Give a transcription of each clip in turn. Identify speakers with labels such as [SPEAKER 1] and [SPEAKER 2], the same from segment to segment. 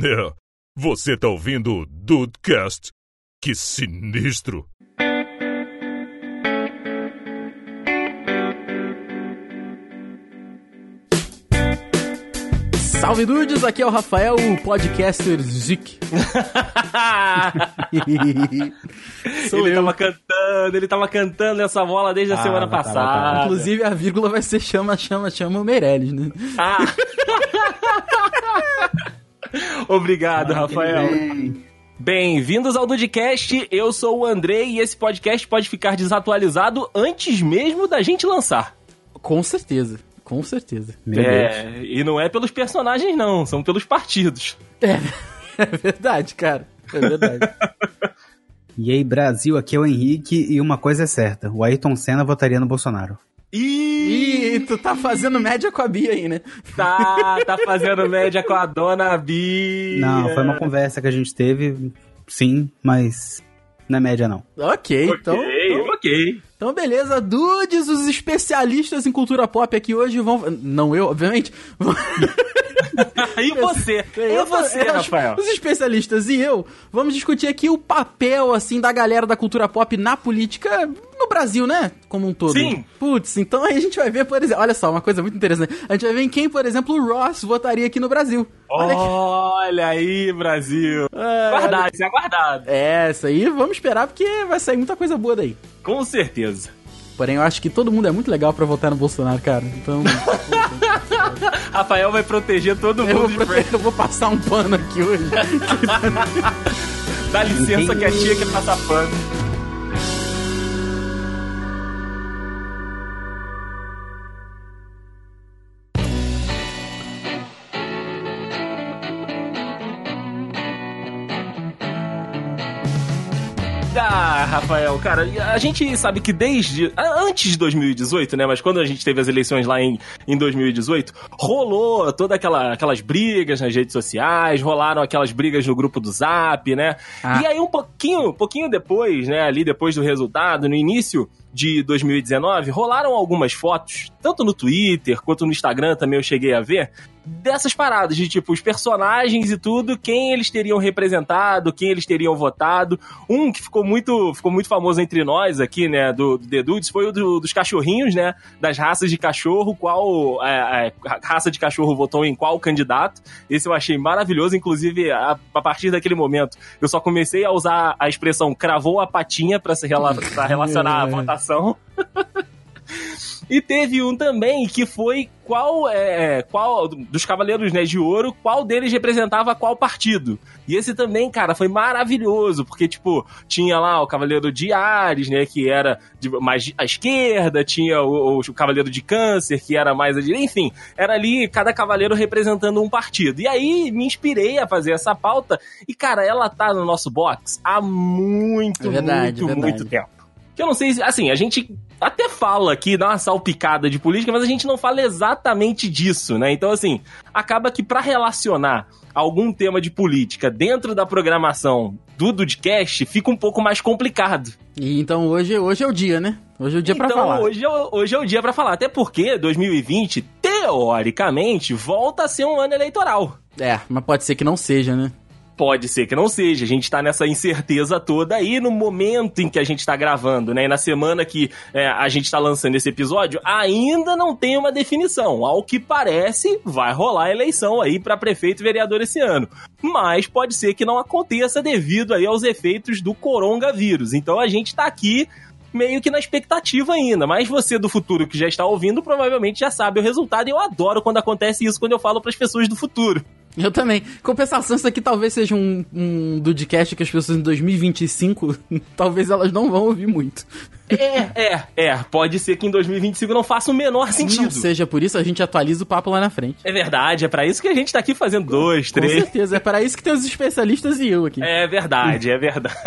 [SPEAKER 1] É, você tá ouvindo o Dudecast? Que sinistro!
[SPEAKER 2] Salve dudes, aqui é o Rafael, o podcaster Zik.
[SPEAKER 3] Sou ele tava cantando, ele tava cantando essa bola desde a
[SPEAKER 4] Ah,
[SPEAKER 3] semana
[SPEAKER 4] tá, tá, tá.
[SPEAKER 3] passada.
[SPEAKER 2] Inclusive a vírgula vai ser chama, chama, chama o Meirelles, né?
[SPEAKER 3] Ah. Obrigado,
[SPEAKER 4] Ah, é-
[SPEAKER 3] Rafael. Bem-vindos ao Dudcast. Eu sou o Andrei e esse podcast pode ficar desatualizado antes mesmo da gente lançar.
[SPEAKER 2] Com certeza, com certeza.
[SPEAKER 4] Meu Deus.
[SPEAKER 3] é, e não é pelos personagens não, são pelos partidos.
[SPEAKER 2] É verdade, cara. É verdade.
[SPEAKER 4] E aí, Brasil, aqui é o Henrique e uma coisa é certa, o Ayrton Senna votaria no Bolsonaro.
[SPEAKER 3] Ih,
[SPEAKER 2] Ih, tu tá fazendo média com a Bia aí, né?
[SPEAKER 3] tá, tá fazendo média com a dona Bia.
[SPEAKER 4] Não, foi uma conversa que a gente teve, sim, mas não é média não.
[SPEAKER 2] Ok, então. então-
[SPEAKER 3] Ok, ok.
[SPEAKER 2] Então, beleza, dudes, os especialistas em cultura pop aqui hoje vão. Não eu, obviamente.
[SPEAKER 3] E você? E você,
[SPEAKER 2] eu,
[SPEAKER 3] Rafael?
[SPEAKER 2] Os especialistas e eu vamos discutir aqui o papel, assim, da galera da cultura pop na política no Brasil, né? Como um todo.
[SPEAKER 3] Sim.
[SPEAKER 2] Putz, então aí a gente vai ver, por exemplo. Olha só, uma coisa muito interessante. A gente vai ver em quem, por exemplo, o Ross votaria aqui no Brasil. Olha
[SPEAKER 3] Oh.
[SPEAKER 2] que.
[SPEAKER 3] Olha aí, Brasil. Guardado, isso é guardado.
[SPEAKER 2] É, isso aí vamos esperar porque vai sair muita coisa boa daí.
[SPEAKER 3] Com certeza.
[SPEAKER 2] Porém, eu acho que todo mundo é muito legal pra votar no Bolsonaro, cara. Então,
[SPEAKER 3] Rafael vai proteger todo
[SPEAKER 2] eu,
[SPEAKER 3] mundo
[SPEAKER 2] vou,
[SPEAKER 3] de Friends.
[SPEAKER 2] eu vou passar um pano aqui hoje.
[SPEAKER 3] Dá licença que tá a tia quer passar pano. Ah, Rafael, cara, a gente sabe que desde. a- Antes de 2018, né? Mas quando a gente teve as eleições lá em, em 2018, rolou toda aquela aquelas brigas nas redes sociais, rolaram aquelas brigas no grupo do Zap, né?
[SPEAKER 2] Ah.
[SPEAKER 3] E aí, um pouquinho, pouquinho depois, né? Ali depois do resultado, no início de 2019, rolaram algumas fotos, tanto no Twitter quanto no Instagram também eu cheguei a ver, dessas paradas de tipo os personagens e tudo, quem eles teriam representado, quem eles teriam votado. Um que ficou muito, ficou muito famoso entre nós aqui, né, do, do The Dudes, foi o do- dos cachorrinhos, né, das raças de cachorro, qual é, é, a raça de cachorro votou em qual candidato. Esse eu achei maravilhoso, inclusive a, a partir daquele momento eu só comecei a usar a expressão cravou a patinha pra se rela pra relacionar à votação. E teve um também que foi qual é qual dos Cavaleiros né, de Ouro, qual deles representava qual partido. E esse também, cara, foi maravilhoso, porque tipo, tinha lá o Cavaleiro de Ares, né, que era de- mais à esquerda, tinha o, o- o Cavaleiro de Câncer, que era mais à direita, enfim, era ali cada cavaleiro representando um partido. E aí me inspirei a fazer essa pauta e cara, ela tá no nosso box há muito,
[SPEAKER 2] É verdade,
[SPEAKER 3] muito,
[SPEAKER 2] é verdade.
[SPEAKER 3] muito tempo. Que eu não sei se, assim, a gente até fala aqui, dá uma salpicada de política, mas a gente não fala exatamente disso, né? Então, assim, acaba que pra relacionar algum tema de política dentro da programação do Dudcast, fica um pouco mais complicado.
[SPEAKER 2] E então hoje, hoje é o dia, né? Hoje é o dia pra falar.
[SPEAKER 3] Hoje é, o- hoje é o dia pra falar, até porque 2020, teoricamente, volta a ser um ano eleitoral.
[SPEAKER 2] É, mas pode ser que não seja, né?
[SPEAKER 3] Pode ser que não seja. A gente tá nessa incerteza toda aí no momento em que a gente tá gravando, né? E na semana que é, a gente tá lançando esse episódio, ainda não tem uma definição. Ao que parece, vai rolar a eleição aí pra prefeito e vereador esse ano. Mas pode ser que não aconteça devido aí aos efeitos do coronavírus. Então a gente tá aqui meio que na expectativa ainda, mas você do futuro que já está ouvindo provavelmente já sabe o resultado e eu adoro quando acontece isso, quando eu falo pras pessoas do futuro.
[SPEAKER 2] Eu também. Compensação, isso aqui talvez seja um, um Dudcast que as pessoas em 2025, talvez elas não vão ouvir muito.
[SPEAKER 3] É, é, é. Pode ser que em 2025 não faça o menor
[SPEAKER 2] Não
[SPEAKER 3] sentido.
[SPEAKER 2] seja por isso, a gente atualiza o papo lá na frente.
[SPEAKER 3] É verdade, é pra isso que a gente tá aqui fazendo dois,
[SPEAKER 2] Com
[SPEAKER 3] três.
[SPEAKER 2] certeza, é para isso que tem os especialistas e eu aqui.
[SPEAKER 3] É verdade, é verdade.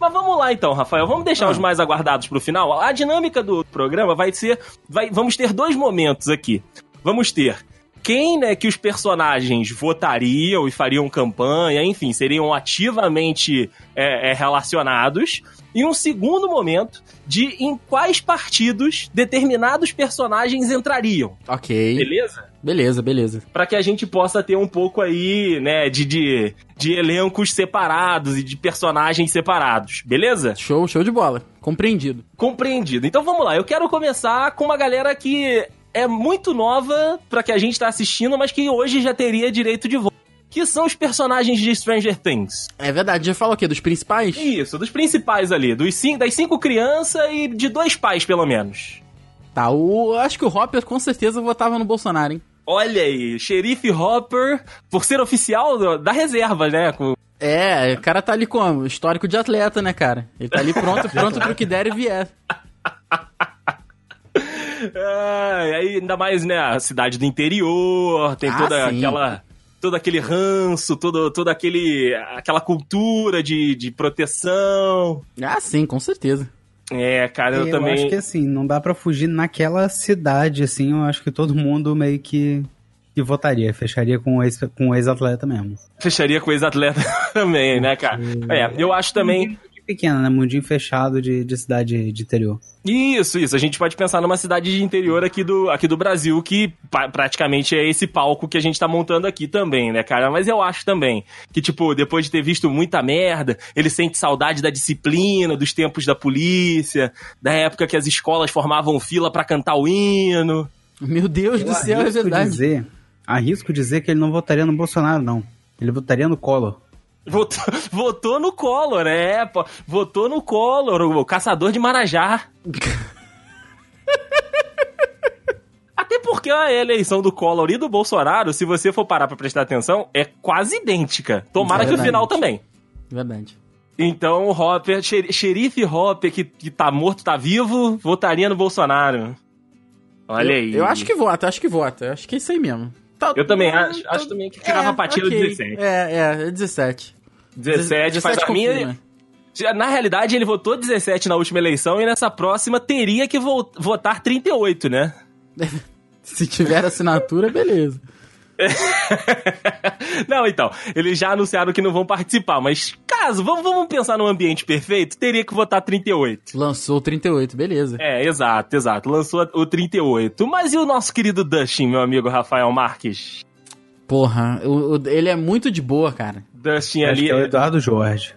[SPEAKER 3] Mas vamos lá então, Rafael. Vamos deixar os mais aguardados pro final. A dinâmica do programa vai ser. vai- vamos ter dois momentos aqui. Vamos ter quem né, que os personagens votariam e fariam campanha, enfim, seriam ativamente é, é, relacionados. E um segundo momento de em quais partidos determinados personagens entrariam,
[SPEAKER 2] Ok.
[SPEAKER 3] beleza?
[SPEAKER 2] Beleza, beleza.
[SPEAKER 3] Pra que a gente possa ter um pouco aí, né, de, de, de elencos separados e de personagens separados, beleza?
[SPEAKER 2] Show, show de bola. Compreendido.
[SPEAKER 3] Compreendido. Então vamos lá, eu quero começar com uma galera que é muito nova pra que a gente tá assistindo, mas que hoje já teria direito de voto. Que são os personagens de Stranger Things.
[SPEAKER 2] É verdade, já falou o quê? Dos principais?
[SPEAKER 3] Isso, dos principais ali, dos cinco, das cinco crianças e de dois pais, pelo menos.
[SPEAKER 2] Tá, o, acho que o Hopper com certeza votava no Bolsonaro, hein?
[SPEAKER 3] Olha aí, xerife Hopper, por ser oficial do- da reserva, né? com-
[SPEAKER 2] É, o cara tá ali como? Histórico de atleta, né, cara? Ele tá ali pronto, pronto pro que der e vier.
[SPEAKER 3] É, aí ainda mais, né, a cidade do interior, tem
[SPEAKER 2] Ah,
[SPEAKER 3] toda
[SPEAKER 2] sim.
[SPEAKER 3] aquela todo aquele ranço, todo, todo aquele aquela cultura de, de proteção.
[SPEAKER 2] Ah, sim, com certeza.
[SPEAKER 3] É, cara, eu, também
[SPEAKER 4] acho que assim, não dá pra fugir naquela cidade, assim, eu acho que todo mundo meio que, que votaria, fecharia com o ex- com o ex-atleta mesmo.
[SPEAKER 3] fecharia com ex-atleta também, né, cara? É, eu acho também
[SPEAKER 4] De pequena, né? Mundinho fechado de, de cidade de interior.
[SPEAKER 3] Isso, isso. A gente pode pensar numa cidade de interior aqui do, aqui do Brasil, que pa- praticamente é esse palco que a gente tá montando aqui também, né, cara? Mas eu acho também que, tipo, depois de ter visto muita merda, ele sente saudade da disciplina, dos tempos da polícia, da época que as escolas formavam fila pra cantar o hino.
[SPEAKER 2] Meu Deus do céu, é
[SPEAKER 4] arrisco
[SPEAKER 2] verdade.
[SPEAKER 4] Dizer, arrisco dizer que ele não votaria no Bolsonaro, não. Ele votaria no Collor.
[SPEAKER 3] Votou, votou no Collor, é, pô. Votou no Collor, o caçador de Marajá. Até porque a eleição do Collor e do Bolsonaro, se você for parar pra prestar atenção, é quase idêntica. Tomara
[SPEAKER 2] É
[SPEAKER 3] que o
[SPEAKER 2] verdade.
[SPEAKER 3] final também.
[SPEAKER 2] Verdade.
[SPEAKER 3] Então, o Hopper, xeri- xerife Hopper, que, que tá morto, tá vivo, votaria no Bolsonaro. Olha
[SPEAKER 2] eu,
[SPEAKER 3] aí.
[SPEAKER 2] Eu acho que vota, acho que vota. Eu Acho que é isso aí mesmo. Tá-
[SPEAKER 3] Eu também
[SPEAKER 2] tá-
[SPEAKER 3] acho, acho também que tirava a patilha
[SPEAKER 2] ok.
[SPEAKER 3] 17.
[SPEAKER 2] É, é, é 17.
[SPEAKER 3] 17, faz a minha,
[SPEAKER 2] confirma.
[SPEAKER 3] Já, Na realidade, ele votou 17 na última eleição e nessa próxima teria que vo- votar 38, né?
[SPEAKER 2] Se tiver assinatura, beleza.
[SPEAKER 3] não, então, eles já anunciaram que não vão participar, mas caso, vamos, vamos pensar num ambiente perfeito, teria que votar 38.
[SPEAKER 2] Lançou o 38, beleza.
[SPEAKER 3] É, exato, exato. Lançou o 38. Mas e o nosso querido Dustin, meu amigo Rafael Marques?
[SPEAKER 2] Porra, o- o- ele é muito de boa, cara.
[SPEAKER 3] Dustin
[SPEAKER 4] Acho
[SPEAKER 3] ali
[SPEAKER 4] que é o Eduardo Jorge.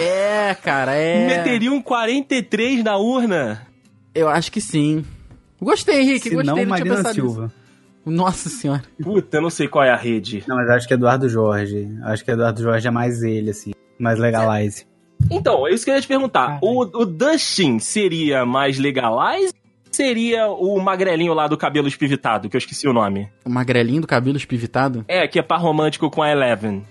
[SPEAKER 2] É, cara, é.
[SPEAKER 3] meteria um 43 na urna.
[SPEAKER 2] Eu acho que sim. Gostei, Henrique,
[SPEAKER 4] Se
[SPEAKER 2] gostei.
[SPEAKER 4] não,
[SPEAKER 2] não tinha
[SPEAKER 4] Marina
[SPEAKER 2] pensado
[SPEAKER 4] Silva.
[SPEAKER 2] nisso. Nossa senhora.
[SPEAKER 3] Puta, eu não sei qual é a rede.
[SPEAKER 4] Não, mas acho que é Eduardo Jorge. Acho que Eduardo Jorge é mais ele, assim. Mais legalize.
[SPEAKER 3] Então, é isso que eu ia te perguntar. O, o Dustin seria mais legalize? ou Seria o magrelinho lá do cabelo espivitado, que eu esqueci o nome.
[SPEAKER 2] O magrelinho do cabelo espivitado.
[SPEAKER 3] É, que é par romântico com a Eleven.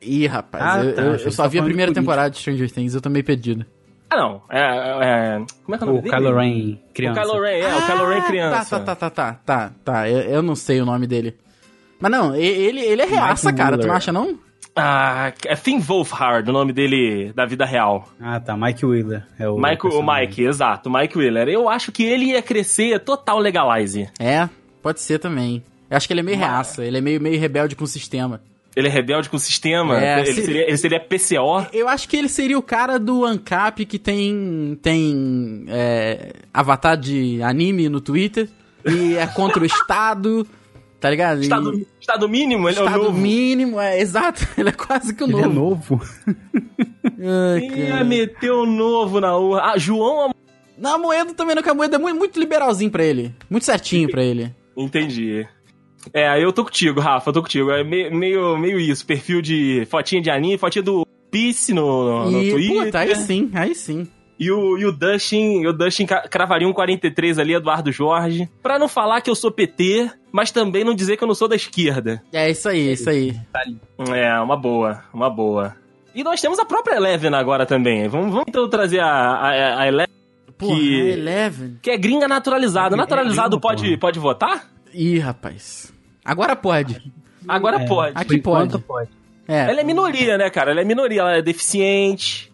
[SPEAKER 2] Ih, rapaz,
[SPEAKER 4] Ah,
[SPEAKER 2] eu,
[SPEAKER 4] tá,
[SPEAKER 2] eu- eu
[SPEAKER 4] achei que
[SPEAKER 2] só
[SPEAKER 4] tá
[SPEAKER 2] vi a
[SPEAKER 4] falando de
[SPEAKER 2] primeira
[SPEAKER 4] política.
[SPEAKER 2] temporada de Stranger Things, eu tô meio perdido.
[SPEAKER 3] Ah, não. É, é- como é que é o nome
[SPEAKER 4] O
[SPEAKER 3] dele?
[SPEAKER 4] Kylo Ren, criança.
[SPEAKER 3] O Kylo Ren, é, o Kylo Ren
[SPEAKER 2] Ah,
[SPEAKER 3] criança.
[SPEAKER 2] Tá, tá, tá, tá, tá, tá. Eu, eu não sei o nome dele. Mas não, e- ele, ele é reaça,
[SPEAKER 4] Mike
[SPEAKER 2] cara, tu não
[SPEAKER 4] Mueller.
[SPEAKER 2] acha não?
[SPEAKER 3] Ah, é Finn Wolfhard, o nome dele da vida real.
[SPEAKER 4] Ah, tá. Mike Wheeler. É o
[SPEAKER 3] Mike, o
[SPEAKER 4] personagem.
[SPEAKER 3] Mike, exato, Mike Wheeler. Eu acho que ele ia crescer total legalize.
[SPEAKER 2] É, pode ser também. Eu acho que ele é meio reaça, ele é meio, meio rebelde com o sistema.
[SPEAKER 3] Ele é rebelde com o sistema?
[SPEAKER 2] É,
[SPEAKER 3] ele,
[SPEAKER 2] se-
[SPEAKER 3] seria, ele seria PCO?
[SPEAKER 2] Eu acho que ele seria o cara do ANCAP que tem, tem é, avatar de anime no Twitter e é contra o Estado, tá ligado? E-
[SPEAKER 3] Estado, estado mínimo? Ele é o
[SPEAKER 2] Estado
[SPEAKER 3] novo.
[SPEAKER 2] mínimo, é exato, ele é quase que o
[SPEAKER 4] Ele é
[SPEAKER 2] novo.
[SPEAKER 4] novo?
[SPEAKER 2] Ai,
[SPEAKER 3] Ia
[SPEAKER 2] cara.
[SPEAKER 3] meter o novo na urna. Ah, João
[SPEAKER 2] Não, a moeda também não, que a moeda é muito, muito liberalzinho pra ele. Muito certinho pra ele.
[SPEAKER 3] Entendi. É, eu tô contigo, Rafa, eu tô contigo. É me- meio, meio isso, perfil de fotinha de anime, fotinha do Peace no, no, no
[SPEAKER 2] e,
[SPEAKER 3] Twitter.
[SPEAKER 2] puta, aí sim, aí sim.
[SPEAKER 3] E o, e o Dustin, e o Dustin ca- cravaria um 43 ali, Eduardo Jorge. Pra não falar que eu sou PT, mas também não dizer que eu não sou da esquerda.
[SPEAKER 2] É isso aí, é isso aí.
[SPEAKER 3] É, uma boa, uma boa. E nós temos a própria Eleven agora também. Vamos, vamos então trazer a, a, a Eleven,
[SPEAKER 2] Porra,
[SPEAKER 3] Que-
[SPEAKER 2] Eleven.
[SPEAKER 3] que é gringa naturalizada.
[SPEAKER 4] É
[SPEAKER 3] Naturalizado
[SPEAKER 4] gringa,
[SPEAKER 3] pode,
[SPEAKER 4] porra.
[SPEAKER 3] pode votar?
[SPEAKER 2] Ih, rapaz. Agora pode.
[SPEAKER 3] Agora
[SPEAKER 4] É.
[SPEAKER 3] pode.
[SPEAKER 2] Aqui pode.
[SPEAKER 4] enquanto pode.
[SPEAKER 2] É.
[SPEAKER 3] Ela é minoria, né, cara? Ela é minoria, ela é deficiente.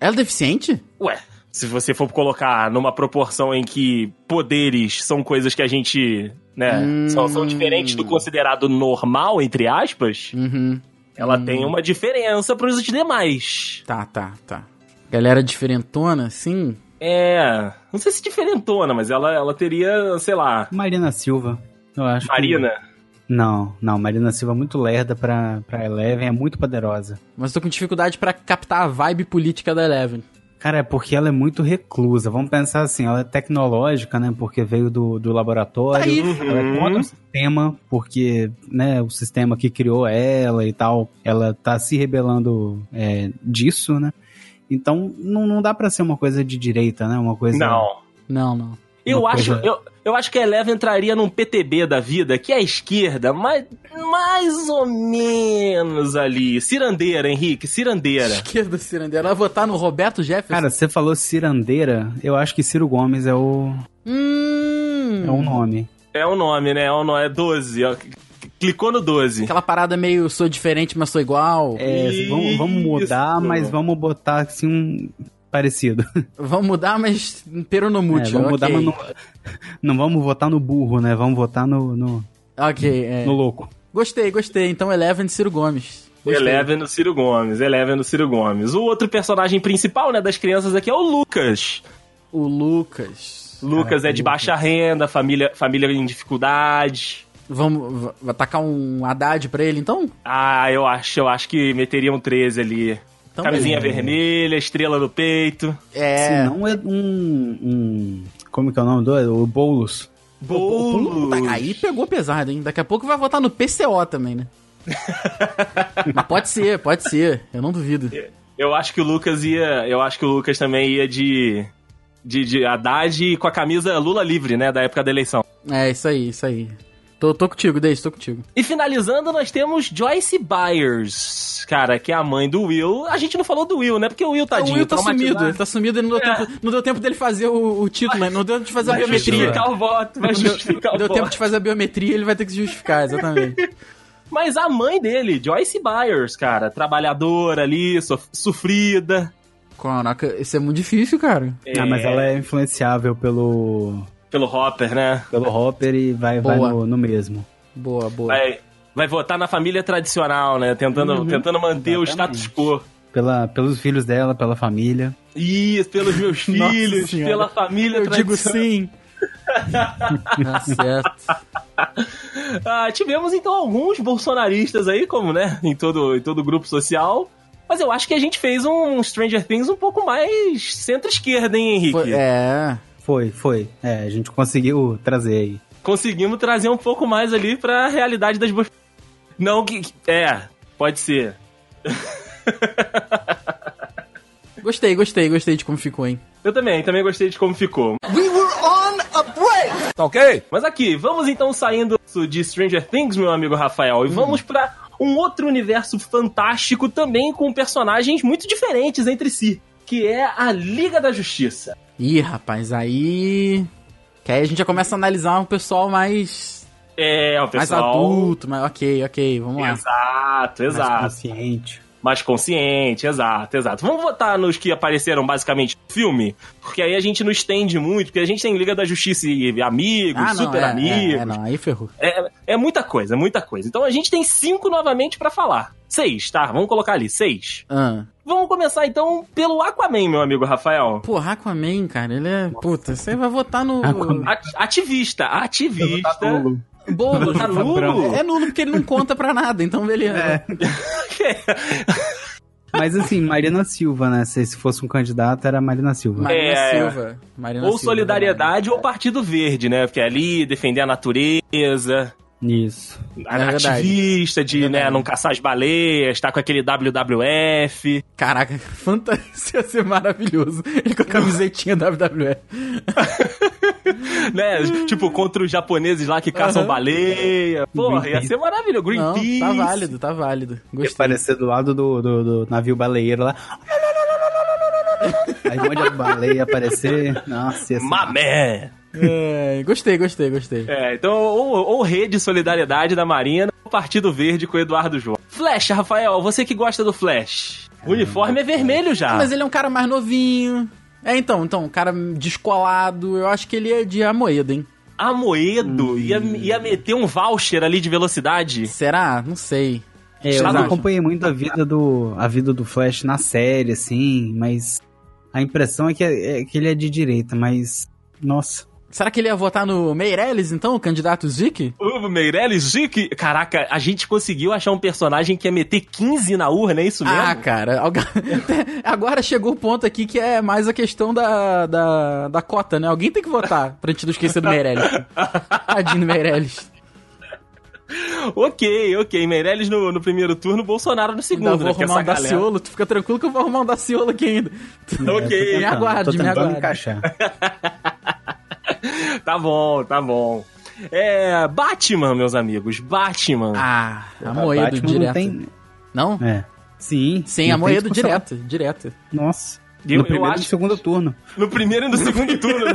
[SPEAKER 2] Ela é deficiente?
[SPEAKER 3] Ué, se você for colocar numa proporção em que poderes são coisas que a gente, né,
[SPEAKER 2] Hum.
[SPEAKER 3] são, são diferentes do considerado normal, entre aspas,
[SPEAKER 2] Uhum.
[SPEAKER 3] ela
[SPEAKER 2] Hum.
[SPEAKER 3] tem um- uma diferença pros demais.
[SPEAKER 2] Tá, tá, tá. Galera diferentona, sim.
[SPEAKER 3] É, não sei se diferentona, mas ela, ela teria, sei lá,
[SPEAKER 4] Marina Silva, eu acho. que-
[SPEAKER 3] Marina.
[SPEAKER 4] Não, não. Marina Silva é muito lerda pra, pra Eleven, é muito poderosa.
[SPEAKER 2] Mas tô com dificuldade pra captar a vibe política da Eleven.
[SPEAKER 4] Cara, é porque ela é muito reclusa. Vamos pensar assim, ela é tecnológica, né? Porque veio do, do laboratório.
[SPEAKER 2] Tá aí.
[SPEAKER 4] Ela é contra
[SPEAKER 3] Uhum.
[SPEAKER 4] o sistema, porque né, o sistema que criou ela e tal, ela tá se rebelando é, disso, né? Então não, não dá pra ser uma coisa de direita, né? Uma
[SPEAKER 2] é.
[SPEAKER 4] coisa.
[SPEAKER 3] Não.
[SPEAKER 2] Não, não.
[SPEAKER 3] Eu
[SPEAKER 4] Uma
[SPEAKER 3] acho,
[SPEAKER 4] coisa-
[SPEAKER 3] eu, eu acho que a Eleven entraria num PTB da vida, que é a esquerda, mas mais ou menos ali. Cirandeira, Henrique, cirandeira.
[SPEAKER 2] Esquerda cirandeira. Ela vai votar no Roberto Jefferson.
[SPEAKER 4] Cara, você falou cirandeira, eu acho que Ciro Gomes é o,
[SPEAKER 2] hum,
[SPEAKER 4] é o nome.
[SPEAKER 3] É o nome, né? É o nome, é 12. ó. Clicou no 12.
[SPEAKER 2] Aquela parada meio sou diferente, mas sou igual.
[SPEAKER 4] É, vamos, vamos mudar,
[SPEAKER 3] Isso.
[SPEAKER 4] mas vamos botar assim um parecido.
[SPEAKER 2] Vamos mudar, mas pero no
[SPEAKER 4] É,
[SPEAKER 2] mútil.
[SPEAKER 4] vamos mudar,
[SPEAKER 2] ok.
[SPEAKER 4] mas não, não vamos votar no burro, né? Vamos votar no, no,
[SPEAKER 2] Ok, é.
[SPEAKER 4] no louco.
[SPEAKER 2] Gostei, gostei. Então Eleven de Ciro Gomes. Gostei.
[SPEAKER 3] Eleven no Ciro Gomes, Eleven no Ciro Gomes. O outro personagem principal, né, das crianças aqui é o Lucas.
[SPEAKER 2] O Lucas.
[SPEAKER 3] Lucas é de baixa renda, família, família em dificuldade.
[SPEAKER 2] Vamos v- atacar um Haddad pra ele, então?
[SPEAKER 3] Ah, eu acho, eu acho que meteriam 13 ali.
[SPEAKER 2] Então,
[SPEAKER 3] Camisinha
[SPEAKER 2] beleza.
[SPEAKER 3] vermelha, estrela no peito.
[SPEAKER 2] É.
[SPEAKER 4] Se não é um, um. Como que é o nome do? O Boulos.
[SPEAKER 2] Pulo,
[SPEAKER 3] Bolo.
[SPEAKER 2] tá- aí pegou pesado, hein? Daqui a pouco vai votar no PCO também, né? Mas pode ser, pode ser. Eu não duvido.
[SPEAKER 3] Eu acho que o Lucas ia. Eu acho que o Lucas também ia de. De, de Haddad com a camisa Lula livre, né? Da época da eleição.
[SPEAKER 2] É, isso aí, isso aí. Tô, tô contigo, Deis, tô contigo.
[SPEAKER 3] E finalizando, nós temos Joyce Byers, cara, que é a mãe do Will. A gente não falou do Will, né? Porque o Will, tadinho,
[SPEAKER 2] o Will tá
[SPEAKER 3] traumatizado. É.
[SPEAKER 2] sumido, ele tá sumido e não deu, tempo, não deu tempo dele fazer o, o título, né? não deu tempo de fazer a
[SPEAKER 3] Vai
[SPEAKER 2] biometria.
[SPEAKER 3] justificar o voto, vai justificar
[SPEAKER 2] Não
[SPEAKER 3] o
[SPEAKER 2] deu
[SPEAKER 3] voto.
[SPEAKER 2] tempo de fazer a biometria, ele vai ter que se justificar, exatamente.
[SPEAKER 3] Mas a mãe dele, Joyce Byers, cara, trabalhadora ali, sof- sofrida.
[SPEAKER 2] Caraca, isso é muito difícil, cara.
[SPEAKER 4] Ah, mas ela é influenciável pelo,
[SPEAKER 3] Pelo Hopper, né?
[SPEAKER 4] pelo Hopper e vai, vai
[SPEAKER 2] Boa.
[SPEAKER 4] no, no mesmo.
[SPEAKER 2] Boa, boa.
[SPEAKER 4] é-
[SPEAKER 3] Vai, vai votar na família tradicional, né? Tentando,
[SPEAKER 2] Uhum.
[SPEAKER 3] tentando manter o status quo.
[SPEAKER 4] Pela, pelos filhos dela, pela família.
[SPEAKER 3] Isso, pelos meus
[SPEAKER 2] Nossa
[SPEAKER 3] filhos,
[SPEAKER 2] Senhora.
[SPEAKER 3] pela família
[SPEAKER 2] Eu digo
[SPEAKER 3] tradicional.
[SPEAKER 2] sim. tá certo.
[SPEAKER 3] Ah, tivemos então alguns bolsonaristas aí, como né, em todo, em todo grupo social. Mas eu acho que a gente fez um Stranger Things um pouco mais centro-esquerda, hein, Henrique?
[SPEAKER 2] Foi- é.
[SPEAKER 4] Foi, foi. É, a gente conseguiu trazer aí.
[SPEAKER 3] Conseguimos trazer um pouco mais ali pra realidade das bolsas. Não que. que- É, pode ser.
[SPEAKER 2] Gostei, gostei, gostei de como ficou, hein?
[SPEAKER 3] Eu também, também gostei de como ficou.
[SPEAKER 1] Tá ok?
[SPEAKER 3] Mas aqui, vamos então saindo de Stranger Things, meu amigo Rafael, e
[SPEAKER 2] Hum.
[SPEAKER 3] vamos pra um outro universo fantástico também com personagens muito diferentes entre si, que é a Liga da Justiça.
[SPEAKER 2] Ih, rapaz, aí. Que aí a gente já começa a analisar um pessoal mais.
[SPEAKER 3] É, o
[SPEAKER 2] mais
[SPEAKER 3] pessoal.
[SPEAKER 2] adulto, é? mas ok, ok, vamos lá.
[SPEAKER 3] Exato,
[SPEAKER 4] Mais
[SPEAKER 3] exato. Mais,
[SPEAKER 4] consciente.
[SPEAKER 3] consciente, exato, exato. Vamos votar nos que apareceram basicamente no filme, porque aí a gente não estende muito, porque a gente tem Liga da Justiça e amigos, super
[SPEAKER 2] é,
[SPEAKER 3] amigos.
[SPEAKER 2] É, é, não, aí ferrou.
[SPEAKER 3] É, é muita coisa, é muita coisa. Então a gente tem cinco novamente pra falar. Seis, tá? Vamos colocar ali, seis.
[SPEAKER 2] Ah,
[SPEAKER 3] Vamos começar então pelo Aquaman, meu amigo Rafael.
[SPEAKER 2] porra, Aquaman, cara, ele é. Puta, você vai votar no.
[SPEAKER 4] Aquaman.
[SPEAKER 3] At- ativista, ativista.
[SPEAKER 2] Bolo.
[SPEAKER 3] Tá nulo?
[SPEAKER 2] É nulo porque ele não conta pra nada, então beleza.
[SPEAKER 4] É. Mas assim, Marina Silva, né? Se, se fosse um candidato, era Marina Silva.
[SPEAKER 2] Marina
[SPEAKER 3] É.
[SPEAKER 2] Silva. Marina
[SPEAKER 3] Ou
[SPEAKER 2] Silva,
[SPEAKER 3] solidariedade ou Partido Verde, né? Porque ali defender a natureza,
[SPEAKER 4] Isso.
[SPEAKER 2] É verdade.
[SPEAKER 3] ativista de
[SPEAKER 2] É verdade.
[SPEAKER 3] né, não caçar as baleias, tá com aquele WWF.
[SPEAKER 2] Caraca, fantástico, ia ser maravilhoso. Ele com a camisetinha WWE.
[SPEAKER 3] né? tipo, contra os japoneses lá que caçam
[SPEAKER 2] Aham.
[SPEAKER 3] baleia. Porra, ia
[SPEAKER 4] Greenpeace.
[SPEAKER 3] ser maravilhoso.
[SPEAKER 2] Não,
[SPEAKER 3] Greenpeace.
[SPEAKER 2] tá válido, tá válido.
[SPEAKER 4] Ia
[SPEAKER 2] Gostei.
[SPEAKER 4] aparecer do lado do, do, do navio baleeiro lá. Aí um monte de baleia ia aparecer. Nossa, ia ser-
[SPEAKER 3] Mamé.
[SPEAKER 2] É, gostei, gostei, gostei.
[SPEAKER 3] É, então, ou, ou Rede Solidariedade da Marina, ou Partido Verde com Eduardo João. Flash,
[SPEAKER 2] Ah,
[SPEAKER 3] Rafael, você que gosta do Flash. O uniforme é vermelho já.
[SPEAKER 2] Mas ele é um cara mais novinho. É, então, então, um cara descolado, eu acho que ele é de Amoedo, hein?
[SPEAKER 3] Amoedo ia, ia meter um voucher ali de velocidade.
[SPEAKER 2] Será? Não sei.
[SPEAKER 4] É, eu
[SPEAKER 3] Sabe?
[SPEAKER 4] não acompanhei muito a vida do a vida do Flash na série, assim, mas a impressão é que, é que ele é de direita, mas nossa.
[SPEAKER 2] Será que ele ia votar no Meirelles, então, o candidato Zic?
[SPEAKER 3] O Meirelles Zic. Caraca, a gente conseguiu achar um personagem que ia meter 15 na urna, é isso mesmo?
[SPEAKER 2] Ah, cara, algu- agora chegou o ponto aqui que é mais a questão da, da, da cota, né? Alguém tem que votar pra gente não esquecer do Meirelles. Tadinho do Meirelles.
[SPEAKER 3] ok, ok. Meirelles no, no primeiro turno, Bolsonaro no
[SPEAKER 2] Ainda
[SPEAKER 3] segundo,
[SPEAKER 2] vou
[SPEAKER 3] né? Porque
[SPEAKER 2] arrumar um
[SPEAKER 3] essa galera-
[SPEAKER 2] Daciolo, tu fica tranquilo que eu vou arrumar um Daciolo aqui ainda. né?
[SPEAKER 4] É, tô
[SPEAKER 3] Ok,
[SPEAKER 2] Me aguarde,
[SPEAKER 4] tô
[SPEAKER 2] me
[SPEAKER 4] tentando
[SPEAKER 2] aguarde.
[SPEAKER 4] encaixar.
[SPEAKER 3] tá bom, tá bom. É. Batman, meus amigos. Batman.
[SPEAKER 2] Ah, Amoedo
[SPEAKER 4] Batman
[SPEAKER 2] direto.
[SPEAKER 4] Tá Não tem...
[SPEAKER 2] Não?
[SPEAKER 4] É. Sim.
[SPEAKER 2] Sim,
[SPEAKER 4] não
[SPEAKER 2] Amoedo
[SPEAKER 4] tem discussão.
[SPEAKER 2] direto, direto.
[SPEAKER 4] Nossa.
[SPEAKER 3] Eu-
[SPEAKER 4] no
[SPEAKER 3] eu
[SPEAKER 4] primeiro e
[SPEAKER 3] acho-
[SPEAKER 4] no segundo turno.
[SPEAKER 3] No primeiro e no segundo turno.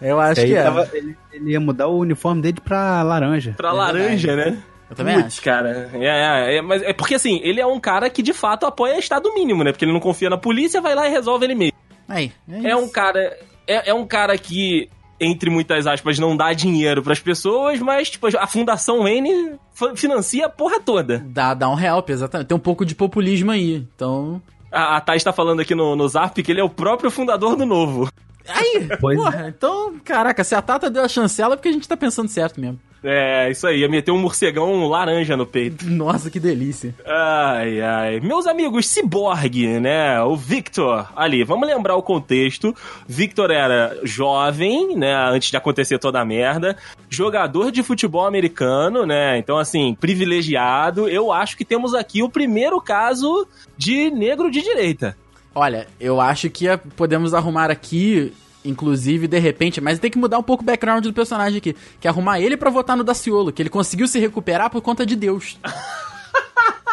[SPEAKER 2] Eu acho
[SPEAKER 4] Aí
[SPEAKER 2] que é.
[SPEAKER 4] tava- ele, ele ia mudar o uniforme dele pra laranja.
[SPEAKER 3] pra laranja, né?
[SPEAKER 2] Eu também
[SPEAKER 3] Putz,
[SPEAKER 2] acho.
[SPEAKER 3] cara. É, é, é, mas é porque assim, ele é um cara que de fato apoia Estado mínimo, né? Porque ele não confia na polícia, vai lá e resolve ele mesmo.
[SPEAKER 2] Aí, é,
[SPEAKER 3] É
[SPEAKER 2] isso.
[SPEAKER 3] um cara. É, é um cara que, entre muitas aspas, não dá dinheiro pras pessoas, mas, tipo, a Fundação N fa- financia a porra toda.
[SPEAKER 2] Dá, dá um help, exatamente. Tem um pouco de populismo aí, então...
[SPEAKER 3] A, a Thais tá falando aqui no, no Zap que ele é o próprio fundador do novo.
[SPEAKER 2] Aí,
[SPEAKER 4] Pois
[SPEAKER 2] porra, então, caraca, se a Tata deu a chancela é porque a gente tá pensando certo mesmo.
[SPEAKER 3] É, isso aí, ia meter um morcegão laranja no peito.
[SPEAKER 2] Nossa, que delícia.
[SPEAKER 3] Ai, ai. Meus amigos, Cyborg, né? O Victor, ali, vamos lembrar o contexto. Victor era jovem, né? Antes de acontecer toda a merda. Jogador de futebol americano, né? Então, assim, privilegiado. Eu acho que temos aqui o primeiro caso de negro de direita.
[SPEAKER 2] Olha, eu acho que eh, podemos arrumar aqui, inclusive, de repente, mas tem que mudar um pouco o background do personagem aqui. Que é arrumar ele pra votar no Daciolo, que ele conseguiu se recuperar por conta de Deus.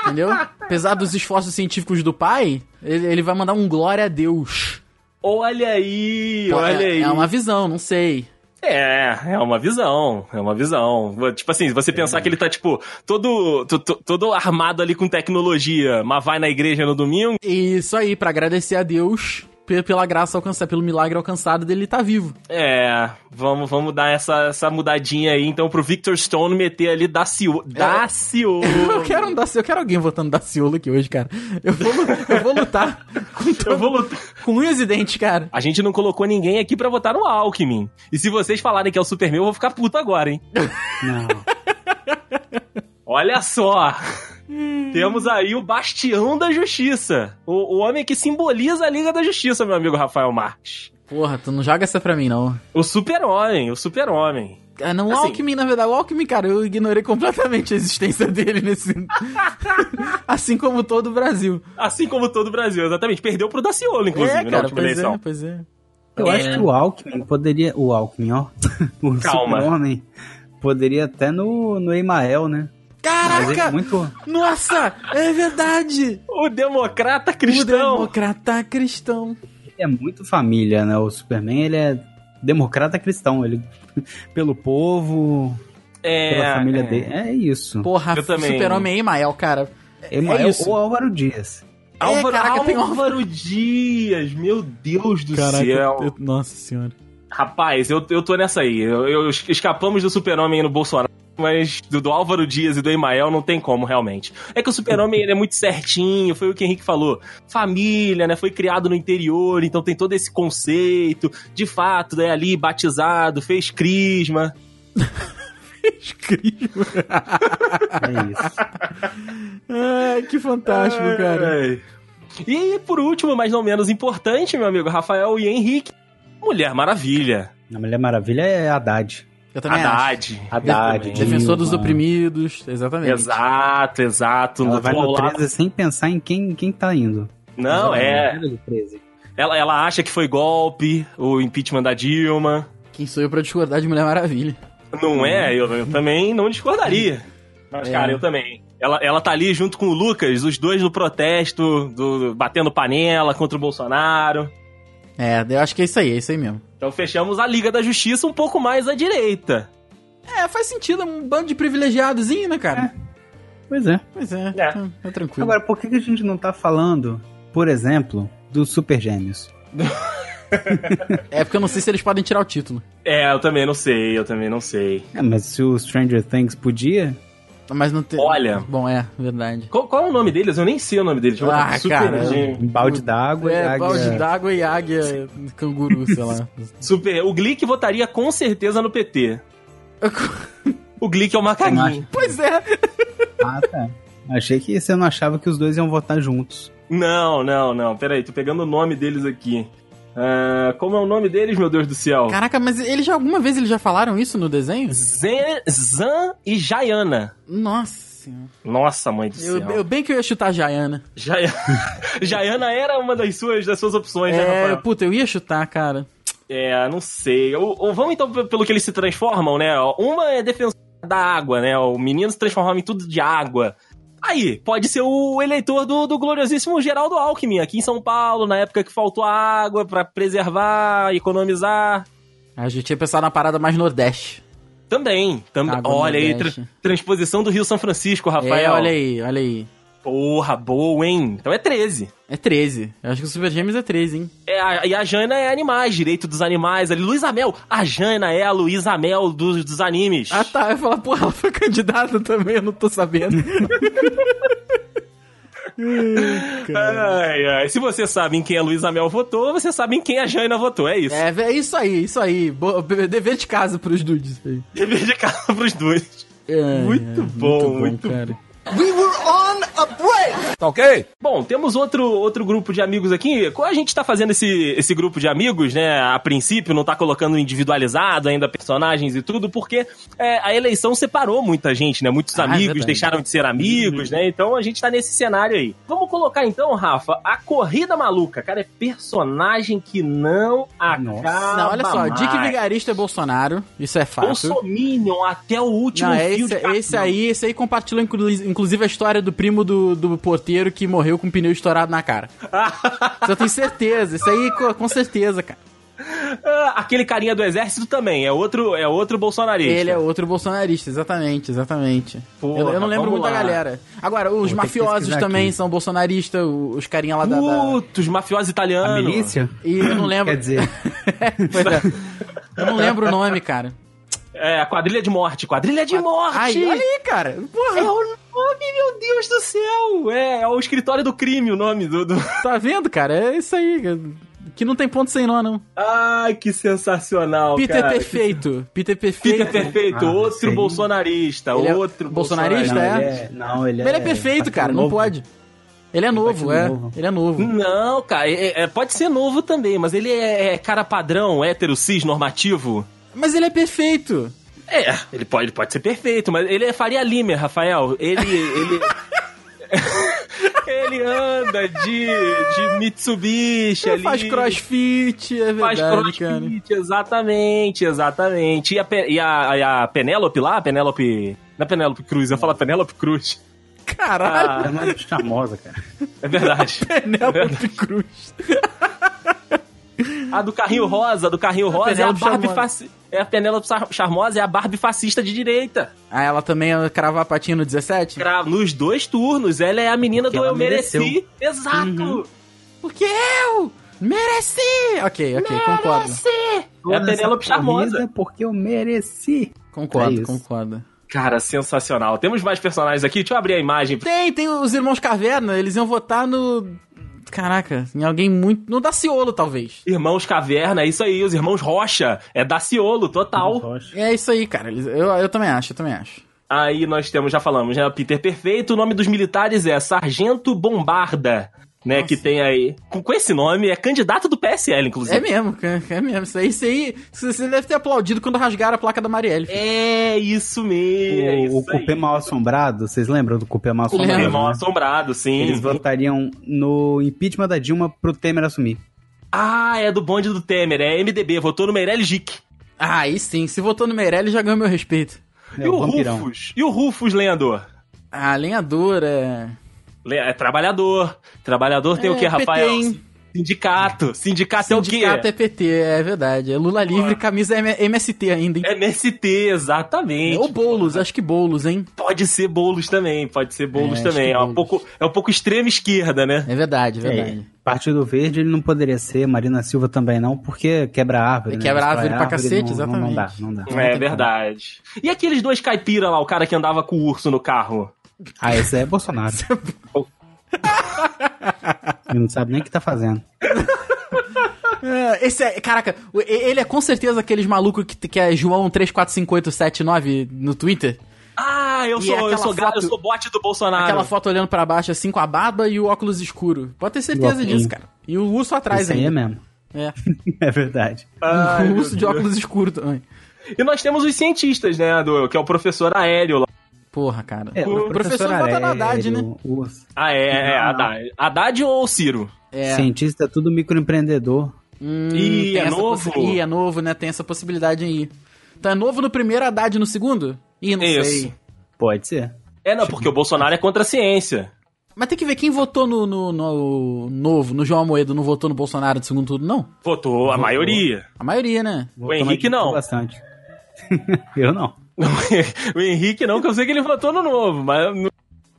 [SPEAKER 2] Entendeu? Apesar dos esforços científicos do pai, ele, ele vai mandar um glória a Deus.
[SPEAKER 3] Olha aí,
[SPEAKER 2] Pô,
[SPEAKER 3] olha
[SPEAKER 2] é,
[SPEAKER 3] aí.
[SPEAKER 2] é uma visão, não sei.
[SPEAKER 3] É, é uma visão, é uma visão. Tipo assim, você
[SPEAKER 2] É.
[SPEAKER 3] pensar que ele tá, tipo, todo, to- to- todo armado ali com tecnologia, mas vai na igreja no domingo,
[SPEAKER 2] E isso aí, pra agradecer a Deus pe- pela graça alcançada, pelo milagre alcançado dele estar vivo.
[SPEAKER 3] é, vamos, vamos dar essa, essa mudadinha aí, então, pro Victor Stone meter ali Daciolo.
[SPEAKER 2] É.
[SPEAKER 3] Daciolo!
[SPEAKER 2] Eu quero um Daciolo, eu quero alguém votando Daciolo aqui hoje, cara. Eu vou, lu- eu vou lutar com, todo,
[SPEAKER 3] Eu vou lutar.
[SPEAKER 2] com unhas e dentes, cara.
[SPEAKER 3] A gente não colocou ninguém aqui pra votar no Alckmin. E se vocês falarem que é o Superman, eu vou ficar puto agora, hein?
[SPEAKER 4] Não.
[SPEAKER 3] Olha só! Temos aí o bastião da justiça. O, o homem que simboliza a Liga da Justiça, meu amigo Rafael Marques.
[SPEAKER 2] Porra, tu não joga essa pra mim, não.
[SPEAKER 3] O super-homem, o super-homem.
[SPEAKER 2] Ah, Não, o
[SPEAKER 3] Assim.
[SPEAKER 2] Alckmin, na verdade. O Alckmin, cara, eu ignorei completamente a existência dele nesse... assim como todo o Brasil.
[SPEAKER 3] Assim como todo o Brasil, exatamente. Perdeu pro Daciolo, inclusive, na última
[SPEAKER 2] pois
[SPEAKER 3] eleição.
[SPEAKER 2] é, pois é.
[SPEAKER 4] Eu
[SPEAKER 3] É.
[SPEAKER 4] acho que o Alckmin poderia. O Alckmin, ó. O
[SPEAKER 3] Calma.
[SPEAKER 4] Super-Homem poderia até no, no Emael, né? Mas ele é
[SPEAKER 2] Caraca!
[SPEAKER 4] muito.
[SPEAKER 2] Nossa, é verdade!
[SPEAKER 3] O democrata
[SPEAKER 2] O
[SPEAKER 3] cristão.
[SPEAKER 2] democrata cristão.
[SPEAKER 4] Ele é muito família, né? O Superman, ele é democrata cristão. Ele. Pelo povo,
[SPEAKER 3] É,
[SPEAKER 4] pela família
[SPEAKER 3] é.
[SPEAKER 4] dele. É isso.
[SPEAKER 2] Porra,
[SPEAKER 3] Eu também.
[SPEAKER 2] super-homem é Imael, cara.
[SPEAKER 3] É
[SPEAKER 4] Emael
[SPEAKER 2] isso.
[SPEAKER 4] ou Álvaro Dias.
[SPEAKER 3] Álvaro,
[SPEAKER 2] É, caraca, tem um-
[SPEAKER 3] Álvaro Dias, meu Deus do céu.
[SPEAKER 2] eu- nossa senhora.
[SPEAKER 3] Rapaz, eu, eu tô nessa aí. Eu, eu- escapamos do super-homem e no Bolsonaro. Mas do, do Álvaro Dias e do Emael não tem como, realmente. É que o super-homem ele é muito certinho, foi o que o Henrique falou. Família, né? Foi criado no interior, então tem todo esse conceito. De fato, é ali batizado, fez crisma.
[SPEAKER 4] É isso.
[SPEAKER 2] Ai, que fantástico, cara.
[SPEAKER 3] Ai. E por último, mas não menos importante, meu amigo Rafael e Henrique, Mulher Maravilha,
[SPEAKER 4] A Mulher Maravilha é Haddad. É
[SPEAKER 2] Eu também acho.
[SPEAKER 3] Haddad.
[SPEAKER 4] Haddad,
[SPEAKER 3] Exatamente.
[SPEAKER 2] Defensor dos
[SPEAKER 4] Dilma.
[SPEAKER 2] oprimidos, exatamente. tá
[SPEAKER 3] Exato, exato.
[SPEAKER 4] Ela vai
[SPEAKER 3] Ao
[SPEAKER 4] no
[SPEAKER 3] lado-
[SPEAKER 4] 13 sem pensar em quem, quem tá indo.
[SPEAKER 3] Não, é.
[SPEAKER 4] Ela vai no 13.
[SPEAKER 3] Ela, ela acha que foi golpe, o impeachment da Dilma.
[SPEAKER 2] Quem sou eu pra discordar de Mulher Maravilha?
[SPEAKER 3] Não é? Eu, eu também não discordaria. Mas,
[SPEAKER 2] Uhum. É.
[SPEAKER 3] cara, eu também. Ela, ela tá ali junto com o Lucas, os dois no protesto, do, batendo panela contra o Bolsonaro.
[SPEAKER 2] É, eu acho que é isso aí, é isso aí mesmo.
[SPEAKER 3] Então fechamos a Liga da Justiça um pouco mais à direita.
[SPEAKER 2] É, faz sentido, é um bando de privilegiadozinho, né, cara?
[SPEAKER 4] Pois é.
[SPEAKER 2] Pois é,
[SPEAKER 3] É.
[SPEAKER 2] tá- tá tranquilo.
[SPEAKER 4] Agora, por que que a gente não tá falando por exemplo, dos Super Gêmeos.
[SPEAKER 2] É porque eu não sei se eles podem tirar o título.
[SPEAKER 3] É, eu também não sei, eu também não sei.
[SPEAKER 4] É, mas se o Stranger Things podia,
[SPEAKER 2] Mas não tem.
[SPEAKER 3] Olha.
[SPEAKER 2] Bom, é, verdade.
[SPEAKER 3] Qual, qual é o nome deles? Eu nem sei o nome deles. Deixa eu
[SPEAKER 2] Ah,
[SPEAKER 3] botar Super
[SPEAKER 2] cara.
[SPEAKER 3] Gêmeos.
[SPEAKER 4] um balde d'água e
[SPEAKER 2] É,
[SPEAKER 4] águia-
[SPEAKER 2] balde d'água e águia, canguru, sei lá.
[SPEAKER 3] Super. O Glick votaria com certeza no PT. O Glick é o macaquinho.
[SPEAKER 2] pois é.
[SPEAKER 4] Ah, tá. Achei que você não achava que os dois iam votar juntos.
[SPEAKER 3] Não, não, não. Peraí, tô pegando o nome deles aqui. Ah, como é o nome deles, meu Deus do céu?
[SPEAKER 2] Caraca, mas eles já alguma vez eles já falaram isso no desenho?
[SPEAKER 3] Zen- Zan e Jaiana.
[SPEAKER 2] Nossa senhora.
[SPEAKER 3] Nossa, mãe do
[SPEAKER 2] Eu,
[SPEAKER 3] céu.
[SPEAKER 2] eu- bem que eu ia chutar a Jaiana.
[SPEAKER 3] Jai- Jaiana era uma das suas, das suas opções, né,
[SPEAKER 2] É,
[SPEAKER 3] Rafael?
[SPEAKER 2] puta, eu ia chutar, cara.
[SPEAKER 3] É, não sei. Ou, ou vamos então p- pelo que eles se transformam, né? Uma é defensora da água, né? O menino se transformava em tudo de água. Aí, pode ser o eleitor do, do gloriosíssimo Geraldo Alckmin, aqui em São Paulo, na época que faltou água pra preservar, economizar.
[SPEAKER 2] A gente ia pensar na parada mais Nordeste.
[SPEAKER 3] Também, também.
[SPEAKER 2] Água
[SPEAKER 3] Olha aí,
[SPEAKER 2] Nordeste.
[SPEAKER 3] tra- transposição do Rio São Francisco, Rafael.
[SPEAKER 2] É, olha aí, olha aí.
[SPEAKER 3] Porra, boa, hein? Então é 13.
[SPEAKER 2] É 13. Eu acho que o Super Gêmeos é 13, hein?
[SPEAKER 3] É, a- e a Jana é animais, direito dos animais ali. Luísa Mel, a Jana é a Luísa Mel dos, dos animes.
[SPEAKER 2] Ah tá, eu ia falar, porra, ela foi candidata também, eu não tô sabendo.
[SPEAKER 3] Ai, ai. Se você sabe em quem a Luísa Mel votou, você sabe em quem a Jana votou. É isso.
[SPEAKER 2] é, é isso aí, isso aí. Bo- dever de casa pros dudes. aí.
[SPEAKER 3] Dever de casa pros dois.
[SPEAKER 2] É,
[SPEAKER 3] Muito bom, muito
[SPEAKER 2] cara.
[SPEAKER 3] Bom, temos outro, outro grupo de amigos aqui. Qual a gente tá fazendo esse, esse grupo de amigos, né? A princípio, não tá colocando individualizado ainda personagens e tudo, porque é, a eleição separou muita gente, né? Muitos
[SPEAKER 2] Ah, é
[SPEAKER 3] amigos
[SPEAKER 2] verdade.
[SPEAKER 3] deixaram de ser amigos, né? Então a gente tá nesse cenário aí. Vamos colocar então, Rafa, a Corrida Maluca. Cara, é personagem que não acaba
[SPEAKER 4] Nossa.
[SPEAKER 2] Não, olha só,
[SPEAKER 3] mais.
[SPEAKER 2] Dick Vigarista é Bolsonaro, isso é fato.
[SPEAKER 3] Bolsominion até o último
[SPEAKER 2] Não, é
[SPEAKER 3] fio
[SPEAKER 2] esse,
[SPEAKER 3] de cabelo.
[SPEAKER 2] esse aí, esse aí compartilhou inclu- inclusive a história do primo do, do porteiro que morreu com o pneu estourado na cara. Isso eu tenho certeza, isso aí co- com certeza, cara.
[SPEAKER 3] Ah, Aquele carinha do exército também, é outro, é outro bolsonarista.
[SPEAKER 2] Ele é outro bolsonarista, exatamente, exatamente.
[SPEAKER 3] Porra,
[SPEAKER 2] eu, eu não lembro
[SPEAKER 3] vamos
[SPEAKER 2] muito da
[SPEAKER 3] lá.
[SPEAKER 2] galera. Agora, os
[SPEAKER 4] que
[SPEAKER 2] mafiosos
[SPEAKER 4] pesquisar
[SPEAKER 2] também
[SPEAKER 4] aqui.
[SPEAKER 2] são bolsonaristas, o- os carinha lá da... da...
[SPEAKER 3] Putos, mafiosos
[SPEAKER 4] A
[SPEAKER 3] italianos.
[SPEAKER 4] milícia?
[SPEAKER 2] E eu não lembro.
[SPEAKER 4] Quer dizer,
[SPEAKER 2] Pois é. Eu não lembro o nome, cara.
[SPEAKER 3] É, quadrilha de morte, quadrilha de morte!
[SPEAKER 2] Aí, olha aí, cara.
[SPEAKER 3] É
[SPEAKER 2] Porra,
[SPEAKER 3] o nome, meu Deus do céu! É, é o escritório do crime o nome do. do-
[SPEAKER 2] tá vendo, cara? É isso aí. cara. Que não tem ponto sem nó, não.
[SPEAKER 3] Ai, que sensacional!
[SPEAKER 2] Peter
[SPEAKER 3] cara.
[SPEAKER 2] perfeito. Peter perfeito.
[SPEAKER 3] Peter Perfeito,
[SPEAKER 4] Ah,
[SPEAKER 3] outro
[SPEAKER 4] sim.
[SPEAKER 3] bolsonarista,
[SPEAKER 2] Ele é
[SPEAKER 3] outro
[SPEAKER 2] bolsonarista,
[SPEAKER 4] não,
[SPEAKER 2] é?
[SPEAKER 4] ele é, não, ele
[SPEAKER 2] Mas ele é
[SPEAKER 4] é
[SPEAKER 2] perfeito,
[SPEAKER 4] partido
[SPEAKER 2] cara. Não
[SPEAKER 4] novo.
[SPEAKER 2] pode. Ele é novo,
[SPEAKER 4] partido
[SPEAKER 2] é.
[SPEAKER 4] novo.
[SPEAKER 2] Ele é novo.
[SPEAKER 3] Não, cara, é- é- pode ser novo também, mas ele é, é cara padrão, hétero, cis, normativo.
[SPEAKER 2] Mas ele é perfeito.
[SPEAKER 3] É, ele pode, ele pode ser perfeito, mas ele é Faria Limer, Rafael. Ele. ele... ele anda de, de Mitsubishi
[SPEAKER 2] Ele
[SPEAKER 3] ali.
[SPEAKER 2] faz crossfit, é verdade,
[SPEAKER 3] Faz
[SPEAKER 2] cara.
[SPEAKER 3] crossfit, exatamente, exatamente. E a, Pe- e a, e a Penélope lá, a Penélope. Não é Penélope Cruz, eu falo Penélope Cruz.
[SPEAKER 2] Caralho,
[SPEAKER 4] Ela é
[SPEAKER 3] Ah,
[SPEAKER 4] mais charmosa, cara.
[SPEAKER 3] é verdade.
[SPEAKER 2] Penélope Cruz.
[SPEAKER 3] A do carrinho rosa, a do carrinho rosa é a
[SPEAKER 2] Penélope
[SPEAKER 3] Barbie
[SPEAKER 2] Charmosa.
[SPEAKER 3] faci... É a Penélope Sar- Charmosa, é a Barbie fascista de direita.
[SPEAKER 2] Ah, ela também é cravapatinha no 17?
[SPEAKER 3] Cra- Nos dois turnos, ela é a menina
[SPEAKER 4] Porque
[SPEAKER 3] do
[SPEAKER 4] ela
[SPEAKER 3] Eu Mereci.
[SPEAKER 4] mereceu.
[SPEAKER 3] Exato!
[SPEAKER 2] Uhum. Porque eu mereci! Ok, ok, concordo.
[SPEAKER 3] É a Penélope Charmosa.
[SPEAKER 4] Corrida é Porque eu mereci. É
[SPEAKER 2] Concordo,
[SPEAKER 4] isso.
[SPEAKER 2] concordo.
[SPEAKER 3] Cara, sensacional. Temos mais personagens aqui. Deixa eu abrir a imagem.
[SPEAKER 2] Tem, tem os irmãos Caverna, eles iam votar no. Caraca, em alguém muito. No Daciolo, talvez.
[SPEAKER 3] Irmãos Caverna, é isso aí. Os irmãos Rocha. É Daciolo, total.
[SPEAKER 4] Rocha.
[SPEAKER 2] É isso aí, cara. eles- Eu, eu também acho, eu também acho.
[SPEAKER 3] Aí nós temos, já falamos, né? Peter Perfeito. O nome dos militares é Sargento Bombarda. Né, que tem aí. Com, com esse nome, é candidato do PSL, inclusive.
[SPEAKER 2] É mesmo, cara, é mesmo. Isso aí, isso aí. Você deve ter aplaudido quando rasgaram a placa da Marielle.
[SPEAKER 3] É isso mesmo. é
[SPEAKER 4] O, o
[SPEAKER 3] isso aí.
[SPEAKER 4] Cupê Mal Assombrado, vocês lembram do Cupê Mal
[SPEAKER 2] Lembro.
[SPEAKER 4] Assombrado?
[SPEAKER 3] Cupê
[SPEAKER 2] Lembro.
[SPEAKER 4] né?
[SPEAKER 3] mal assombrado, sim.
[SPEAKER 4] Eles votariam no impeachment da Dilma pro Temer assumir.
[SPEAKER 3] Ah, é do bonde do Temer, é MDB, votou no Meirelles Gic.
[SPEAKER 2] Ah, aí sim. Se votou no Meirelles, já ganhou meu respeito.
[SPEAKER 4] É,
[SPEAKER 3] e o
[SPEAKER 4] vampirão.
[SPEAKER 3] Rufus? E o Rufus, Leandor?
[SPEAKER 2] Ah, lenhadora.
[SPEAKER 3] Le- É trabalhador. Trabalhador tem
[SPEAKER 2] É,
[SPEAKER 3] o que, Rafael?
[SPEAKER 2] PT, hein?
[SPEAKER 3] Sindicato. Sindicato, é o quê?
[SPEAKER 2] Sindicato é PT, é verdade. É Lula livre, camisa M- MST ainda,
[SPEAKER 3] É
[SPEAKER 2] hein?
[SPEAKER 3] MST, exatamente.
[SPEAKER 2] Ou Boulos, acho que Boulos, hein?
[SPEAKER 3] Pode ser bolos também, pode ser bolos
[SPEAKER 2] É, acho
[SPEAKER 3] também.
[SPEAKER 2] que
[SPEAKER 3] É um,
[SPEAKER 2] Boulos.
[SPEAKER 3] pouco, é um pouco extrema esquerda, né?
[SPEAKER 2] É verdade, é verdade.
[SPEAKER 4] É, Partido Verde ele não poderia ser, Marina Silva também não, porque quebra árvore.
[SPEAKER 2] É,
[SPEAKER 4] né?
[SPEAKER 2] quebra
[SPEAKER 4] Destrói
[SPEAKER 2] árvore pra cacete,
[SPEAKER 4] não- não-
[SPEAKER 2] exatamente.
[SPEAKER 4] Não, dá, não dá.
[SPEAKER 2] tem
[SPEAKER 3] É
[SPEAKER 2] como.
[SPEAKER 3] verdade. E aqueles dois caipira lá, o cara que andava com o urso no carro?
[SPEAKER 4] Ah, esse é Bolsonaro. Ele não sabe nem o que tá fazendo.
[SPEAKER 2] É, Esse é, caraca, o- e- ele é com certeza aqueles malucos que, que é João 345879 no Twitter.
[SPEAKER 3] Ah, eu
[SPEAKER 2] E
[SPEAKER 3] sou,
[SPEAKER 2] aquela
[SPEAKER 3] eu sou gato,
[SPEAKER 2] foto-
[SPEAKER 3] eu sou bote do Bolsonaro.
[SPEAKER 2] Aquela foto olhando pra baixo assim com a barba e o óculos escuro. Pode ter certeza
[SPEAKER 4] Igual
[SPEAKER 2] disso,
[SPEAKER 4] tem.
[SPEAKER 2] cara. E o urso atrás
[SPEAKER 4] Isso aí é
[SPEAKER 2] ainda.
[SPEAKER 4] mesmo.
[SPEAKER 2] É.
[SPEAKER 4] É verdade.
[SPEAKER 3] Ai,
[SPEAKER 2] o
[SPEAKER 3] Ah, meu
[SPEAKER 2] urso de
[SPEAKER 3] Deus.
[SPEAKER 2] óculos escuro também.
[SPEAKER 3] E nós temos os cientistas, né, do, que é o professor Aéreo lá.
[SPEAKER 2] Porra, cara.
[SPEAKER 4] É,
[SPEAKER 3] O
[SPEAKER 2] professor vota no Haddad,
[SPEAKER 4] Aurélio,
[SPEAKER 2] né?
[SPEAKER 4] O
[SPEAKER 3] Ah, é, é,
[SPEAKER 4] Não, não.
[SPEAKER 3] Haddad. Haddad ou Ciro?
[SPEAKER 2] É.
[SPEAKER 4] cientista é tudo microempreendedor.
[SPEAKER 2] Hum,
[SPEAKER 3] Ih,
[SPEAKER 2] tem
[SPEAKER 3] é
[SPEAKER 2] essa
[SPEAKER 3] novo?
[SPEAKER 2] possi- Ih, é novo, né? Tem essa possibilidade aí. Então é novo no primeiro, Haddad no segundo? Ih, não
[SPEAKER 3] Isso.
[SPEAKER 2] sei.
[SPEAKER 4] Pode ser.
[SPEAKER 3] É, não, porque o Bolsonaro é contra a ciência.
[SPEAKER 2] Mas tem que ver quem votou no, no- no novo, no João Amoedo, não votou no Bolsonaro de segundo turno, não?
[SPEAKER 3] Votou a maioria.
[SPEAKER 2] A maioria, né?
[SPEAKER 4] Vou
[SPEAKER 3] O
[SPEAKER 4] tomar
[SPEAKER 3] Henrique não.
[SPEAKER 4] Bastante. Eu não.
[SPEAKER 3] o Henrique não, que eu sei que ele votou no novo, mas... no-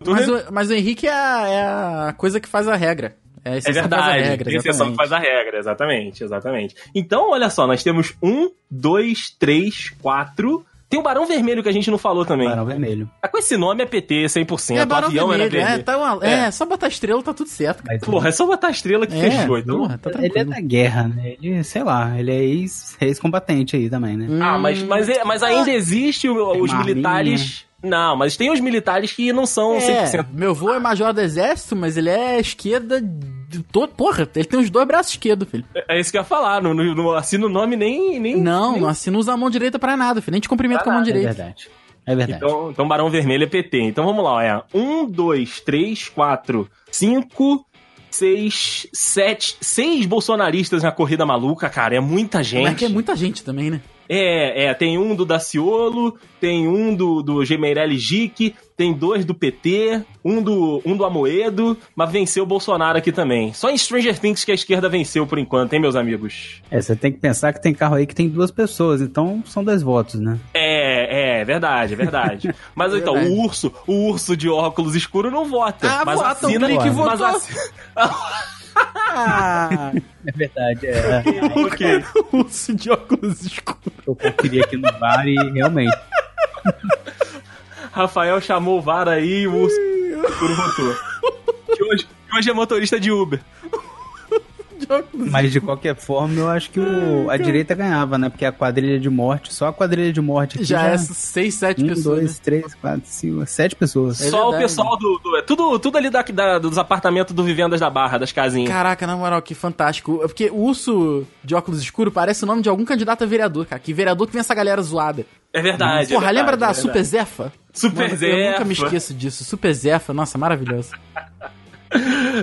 [SPEAKER 2] Mas o, mas o Henrique é a, é a coisa que faz a regra. É a
[SPEAKER 3] É
[SPEAKER 2] exceção que faz a
[SPEAKER 3] verdade,
[SPEAKER 2] regra.
[SPEAKER 3] tem exceção que
[SPEAKER 2] exatamente.
[SPEAKER 3] faz a regra, exatamente, exatamente. Então, olha só, nós temos um, dois, três, quatro... Tem o Barão Vermelho que a gente não falou também.
[SPEAKER 4] Barão vermelho.
[SPEAKER 3] Ah, Com esse nome é PT 100%,
[SPEAKER 2] É
[SPEAKER 3] o
[SPEAKER 2] barão
[SPEAKER 4] né,
[SPEAKER 3] avião era
[SPEAKER 2] vermelho, é,
[SPEAKER 3] vermelho.
[SPEAKER 2] tá uma-
[SPEAKER 3] É.
[SPEAKER 2] é, só botar estrela, tá tudo certo. cara.
[SPEAKER 4] Mas
[SPEAKER 3] Porra, é só botar a estrela que
[SPEAKER 2] É,
[SPEAKER 3] fechou, então...
[SPEAKER 2] porra, tá
[SPEAKER 4] ele é
[SPEAKER 2] tranquilo.
[SPEAKER 4] da guerra, né? Ele, sei lá, ele é ex- ex-combatente aí também, né?
[SPEAKER 3] Ah, mas,
[SPEAKER 2] Hum,
[SPEAKER 3] mas, é- mas ainda existe o-
[SPEAKER 4] Tem
[SPEAKER 3] os
[SPEAKER 4] uma
[SPEAKER 3] militares. Não, mas tem os militares que não são
[SPEAKER 2] é,
[SPEAKER 3] 100%.
[SPEAKER 2] meu avô é major do exército, mas ele é esquerda. de todo- porra, ele tem os dois braços esquerdos, filho.
[SPEAKER 3] É isso que eu ia falar. Não, não, não assina o nome nem. nem
[SPEAKER 2] Não,
[SPEAKER 3] nem-
[SPEAKER 2] não assim não usa a mão direita pra nada, filho. Nem te cumprimento
[SPEAKER 3] Pra
[SPEAKER 2] com a mão
[SPEAKER 4] É
[SPEAKER 2] direita.
[SPEAKER 4] verdade. É verdade.
[SPEAKER 3] Então, então, Barão Vermelho é PT. Então vamos lá, é. Um, dois, três, quatro, cinco, seis, sete. Seis bolsonaristas na corrida maluca, cara. É muita gente.
[SPEAKER 2] Mas que é muita gente também, né?
[SPEAKER 3] É, é, tem um do Daciolo, tem um do, do Gemeirelli Gic, tem dois do PT, um do, um do Amoedo, mas venceu o Bolsonaro aqui também. Só em Stranger Things que a esquerda venceu por enquanto, hein, meus amigos?
[SPEAKER 4] É, você tem que pensar que tem carro aí que tem duas pessoas, então são dois votos, né?
[SPEAKER 3] É, é, verdade, é verdade. Mas então,
[SPEAKER 2] Verdade.
[SPEAKER 3] o urso, o urso de óculos escuro não vota.
[SPEAKER 2] Ah,
[SPEAKER 3] mas
[SPEAKER 2] vota, o
[SPEAKER 3] assina,
[SPEAKER 2] Clique
[SPEAKER 3] mas
[SPEAKER 2] votou.
[SPEAKER 3] assi-
[SPEAKER 2] Ah,
[SPEAKER 4] É verdade, é.
[SPEAKER 3] Ok.
[SPEAKER 2] urso de óculos escuros.
[SPEAKER 4] Eu conferi aqui no bar e realmente.
[SPEAKER 3] Rafael chamou o VAR aí e o urso escuro votou. Que hoje, que hoje é motorista de Uber.
[SPEAKER 2] De óculos.
[SPEAKER 4] Mas de qualquer forma, eu acho que o- a direita ganhava, né? Porque a quadrilha de morte, só a quadrilha de morte aqui
[SPEAKER 2] Já é seis, sete
[SPEAKER 4] um,
[SPEAKER 2] pessoas.
[SPEAKER 4] dois,
[SPEAKER 2] né?
[SPEAKER 4] três, quatro, cinco, sete pessoas.
[SPEAKER 2] É
[SPEAKER 3] Só o
[SPEAKER 2] verdade.
[SPEAKER 3] pessoal do. do- é tudo, tudo ali da, da- dos apartamentos do Vivendas da Barra, das casinhas.
[SPEAKER 2] Caraca, na moral, que fantástico. É Porque o urso de óculos escuro parece o nome de algum candidato a vereador, cara. Que vereador que vem essa galera zoada.
[SPEAKER 3] É verdade.
[SPEAKER 2] Porra,
[SPEAKER 3] é verdade,
[SPEAKER 2] lembra
[SPEAKER 3] é
[SPEAKER 2] da
[SPEAKER 3] verdade.
[SPEAKER 2] Super Zefa?
[SPEAKER 3] Super
[SPEAKER 2] Mano,
[SPEAKER 3] Zefa.
[SPEAKER 2] Eu nunca me esqueço disso. Super Zefa, nossa, maravilhoso.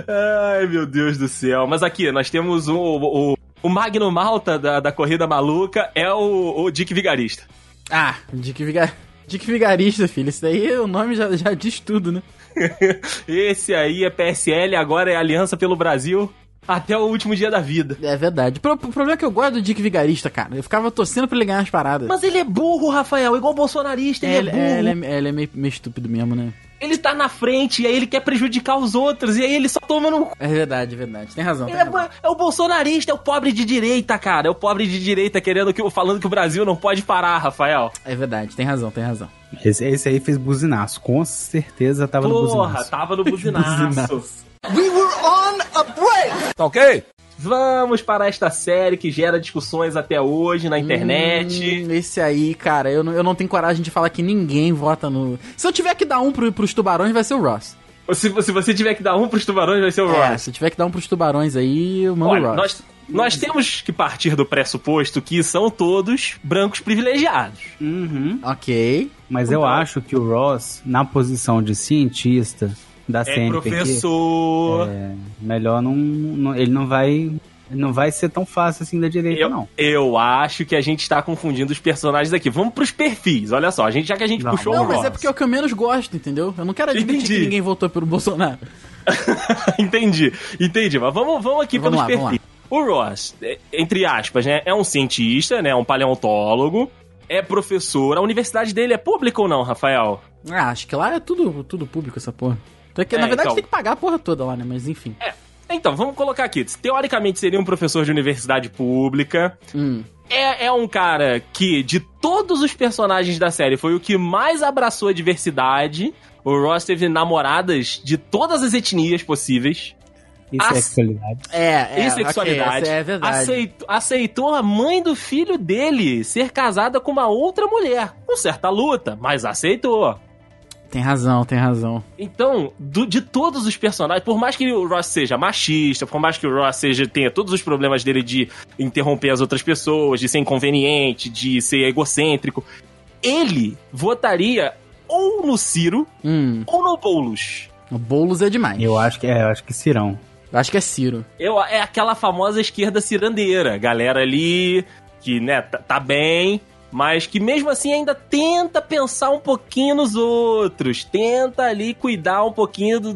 [SPEAKER 3] Ai, meu Deus do céu. Mas aqui, nós temos o. o, o Magno Malta da, da Corrida Maluca é o, o Dick Vigarista.
[SPEAKER 2] Ah, Dick, Vigar... Dick Vigarista, filho. Isso daí o nome já, já diz tudo, né?
[SPEAKER 3] Esse aí é PSL, agora é Aliança pelo Brasil até o último dia da vida.
[SPEAKER 2] É verdade. Pro- O problema é que eu gosto do Dick Vigarista, cara. Eu ficava torcendo pra ele ganhar as paradas.
[SPEAKER 3] Mas ele é burro, Rafael, igual o bolsonarista,
[SPEAKER 2] É,
[SPEAKER 3] ele
[SPEAKER 2] ele,
[SPEAKER 3] é,
[SPEAKER 2] é,
[SPEAKER 3] burro.
[SPEAKER 2] ele é- ele é meio, meio estúpido mesmo, né?
[SPEAKER 3] Ele tá na frente e aí ele quer prejudicar os outros e aí ele só toma no
[SPEAKER 2] É verdade, é verdade. Tem razão.
[SPEAKER 3] Ele
[SPEAKER 2] tem
[SPEAKER 3] é,
[SPEAKER 2] razão.
[SPEAKER 3] bo- é o bolsonarista, é o pobre de direita, cara. É o pobre de direita querendo que, falando que o Brasil não pode parar, Rafael.
[SPEAKER 2] É verdade, tem razão, tem razão.
[SPEAKER 4] Esse, esse aí fez buzinaço, com certeza tava no
[SPEAKER 3] Porra, tá.
[SPEAKER 4] buzinaço.
[SPEAKER 3] tava no buzinaço.
[SPEAKER 2] Buzinaço.
[SPEAKER 1] Tá ok?
[SPEAKER 3] Vamos para esta série que gera discussões até hoje na internet.
[SPEAKER 2] Hum, esse aí, cara, eu não, eu não tenho coragem de falar que ninguém vota no. Se eu tiver que dar um pro, pros tubarões, vai ser o Ross.
[SPEAKER 3] Se, se você tiver que dar um pros tubarões, vai ser o
[SPEAKER 2] É,
[SPEAKER 3] Ross.
[SPEAKER 2] se eu tiver que dar um pros tubarões aí, eu mando o
[SPEAKER 3] Olha,
[SPEAKER 2] Ross.
[SPEAKER 3] nós, nós temos que partir do pressuposto que são todos brancos privilegiados.
[SPEAKER 4] Uhum.
[SPEAKER 2] Ok.
[SPEAKER 4] Mas eu acho que o Ross, na posição de cientista da
[SPEAKER 3] É
[SPEAKER 4] CNPq,
[SPEAKER 3] professor.
[SPEAKER 4] melhor não, não- Ele não vai. Não vai ser tão fácil assim da direita,
[SPEAKER 3] Eu,
[SPEAKER 4] não.
[SPEAKER 3] eu acho que a gente está confundindo os personagens aqui. Vamos pros perfis, olha só. A gente, já que a gente
[SPEAKER 4] Não,
[SPEAKER 3] puxou
[SPEAKER 2] Não,
[SPEAKER 3] o
[SPEAKER 2] mas
[SPEAKER 3] Ross.
[SPEAKER 2] é porque é o que eu menos gosto, entendeu? Eu não quero admitir
[SPEAKER 3] Entendi.
[SPEAKER 2] que ninguém votou pelo Bolsonaro.
[SPEAKER 3] entendi, entendi. Mas vamos, vamos aqui
[SPEAKER 2] Vamos
[SPEAKER 3] pelos
[SPEAKER 2] lá, vamos
[SPEAKER 3] perfis. O Ross, é, entre aspas, né, é um cientista, né, um paleontólogo, é professor. A universidade dele é pública ou não, Rafael?
[SPEAKER 2] Ah, acho que lá é tudo, tudo público essa porra. Então, é que,
[SPEAKER 3] É,
[SPEAKER 2] na verdade,
[SPEAKER 3] então.
[SPEAKER 2] tem que pagar a porra toda lá, né? Mas enfim.
[SPEAKER 3] Então, vamos colocar aqui. Teoricamente seria um professor de universidade pública.
[SPEAKER 2] Hum.
[SPEAKER 3] É, é um cara que, de todos os personagens da série, foi o que mais abraçou a diversidade. O Ross teve namoradas de todas as etnias possíveis.
[SPEAKER 4] E
[SPEAKER 3] Ah,
[SPEAKER 4] sexualidade.
[SPEAKER 2] É, é.
[SPEAKER 3] e sexualidade.
[SPEAKER 2] ok, essa é verdade.
[SPEAKER 3] Aceitou, aceitou a mãe do filho dele ser casada com uma outra mulher. Com certa luta, mas aceitou.
[SPEAKER 2] Tem razão, tem razão.
[SPEAKER 3] Então, do- de todos os personagens, por mais que o Ross seja machista, por mais que o Ross seja, tenha todos os problemas dele de interromper as outras pessoas, de ser inconveniente, de ser egocêntrico, ele votaria ou no Ciro
[SPEAKER 2] Hum,
[SPEAKER 3] ou no Boulos.
[SPEAKER 2] o Boulos é demais.
[SPEAKER 4] Eu acho que é, eu acho que Cirão.
[SPEAKER 2] Eu acho que é Ciro.
[SPEAKER 3] Eu, é aquela famosa esquerda cirandeira, galera ali que, né, tá, tá bem, mas que mesmo assim ainda tenta pensar um pouquinho nos outros, tenta ali cuidar um pouquinho do,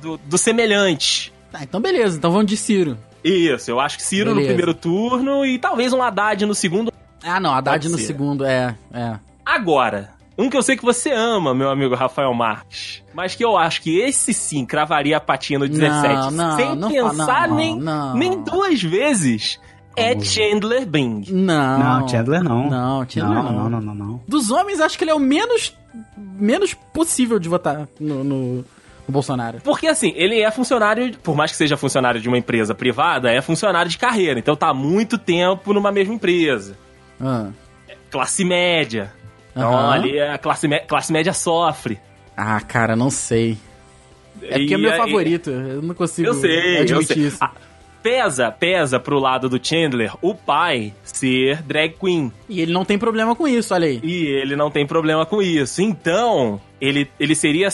[SPEAKER 3] do, do semelhante.
[SPEAKER 2] Tá, então beleza, então vamos de Ciro.
[SPEAKER 3] Isso, eu acho que Ciro no
[SPEAKER 2] Beleza.
[SPEAKER 3] primeiro turno e talvez um Haddad no segundo.
[SPEAKER 2] Ah, não, Haddad
[SPEAKER 3] Pode
[SPEAKER 2] no
[SPEAKER 3] ser.
[SPEAKER 2] segundo, é, é.
[SPEAKER 3] Agora, um que eu sei que você ama, meu amigo Rafael Marques, mas que eu acho que esse sim cravaria a patinha no 17,
[SPEAKER 2] Não, não,
[SPEAKER 3] sem
[SPEAKER 2] não fa-
[SPEAKER 3] pensar
[SPEAKER 2] não,
[SPEAKER 3] nem,
[SPEAKER 2] não.
[SPEAKER 3] nem duas vezes, é
[SPEAKER 4] Como?
[SPEAKER 3] Chandler Bing.
[SPEAKER 2] Não.
[SPEAKER 4] Não, Chandler não.
[SPEAKER 2] Não, Chandler
[SPEAKER 4] não,
[SPEAKER 2] não.
[SPEAKER 4] não, não, não, não.
[SPEAKER 2] Dos homens, acho que ele é o menos, menos possível de votar no, no, no Bolsonaro.
[SPEAKER 3] Porque assim, ele é funcionário, por mais que seja funcionário de uma empresa privada, é funcionário de carreira. Então tá há muito tempo numa mesma empresa.
[SPEAKER 2] Ah,
[SPEAKER 3] Classe média. Então
[SPEAKER 2] aham.
[SPEAKER 3] ali a classe, mé- classe média sofre.
[SPEAKER 2] Ah, cara, não sei. É porque é
[SPEAKER 3] E
[SPEAKER 2] meu
[SPEAKER 3] aí-
[SPEAKER 2] favorito. Eu não consigo
[SPEAKER 3] Eu sei, eu
[SPEAKER 2] admitir
[SPEAKER 3] sei.
[SPEAKER 2] isso.
[SPEAKER 3] Ah, pesa, pesa pro lado do Chandler o pai ser drag queen.
[SPEAKER 2] E ele não tem problema com isso, olha aí.
[SPEAKER 3] E ele não tem problema com isso. Então, ele, ele seria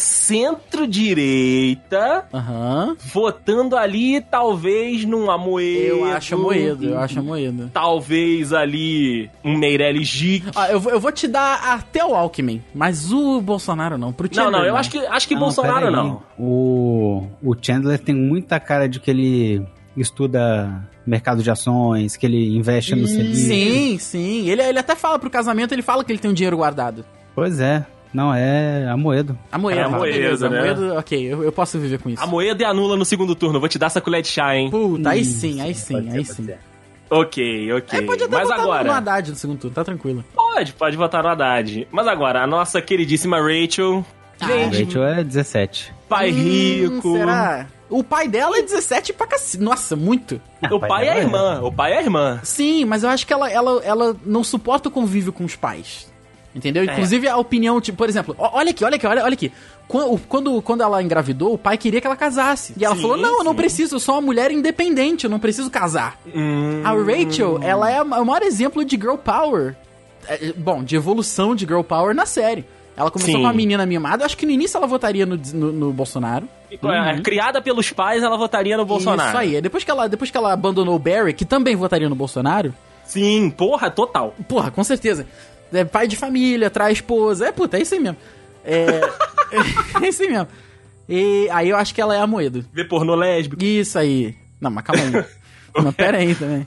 [SPEAKER 3] centro-direita,
[SPEAKER 2] Aham.
[SPEAKER 3] votando ali talvez num Amoedo.
[SPEAKER 2] Eu acho moído, eu acho moído.
[SPEAKER 3] talvez ali um Meirelles Gic.
[SPEAKER 2] Ah, eu, vou- eu vou te dar até o Alckmin, mas o Bolsonaro não. Pro
[SPEAKER 3] Não,
[SPEAKER 2] Chandler,
[SPEAKER 3] não, eu acho que, acho que
[SPEAKER 4] Ah, Não,
[SPEAKER 3] Bolsonaro
[SPEAKER 4] peraí.
[SPEAKER 3] não.
[SPEAKER 4] O, o Chandler tem muita cara de que ele estuda mercado de ações, que ele investe no serviço.
[SPEAKER 2] Hum, Sim, sim. Ele, ele até fala pro casamento, ele fala que ele tem um dinheiro guardado.
[SPEAKER 4] Pois é. Não, é a Moedo.
[SPEAKER 2] A moeda,
[SPEAKER 3] É, a
[SPEAKER 2] tá,
[SPEAKER 3] moeda,
[SPEAKER 2] beleza.
[SPEAKER 3] né?
[SPEAKER 2] A moeda, ok, eu, eu posso viver com isso.
[SPEAKER 3] Amoedo e anula no segundo turno, vou te dar essa colher de chá, hein?
[SPEAKER 2] Puta, aí sim, aí sim, aí sim.
[SPEAKER 3] Ok, ok.
[SPEAKER 2] Aí É, pode até
[SPEAKER 3] Mas
[SPEAKER 2] botar no- no
[SPEAKER 3] agora.
[SPEAKER 2] Haddad no segundo turno, tá tranquilo.
[SPEAKER 3] Pode, pode votar no Haddad. Mas agora, a nossa queridíssima Rachel,
[SPEAKER 2] Tá.
[SPEAKER 4] A Rachel é 17.
[SPEAKER 3] pai É rico.
[SPEAKER 2] Hum, Será? O pai dela é 17 pra cacete. Nossa, muito.
[SPEAKER 3] O
[SPEAKER 4] Rapaz,
[SPEAKER 3] pai é a
[SPEAKER 4] ela
[SPEAKER 3] irmã, o pai é a irmã.
[SPEAKER 2] Sim, mas eu acho que ela, ela, ela não suporta o convívio com os pais. Entendeu?
[SPEAKER 3] É.
[SPEAKER 2] Inclusive a opinião, tipo, por exemplo, ó- olha aqui, olha aqui, olha, olha aqui. Quan- o- Quando, quando ela engravidou, o pai queria que ela casasse. E ela
[SPEAKER 3] Sim,
[SPEAKER 2] falou: Não, eu não
[SPEAKER 3] sim.
[SPEAKER 2] preciso, eu sou uma mulher independente, eu não preciso casar.
[SPEAKER 3] Hum,
[SPEAKER 2] A Rachel, ela é o maior exemplo de girl power. É, Bom, de evolução de girl power na série. Ela começou
[SPEAKER 3] Sim.
[SPEAKER 2] com uma menina mimada, eu acho que no início ela votaria no, no, no Bolsonaro.
[SPEAKER 3] é, Criada pelos pais, ela votaria no Bolsonaro.
[SPEAKER 2] Uhum. Isso aí. É, Depois que ela, depois que ela abandonou o Barry, que também votaria no Bolsonaro,
[SPEAKER 3] Sim, porra, total.
[SPEAKER 2] Porra, com certeza. É pai de família, traz esposa. É, puta, é isso aí mesmo. É, é isso aí mesmo. E aí eu acho que ela é a Moedo.
[SPEAKER 3] Vê pornô lésbico.
[SPEAKER 2] Isso aí. Não, mas calma aí. Não, pera aí também.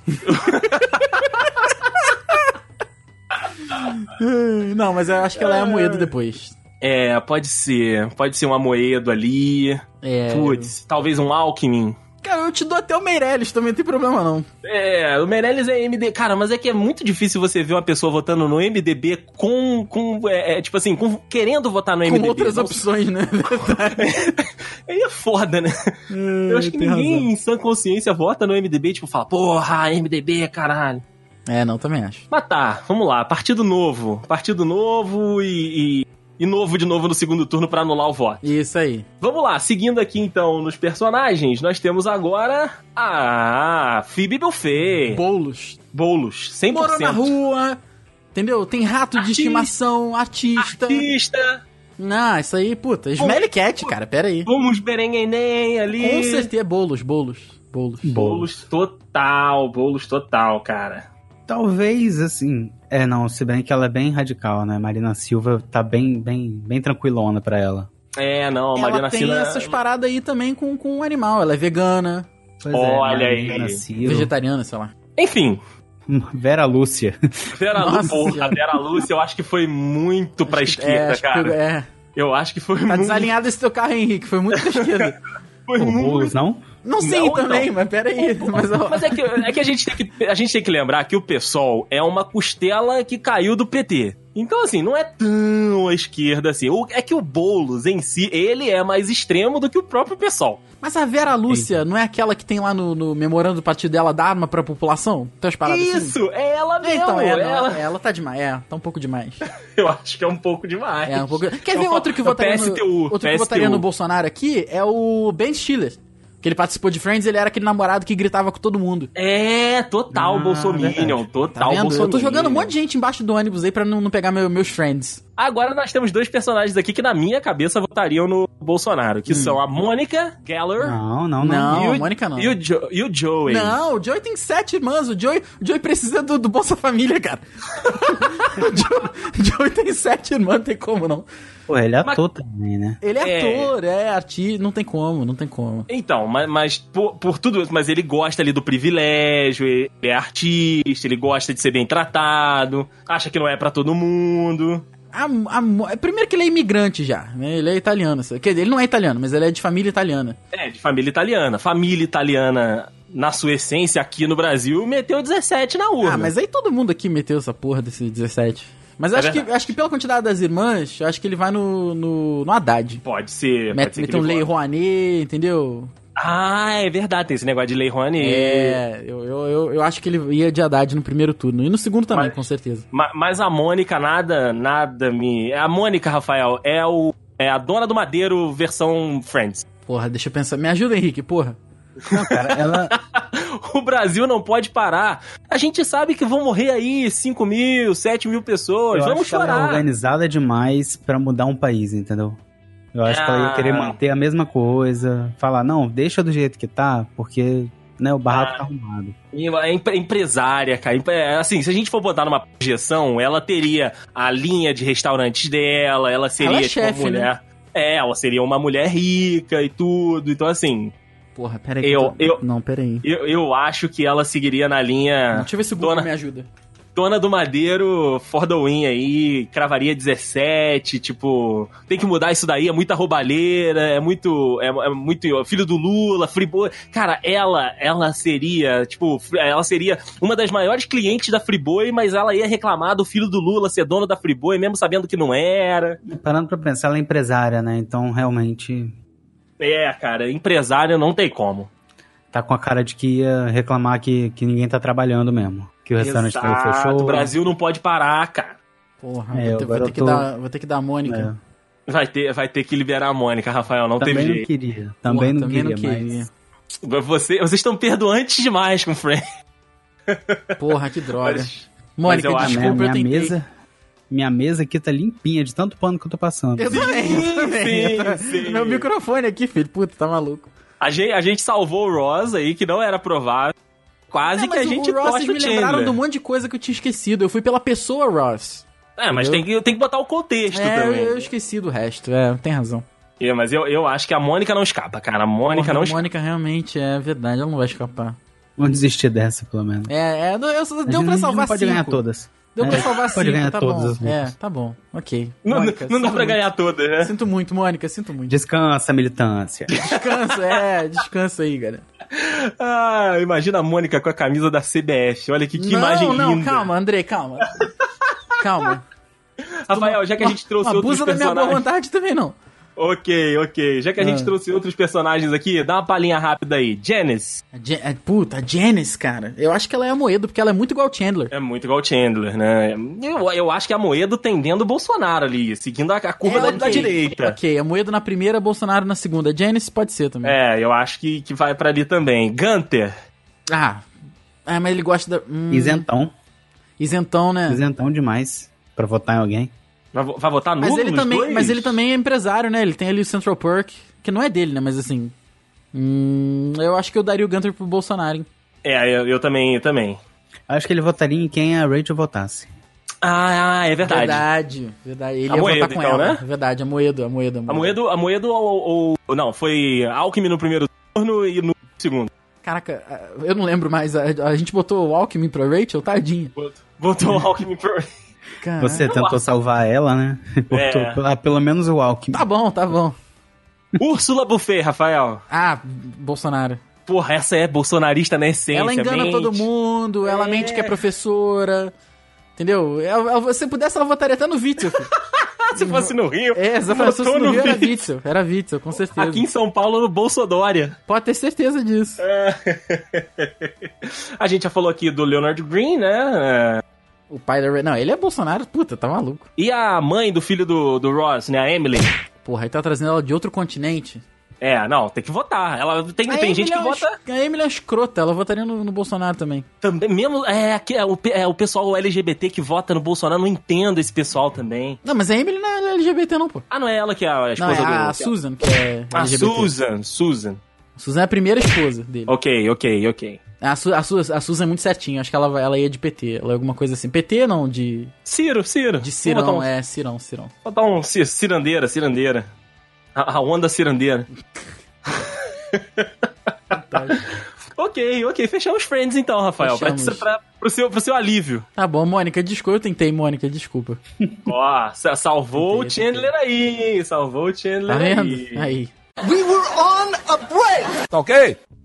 [SPEAKER 2] Não, mas eu acho que ela é a Moedo depois.
[SPEAKER 3] É, pode ser. Pode ser um Amoedo ali.
[SPEAKER 2] É.
[SPEAKER 3] Putz, talvez um Alckmin.
[SPEAKER 2] Cara, eu te dou até o Meirelles também, não tem problema não.
[SPEAKER 3] É, o Meirelles é MD. Cara, mas é que é muito difícil você ver uma pessoa votando no MDB com. com é, é, tipo assim, com- querendo votar no
[SPEAKER 2] Com
[SPEAKER 3] MDB.
[SPEAKER 2] outras
[SPEAKER 3] Não-
[SPEAKER 2] opções, né? Verdade.
[SPEAKER 3] Aí é foda, né? Eu acho que
[SPEAKER 2] tem
[SPEAKER 3] ninguém
[SPEAKER 2] razão.
[SPEAKER 3] em sã consciência vota no MDB, tipo, fala, porra, MDB, caralho.
[SPEAKER 2] É, não, também acho.
[SPEAKER 3] Mas tá, vamos lá, partido novo. Partido novo e. e... e novo de novo no segundo turno pra anular o voto.
[SPEAKER 2] Isso aí.
[SPEAKER 3] Vamos lá, seguindo aqui então nos personagens, nós temos agora a Phoebe Buffet.
[SPEAKER 2] Bolos.
[SPEAKER 3] Boulos, 100%.
[SPEAKER 2] Morou na rua, entendeu? Tem rato de
[SPEAKER 3] Artista.
[SPEAKER 2] estimação, artista.
[SPEAKER 3] Artista,
[SPEAKER 2] Ah, isso aí, puta. Smelly Cat, cara, pera aí.
[SPEAKER 3] Vamos Berenguenem ali.
[SPEAKER 2] Com certeza, é bolos, bolos, bolos.
[SPEAKER 3] Boulos total, Boulos total, cara.
[SPEAKER 4] Talvez, assim. É, não, se bem que ela é bem radical, né? Marina Silva tá bem, bem, bem tranquilona pra ela.
[SPEAKER 3] É, não, a Marina
[SPEAKER 2] ela tem
[SPEAKER 3] Sila-
[SPEAKER 2] essas paradas aí também com, com um animal. Ela é vegana,
[SPEAKER 4] Pois é,
[SPEAKER 3] Olha aí.
[SPEAKER 4] Marina Silo.
[SPEAKER 2] vegetariana, sei lá.
[SPEAKER 3] Enfim,
[SPEAKER 4] Vera Lúcia.
[SPEAKER 3] Vera
[SPEAKER 2] Nossa
[SPEAKER 3] Lúcia, porra,
[SPEAKER 2] Senhora.
[SPEAKER 3] Vera Lúcia, eu acho que foi muito pra esquerda,
[SPEAKER 2] acho que
[SPEAKER 3] cara.
[SPEAKER 2] pegou- é.
[SPEAKER 3] Eu acho que foi
[SPEAKER 2] Tá
[SPEAKER 3] muito.
[SPEAKER 2] desalinhado esse teu carro, Henrique. Foi muito pra esquerda.
[SPEAKER 3] Foi
[SPEAKER 4] O
[SPEAKER 3] muito
[SPEAKER 4] Boulos, não?
[SPEAKER 2] Não sei
[SPEAKER 3] Não,
[SPEAKER 2] também, mas peraí. Mas, ó,
[SPEAKER 3] Mas é que, é que, a, gente tem que a gente tem que lembrar que o PSOL é uma costela que caiu do PT. Então, assim, não é tão à esquerda assim. O- é que o Boulos em si, ele é mais extremo do que o próprio PSOL.
[SPEAKER 2] mas a Vera Lúcia não é aquela que tem lá no, no memorando do partido dela dar arma pra população? Tem umas paradas assim?
[SPEAKER 3] Isso, é ela mesmo.
[SPEAKER 2] Então, é,
[SPEAKER 3] ela,
[SPEAKER 2] não, é, ela tá demais. É, tá um pouco demais.
[SPEAKER 3] Eu acho que é um pouco demais.
[SPEAKER 2] É, um pouco... Quer
[SPEAKER 3] É
[SPEAKER 2] ver
[SPEAKER 3] o-
[SPEAKER 2] outro que
[SPEAKER 3] é o
[SPEAKER 2] votaria, no,
[SPEAKER 3] PSTU,
[SPEAKER 2] outro que votaria
[SPEAKER 3] PSTU.
[SPEAKER 2] no Bolsonaro aqui? É o Ben Stiller. Que ele participou de Friends, ele era aquele namorado que gritava com todo mundo.
[SPEAKER 3] É, total
[SPEAKER 4] Ah,
[SPEAKER 3] Bolsominion,
[SPEAKER 4] verdade.
[SPEAKER 2] Tá
[SPEAKER 3] total
[SPEAKER 2] vendo?
[SPEAKER 3] Bolsominion.
[SPEAKER 2] Eu tô jogando um monte de gente embaixo do ônibus aí pra não, não pegar meu- meus friends.
[SPEAKER 3] Agora nós temos dois personagens aqui que na minha cabeça votariam no Bolsonaro,
[SPEAKER 2] Hum.
[SPEAKER 3] que são a Mônica Geller
[SPEAKER 4] Não, não, não.
[SPEAKER 2] Não,
[SPEAKER 3] E o-
[SPEAKER 2] a Mônica não.
[SPEAKER 3] e, o jo e o Joey.
[SPEAKER 2] Não, o Joey tem sete irmãs. O Joey, o Joey precisa do, do Bolsa Família, cara. o, Joey, o Joey tem sete irmãs, não tem como não.
[SPEAKER 4] Pô, ele é
[SPEAKER 3] Mas-
[SPEAKER 4] ator também, né?
[SPEAKER 2] Ele é,
[SPEAKER 3] É.
[SPEAKER 2] ator, é artista, não tem como, não tem como.
[SPEAKER 3] Então, mas, mas por, por tudo isso, mas ele gosta ali do privilégio, ele é artista, ele gosta de ser bem tratado, acha que não é pra todo mundo.
[SPEAKER 2] A- a mo- primeiro que ele é imigrante já, né? Ele é italiano. Quer dizer, ele não é italiano, mas ele é de família italiana.
[SPEAKER 3] É, de família italiana. Família italiana, na sua essência, aqui no Brasil, meteu 17 na urna.
[SPEAKER 2] Ah, mas aí todo mundo aqui meteu essa porra desse 17. Mas eu
[SPEAKER 3] É
[SPEAKER 2] acho, que,
[SPEAKER 3] verdade.
[SPEAKER 2] acho que pela quantidade das irmãs, eu acho que ele vai no, no, no Haddad.
[SPEAKER 3] Pode ser. pode
[SPEAKER 2] Mete,
[SPEAKER 3] ser que
[SPEAKER 2] mete um
[SPEAKER 3] ele
[SPEAKER 2] Lei
[SPEAKER 3] vote.
[SPEAKER 2] Rouanet, entendeu?
[SPEAKER 3] Ah, é verdade, tem esse negócio de Lei Rouanet.
[SPEAKER 2] É, eu, eu, eu, eu acho que ele ia de Haddad no primeiro turno. E no segundo também,
[SPEAKER 3] Mas-
[SPEAKER 2] com certeza.
[SPEAKER 3] Ma- Mas a Mônica, nada, nada me. A Mônica, Rafael, é o. É a dona do Madeiro versão Friends.
[SPEAKER 2] Porra, deixa eu pensar. Me ajuda, Henrique, porra.
[SPEAKER 4] Não, cara, ela,
[SPEAKER 3] O Brasil não pode parar. A gente sabe que vão morrer aí 5 mil, 7 mil pessoas.
[SPEAKER 4] Eu
[SPEAKER 3] Vamos
[SPEAKER 4] acho Que ela é
[SPEAKER 3] chorar.
[SPEAKER 4] organizada demais pra mudar um país, entendeu? Eu acho que ela ia querer
[SPEAKER 3] Ah.
[SPEAKER 4] manter a mesma coisa, falar, não, deixa do jeito que tá, porque né, o barraco
[SPEAKER 3] Ah.
[SPEAKER 4] tá arrumado.
[SPEAKER 3] É empre- empresária, cara. Empre- é, Assim, se a gente for botar numa projeção, ela teria a linha de restaurantes dela, ela seria
[SPEAKER 2] Ela é
[SPEAKER 3] tipo, uma
[SPEAKER 2] chefe, né?
[SPEAKER 3] mulher. É, ela seria uma mulher rica e tudo. Então, assim,
[SPEAKER 2] Porra, peraí. que
[SPEAKER 3] Eu-
[SPEAKER 2] tô-
[SPEAKER 3] eu-
[SPEAKER 2] Não, peraí.
[SPEAKER 3] eu, eu acho que ela seguiria na linha.
[SPEAKER 2] Deixa eu ver se o Google
[SPEAKER 3] Dona-
[SPEAKER 2] me ajuda.
[SPEAKER 3] Dona do Madeiro, for the win aí, cravaria 17, tipo, tem que mudar isso daí, é muita roubalheira, é muito, é, é muito filho do Lula, Friboi. Cara, ela, ela seria, tipo, fri- ela seria uma das maiores clientes da Friboi, mas ela ia reclamar do filho do Lula ser dono da Friboi, mesmo sabendo que não era.
[SPEAKER 4] Parando pra pensar, ela é empresária, né? Então realmente
[SPEAKER 3] É, cara, empresária não tem como.
[SPEAKER 4] tá com a cara de que ia reclamar que, que ninguém tá trabalhando mesmo. Que o restaurante também fechou.
[SPEAKER 3] O Brasil não pode parar, cara.
[SPEAKER 2] Porra,
[SPEAKER 4] É,
[SPEAKER 2] vou, ter, vou
[SPEAKER 4] agora
[SPEAKER 2] ter
[SPEAKER 4] eu
[SPEAKER 2] que
[SPEAKER 4] tô-
[SPEAKER 2] dar, vou ter que dar a Mônica.
[SPEAKER 4] É.
[SPEAKER 3] Vai ter, vai ter que liberar a Mônica, Rafael, não
[SPEAKER 4] Também
[SPEAKER 3] teve
[SPEAKER 4] não
[SPEAKER 3] jeito.
[SPEAKER 4] queria.
[SPEAKER 2] Porra,
[SPEAKER 4] Também não queria, mas. né,
[SPEAKER 3] Você, vocês estão perdoantes demais com o Fran.
[SPEAKER 2] Porra, que droga.
[SPEAKER 3] Mas-
[SPEAKER 2] Mônica,
[SPEAKER 3] eu acho-
[SPEAKER 4] Minha,
[SPEAKER 2] desculpa, eu
[SPEAKER 4] minha
[SPEAKER 2] tentei.
[SPEAKER 4] mesa. Minha mesa aqui tá limpinha de tanto pano que eu tô passando.
[SPEAKER 2] Eu também, eu também. eu
[SPEAKER 3] sim,
[SPEAKER 2] também.
[SPEAKER 3] sim.
[SPEAKER 2] Meu microfone aqui, filho. Puta, tá maluco.
[SPEAKER 3] A gente, a gente salvou o Ross aí, que não era provável. Quase
[SPEAKER 2] Não,
[SPEAKER 3] que a
[SPEAKER 2] É, mas o-
[SPEAKER 3] gente
[SPEAKER 2] o Ross,
[SPEAKER 3] posta
[SPEAKER 2] vocês
[SPEAKER 3] o
[SPEAKER 2] me lembraram
[SPEAKER 3] Chandler.
[SPEAKER 2] de um monte de coisa que eu tinha esquecido. Eu fui pela pessoa, Ross.
[SPEAKER 3] É, mas tem que, tem que botar o contexto
[SPEAKER 2] É, eu,
[SPEAKER 3] também.
[SPEAKER 2] eu esqueci do resto. É, tem razão.
[SPEAKER 3] É, mas eu, eu acho que a Mônica não escapa, cara. A Mônica
[SPEAKER 2] Porra,
[SPEAKER 3] não
[SPEAKER 2] a
[SPEAKER 3] escapa.
[SPEAKER 2] Mônica realmente é verdade, ela não vai escapar.
[SPEAKER 4] Vamos desistir dessa, pelo menos.
[SPEAKER 2] É, é eu- eu- deu
[SPEAKER 4] A gente
[SPEAKER 2] pra
[SPEAKER 4] não
[SPEAKER 2] salvar
[SPEAKER 4] pode
[SPEAKER 2] cinco.
[SPEAKER 4] ganhar todas.
[SPEAKER 2] Deu pra
[SPEAKER 4] É,
[SPEAKER 2] salvar
[SPEAKER 4] pode
[SPEAKER 2] cinco,
[SPEAKER 4] ganhar
[SPEAKER 2] tá
[SPEAKER 4] todas
[SPEAKER 2] bom.
[SPEAKER 4] as
[SPEAKER 2] É,
[SPEAKER 4] lutas.
[SPEAKER 2] tá bom, ok.
[SPEAKER 3] Não,
[SPEAKER 2] Mônica,
[SPEAKER 3] não dá
[SPEAKER 2] sinto
[SPEAKER 3] pra
[SPEAKER 2] muito.
[SPEAKER 3] ganhar todas, né?
[SPEAKER 2] Sinto muito, Mônica, sinto muito.
[SPEAKER 4] Descansa, militância.
[SPEAKER 2] Descansa, é, descansa aí, galera.
[SPEAKER 3] Ah, imagina a Mônica com a camisa da CBF. Olha que, que imagem
[SPEAKER 2] não, não,
[SPEAKER 3] linda.
[SPEAKER 2] calma, André, calma. calma.
[SPEAKER 3] Rafael, já que a gente trouxe
[SPEAKER 2] Não
[SPEAKER 3] outros
[SPEAKER 2] abusa da minha boa
[SPEAKER 3] personagens.
[SPEAKER 2] vontade também, não.
[SPEAKER 3] Ok, ok. Já que a gente
[SPEAKER 2] Ah.
[SPEAKER 3] trouxe outros personagens aqui, dá uma palhinha rápida aí. Janice
[SPEAKER 2] A Je- a- puta, a Janice, cara. Eu acho que ela é a Moedo, porque ela é muito igual o Chandler.
[SPEAKER 3] é muito igual o Chandler, né? Eu, eu acho que a Moedo tendendo o Bolsonaro ali, seguindo a, a curva
[SPEAKER 2] É,
[SPEAKER 3] da,
[SPEAKER 2] ok.
[SPEAKER 3] da direita.
[SPEAKER 2] Ok, a Moedo na primeira, Bolsonaro na segunda. A Janice pode ser também.
[SPEAKER 3] É, eu acho que, que vai pra ali também. Gunter.
[SPEAKER 2] Ah, é, mas ele gosta da... hum,
[SPEAKER 4] Isentão.
[SPEAKER 2] isentão, né?
[SPEAKER 4] Isentão demais pra votar em alguém.
[SPEAKER 3] Vai, vo- vai votar nulo
[SPEAKER 2] Mas ele,
[SPEAKER 3] nos
[SPEAKER 2] também,
[SPEAKER 3] dois?
[SPEAKER 2] mas ele também é empresário, né? Ele tem ali o Central Perk, que não é dele, né? Mas assim. Hum, eu acho que eu daria o Gunter pro Bolsonaro, hein?
[SPEAKER 3] É, eu, eu também, eu também.
[SPEAKER 4] Acho que ele votaria em quem a Rachel votasse.
[SPEAKER 3] Ah, é verdade.
[SPEAKER 2] Verdade, verdade. Ele ia
[SPEAKER 3] Amoedo,
[SPEAKER 2] votar com
[SPEAKER 3] então,
[SPEAKER 2] ela.
[SPEAKER 3] né?
[SPEAKER 2] Verdade, a Moedo, a Moedo,
[SPEAKER 3] A Moedo, a Moedo ou, ou- Não, foi Alckmin no primeiro turno e no segundo.
[SPEAKER 2] Caraca, ah, eu não lembro mais. A, a gente botou o Alckmin pra Rachel, tadinha.
[SPEAKER 3] Botou o Alckmin pro.
[SPEAKER 2] Caraca.
[SPEAKER 4] Você tentou salvar ela, né? Botou
[SPEAKER 3] É.
[SPEAKER 4] pela- pelo menos o Alckmin.
[SPEAKER 2] Tá bom, tá bom.
[SPEAKER 3] Úrsula Buffet, Rafael.
[SPEAKER 2] Ah, Bolsonaro.
[SPEAKER 3] Porra, essa é bolsonarista na essência.
[SPEAKER 2] ela engana
[SPEAKER 3] mente.
[SPEAKER 2] todo mundo, ela
[SPEAKER 3] É.
[SPEAKER 2] mente que é professora. Entendeu? Ela- ela- se pudesse, ela votaria até no Witzel. filho.
[SPEAKER 3] Ah, se fosse no Rio.
[SPEAKER 2] É, se ela
[SPEAKER 3] Votou
[SPEAKER 2] fosse no
[SPEAKER 3] no
[SPEAKER 2] Rio, era
[SPEAKER 3] Witzel.
[SPEAKER 2] Witzel. Era Witzel, com certeza.
[SPEAKER 3] Aqui em É. São Paulo, no Bolsodória.
[SPEAKER 2] Pode ter certeza disso.
[SPEAKER 3] A gente já falou aqui do Leonard Green, né? É,
[SPEAKER 2] O pai da... Ra- Não, ele é Bolsonaro, puta, tá maluco.
[SPEAKER 3] E a mãe do filho do, do Ross, né? A Emily.
[SPEAKER 2] Porra, aí tá trazendo ela de outro continente.
[SPEAKER 3] É, não, tem que votar. Ela tem,
[SPEAKER 2] A
[SPEAKER 3] tem
[SPEAKER 2] Emily
[SPEAKER 3] gente que
[SPEAKER 2] é uma
[SPEAKER 3] vota
[SPEAKER 2] es- A Emily é escrota, ela votaria no, no Bolsonaro também.
[SPEAKER 3] também. Mesmo é, que- é, o, pe- é, o pessoal LGBT que vota no Bolsonaro, não entendo esse pessoal também.
[SPEAKER 2] Não, mas a Emily não é LGBT não, pô.
[SPEAKER 3] Ah, não é ela que é a
[SPEAKER 2] Não,
[SPEAKER 3] esposa
[SPEAKER 2] é
[SPEAKER 3] do.
[SPEAKER 2] a
[SPEAKER 3] que é-
[SPEAKER 2] Susan, que é
[SPEAKER 3] Ah,
[SPEAKER 2] LGBT.
[SPEAKER 3] Susan, Susan.
[SPEAKER 2] Susan é a primeira esposa dele.
[SPEAKER 3] Ok, ok, ok.
[SPEAKER 2] A, Su- a Su- a Susan é muito certinha, acho que ela, vai- ela ia de PT. Ela é alguma coisa assim. PT não, de,
[SPEAKER 3] Ciro, Ciro.
[SPEAKER 2] de
[SPEAKER 3] Vou botar
[SPEAKER 2] Cirão,
[SPEAKER 3] um,
[SPEAKER 2] é, Cirão, Cirão.
[SPEAKER 3] vou botar um ci- cirandeira, cirandeira. A, a onda cirandeira. ok, ok. Fechamos Friends então, Rafael. Pra,
[SPEAKER 2] Fechamos.
[SPEAKER 3] pra, pro, seu, pro seu alívio.
[SPEAKER 2] Tá bom, Mônica, desculpa, eu tentei, Mônica, desculpa.
[SPEAKER 3] Ó, sa- salvou o
[SPEAKER 2] Entendi, entendi.
[SPEAKER 3] Chandler aí, hein? Salvou o
[SPEAKER 2] Tá
[SPEAKER 3] Chandler
[SPEAKER 2] vendo? Aí.
[SPEAKER 3] aí.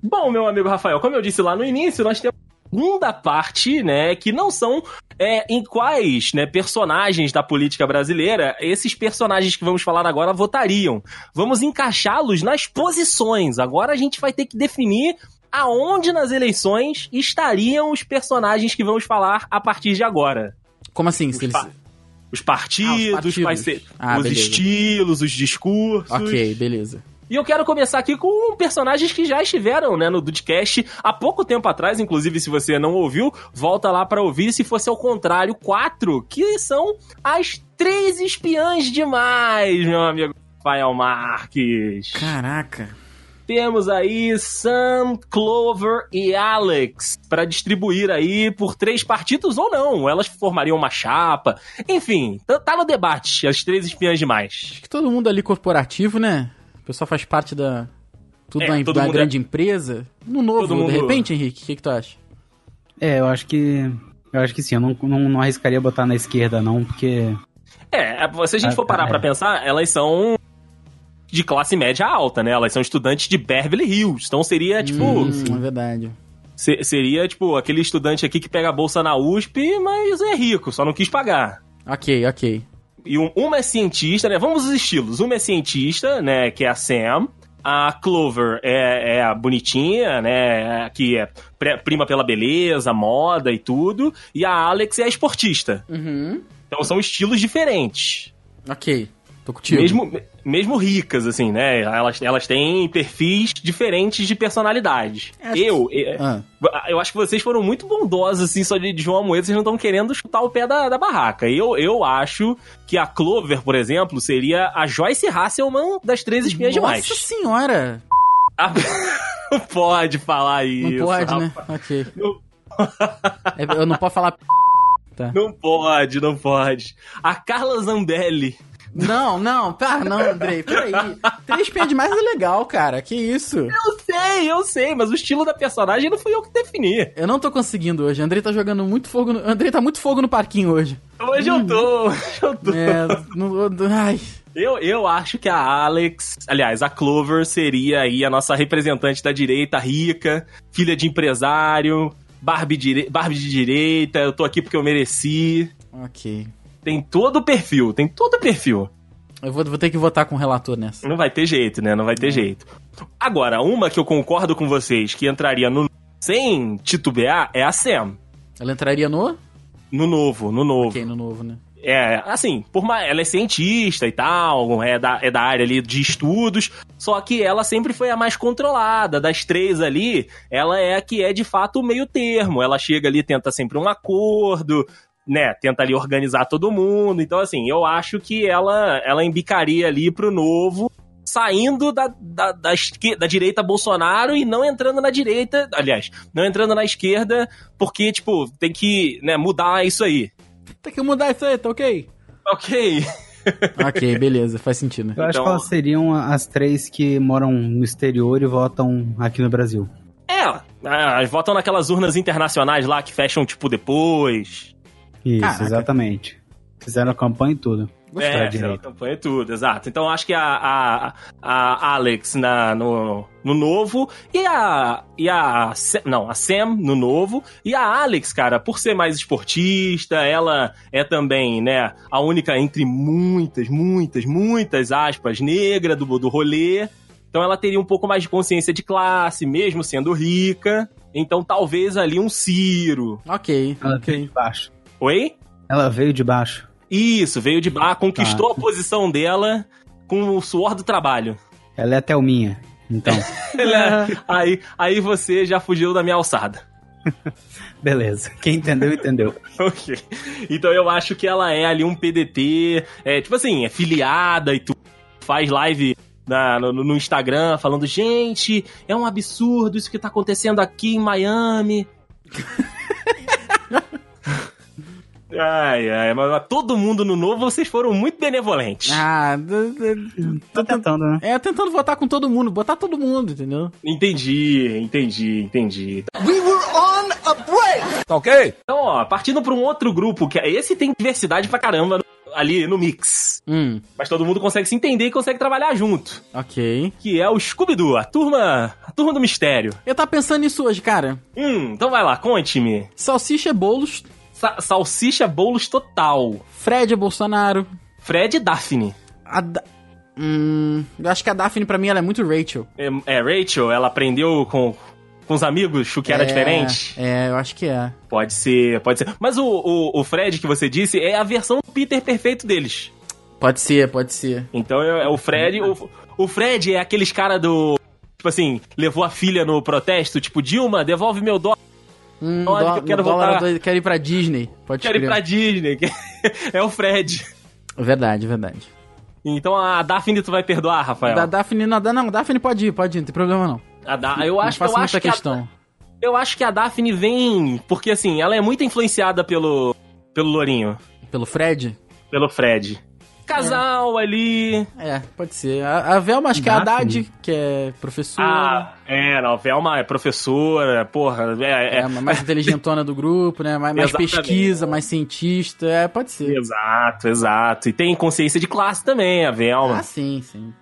[SPEAKER 3] Bom, meu amigo Rafael, como eu disse lá no início, nós temos a segunda parte, né, que não são é, em quais né, personagens da política brasileira esses personagens que vamos falar agora votariam. Vamos encaixá-los nas posições. Agora a gente vai ter que definir aonde nas eleições estariam os personagens que vamos falar a partir de agora.
[SPEAKER 2] Como assim?
[SPEAKER 3] Os
[SPEAKER 2] Se eles...
[SPEAKER 3] pa- Os partidos,
[SPEAKER 2] Ah, os partidos.
[SPEAKER 3] quais ser-
[SPEAKER 2] Ah,
[SPEAKER 3] os
[SPEAKER 2] beleza.
[SPEAKER 3] estilos, os discursos.
[SPEAKER 2] Ok, beleza.
[SPEAKER 3] E eu quero começar aqui com personagens que já estiveram, né, no Dudcast há pouco tempo atrás, inclusive se você não ouviu, volta lá pra ouvir, se fosse ao contrário, quatro, que são as três espiãs demais, meu amigo Rafael Marques.
[SPEAKER 2] Caraca.
[SPEAKER 3] Temos aí Sam, Clover e Alex pra distribuir aí por três partidos ou não, elas formariam uma chapa. Enfim, tá- tá no debate, as três espiãs demais.
[SPEAKER 2] Acho que todo mundo ali corporativo, né? O pessoal faz parte da. Tudo
[SPEAKER 3] É,
[SPEAKER 2] na-
[SPEAKER 3] todo
[SPEAKER 2] da
[SPEAKER 3] mundo
[SPEAKER 2] grande empresa. No novo,
[SPEAKER 3] Todo mundo-
[SPEAKER 2] de repente, Henrique, o que, que tu acha?
[SPEAKER 4] É, eu acho que. Eu acho que sim, eu não, não, não arriscaria botar na esquerda, não, porque.
[SPEAKER 3] É, se a gente
[SPEAKER 4] Ah,
[SPEAKER 3] for parar
[SPEAKER 4] tá,
[SPEAKER 3] pra
[SPEAKER 4] é.
[SPEAKER 3] pensar, elas são de classe média alta, né? Elas são estudantes de Beverly Hills. Então seria, tipo,
[SPEAKER 2] Hum, é verdade.
[SPEAKER 3] se- seria, tipo, aquele estudante aqui que pega a bolsa na USP, mas é rico, só não quis pagar.
[SPEAKER 2] Ok, ok.
[SPEAKER 3] E um- uma é cientista, né? Vamos os estilos. Uma é cientista, né? Que é a Sam. A Clover é, é a bonitinha, né? Que é pre- prima pela beleza, moda e tudo. E a Alex é a esportista.
[SPEAKER 2] Uhum.
[SPEAKER 3] Então são estilos diferentes.
[SPEAKER 2] Ok. Tô contigo.
[SPEAKER 3] Mesmo, mesmo ricas, assim, né? Elas, elas têm perfis diferentes de personalidade.
[SPEAKER 2] É,
[SPEAKER 3] Eu, eu,
[SPEAKER 2] Ah,
[SPEAKER 3] eu acho que vocês foram muito bondosos, assim, só de, de João Moedo. Vocês não estão querendo chutar o pé da, da barraca. Eu, eu acho que a Clover, por exemplo, seria a Joyce Hasselman das Três Espinhas
[SPEAKER 2] Nossa
[SPEAKER 3] Demais.
[SPEAKER 2] senhora!
[SPEAKER 3] A- Não pode falar isso.
[SPEAKER 2] Não pode,
[SPEAKER 3] rapaz.
[SPEAKER 2] né? Ok.
[SPEAKER 3] Não-
[SPEAKER 2] É, eu não posso falar. p***.
[SPEAKER 3] Não pode, não pode. A Carla Zambelli.
[SPEAKER 2] Não, não, pá, não, Andrei, peraí. Três pés demais é legal, cara. Que isso?
[SPEAKER 3] Eu sei, eu sei, mas o estilo da personagem não fui eu que defini.
[SPEAKER 2] Eu não tô conseguindo hoje. Andrei tá jogando muito fogo no. Andrei tá muito fogo no parquinho hoje.
[SPEAKER 3] Hoje
[SPEAKER 2] Hum.
[SPEAKER 3] eu tô, hoje eu tô.
[SPEAKER 2] É. não- ai.
[SPEAKER 3] Eu, eu acho que a Alex, aliás, a Clover seria aí a nossa representante da direita rica, filha de empresário, Barbie, dire... Barbie de direita, eu tô aqui porque eu mereci.
[SPEAKER 2] Ok.
[SPEAKER 3] Tem todo o perfil, tem todo o perfil.
[SPEAKER 2] Eu vou, vou ter que votar com o relator nessa.
[SPEAKER 3] Não vai ter jeito, né? Não vai ter jeito. Agora, uma que eu concordo com vocês que entraria no sem titubear é a Sam.
[SPEAKER 2] Ela entraria no?
[SPEAKER 3] No novo, no novo.
[SPEAKER 2] Ok, no novo, né?
[SPEAKER 3] É, assim, por uma, ela é cientista e tal, é da, é da área ali de estudos, só que ela sempre foi a mais controlada. Das três ali, ela é a que é de fato o meio termo. Ela chega ali, tenta sempre um acordo, né? Tenta ali organizar todo mundo. Então, assim, eu acho que ela, ela embicaria ali pro novo. Saindo da, da, da, esque- da direita Bolsonaro e não entrando na direita. Aliás, não entrando na esquerda, porque, tipo, tem que né, mudar isso aí.
[SPEAKER 2] Tem que mudar isso aí, tá ok?
[SPEAKER 3] Ok.
[SPEAKER 2] ok, beleza, faz sentido.
[SPEAKER 4] Eu acho
[SPEAKER 3] Então-
[SPEAKER 4] que elas seriam as três que moram no exterior e votam aqui no Brasil.
[SPEAKER 3] É, ah, eles votam naquelas urnas internacionais lá que fecham, tipo, depois.
[SPEAKER 4] Isso,
[SPEAKER 2] Caraca.
[SPEAKER 4] exatamente. Fizeram a campanha e tudo.
[SPEAKER 2] Gostei.
[SPEAKER 3] é,
[SPEAKER 4] direito.
[SPEAKER 3] fizeram campanha e tudo, exato. Então acho que a, a, a Alex na, no, no novo e a. E a. Sa- Não, a Sam no novo. E a Alex, cara, por ser mais esportista, ela é também, né, a única entre muitas, muitas, muitas aspas, negra do, do rolê. Então ela teria um pouco mais de consciência de classe, mesmo sendo rica. Então talvez ali um Ciro.
[SPEAKER 2] Ok,
[SPEAKER 4] Ela veio
[SPEAKER 2] ok.
[SPEAKER 4] de baixo.
[SPEAKER 3] Oi?
[SPEAKER 4] Ela veio de baixo.
[SPEAKER 3] Isso, veio de baixo, conquistou a posição dela com o suor do trabalho.
[SPEAKER 4] Ela é a Thelminha. Então,
[SPEAKER 3] Ela- aí, aí você já fugiu da minha alçada.
[SPEAKER 4] beleza. Quem entendeu, entendeu.
[SPEAKER 3] Ok. Então eu acho que ela é ali um PDT, é, tipo assim, é filiada e tudo. Faz live na- no, no Instagram falando: gente, é um absurdo isso que tá acontecendo aqui em Miami. ai, ai, mas, mas todo mundo no novo, vocês foram muito benevolentes.
[SPEAKER 2] Ah, d- d-
[SPEAKER 4] Tô tentando, né?
[SPEAKER 2] é tentando votar com todo mundo, botar todo mundo, entendeu?
[SPEAKER 3] Entendi, entendi, entendi.
[SPEAKER 1] Tá ok?
[SPEAKER 3] Então, ó, partindo pra um outro grupo, que esse tem diversidade pra caramba no- ali no mix.
[SPEAKER 2] Hum,
[SPEAKER 3] Mas todo mundo consegue se entender e consegue trabalhar junto.
[SPEAKER 2] ok.
[SPEAKER 3] Que é o Scooby-Doo, a turma, a turma do mistério.
[SPEAKER 2] Eu tava pensando nisso hoje, cara.
[SPEAKER 3] Hum, então vai lá, conte-me.
[SPEAKER 2] Salsicha é Boulos,
[SPEAKER 3] Sa- salsicha bolos total.
[SPEAKER 2] Fred é Bolsonaro.
[SPEAKER 3] Fred e Daphne.
[SPEAKER 2] A da... Hum, eu acho que a Daphne, pra mim, ela é muito Rachel.
[SPEAKER 3] É, é, Rachel, ela aprendeu com, com os amigos o que era
[SPEAKER 2] É,
[SPEAKER 3] diferente?
[SPEAKER 2] É, eu acho que é.
[SPEAKER 3] Pode ser, pode ser. Mas o, o, o Fred que você disse é a versão Peter perfeito deles.
[SPEAKER 2] Pode ser, pode ser.
[SPEAKER 3] Então é, é o Fred. O, o Fred é aqueles cara do. Tipo assim, levou a filha no protesto, tipo, Dilma, devolve meu dólar,
[SPEAKER 2] Hum,
[SPEAKER 3] Olha,
[SPEAKER 2] dó-
[SPEAKER 3] eu quero
[SPEAKER 2] dólar
[SPEAKER 3] voltar.
[SPEAKER 2] dois- quero ir pra Disney. Pode
[SPEAKER 3] quero ir
[SPEAKER 2] crer.
[SPEAKER 3] pra Disney. É o Fred.
[SPEAKER 2] Verdade, verdade.
[SPEAKER 3] Então a Daphne tu vai perdoar, Rafael.
[SPEAKER 2] Da Daphne, não, da- não, Daphne pode ir, pode ir, não tem problema não.
[SPEAKER 3] A Da- eu, acho,
[SPEAKER 2] não
[SPEAKER 3] eu,
[SPEAKER 2] faço
[SPEAKER 3] acho
[SPEAKER 2] muita
[SPEAKER 3] que a,
[SPEAKER 2] questão.
[SPEAKER 3] eu acho que a Daphne vem. Porque assim, ela é muito influenciada pelo. pelo Lourinho.
[SPEAKER 2] Pelo Fred?
[SPEAKER 3] Pelo Fred. Casal ali.
[SPEAKER 2] É, pode ser. A, a Velma, acho que é a
[SPEAKER 4] Daphne?
[SPEAKER 2] Haddad, que é professora.
[SPEAKER 3] Ah, é, não, Velma é professora, porra, é,
[SPEAKER 2] É,
[SPEAKER 3] é,
[SPEAKER 2] a mais inteligentona do grupo, né? Mais, mais
[SPEAKER 3] Exatamente.
[SPEAKER 2] pesquisa, mais cientista. É, pode ser.
[SPEAKER 3] Exato, exato. E tem consciência de classe também, a Velma.
[SPEAKER 2] Ah, sim, sim.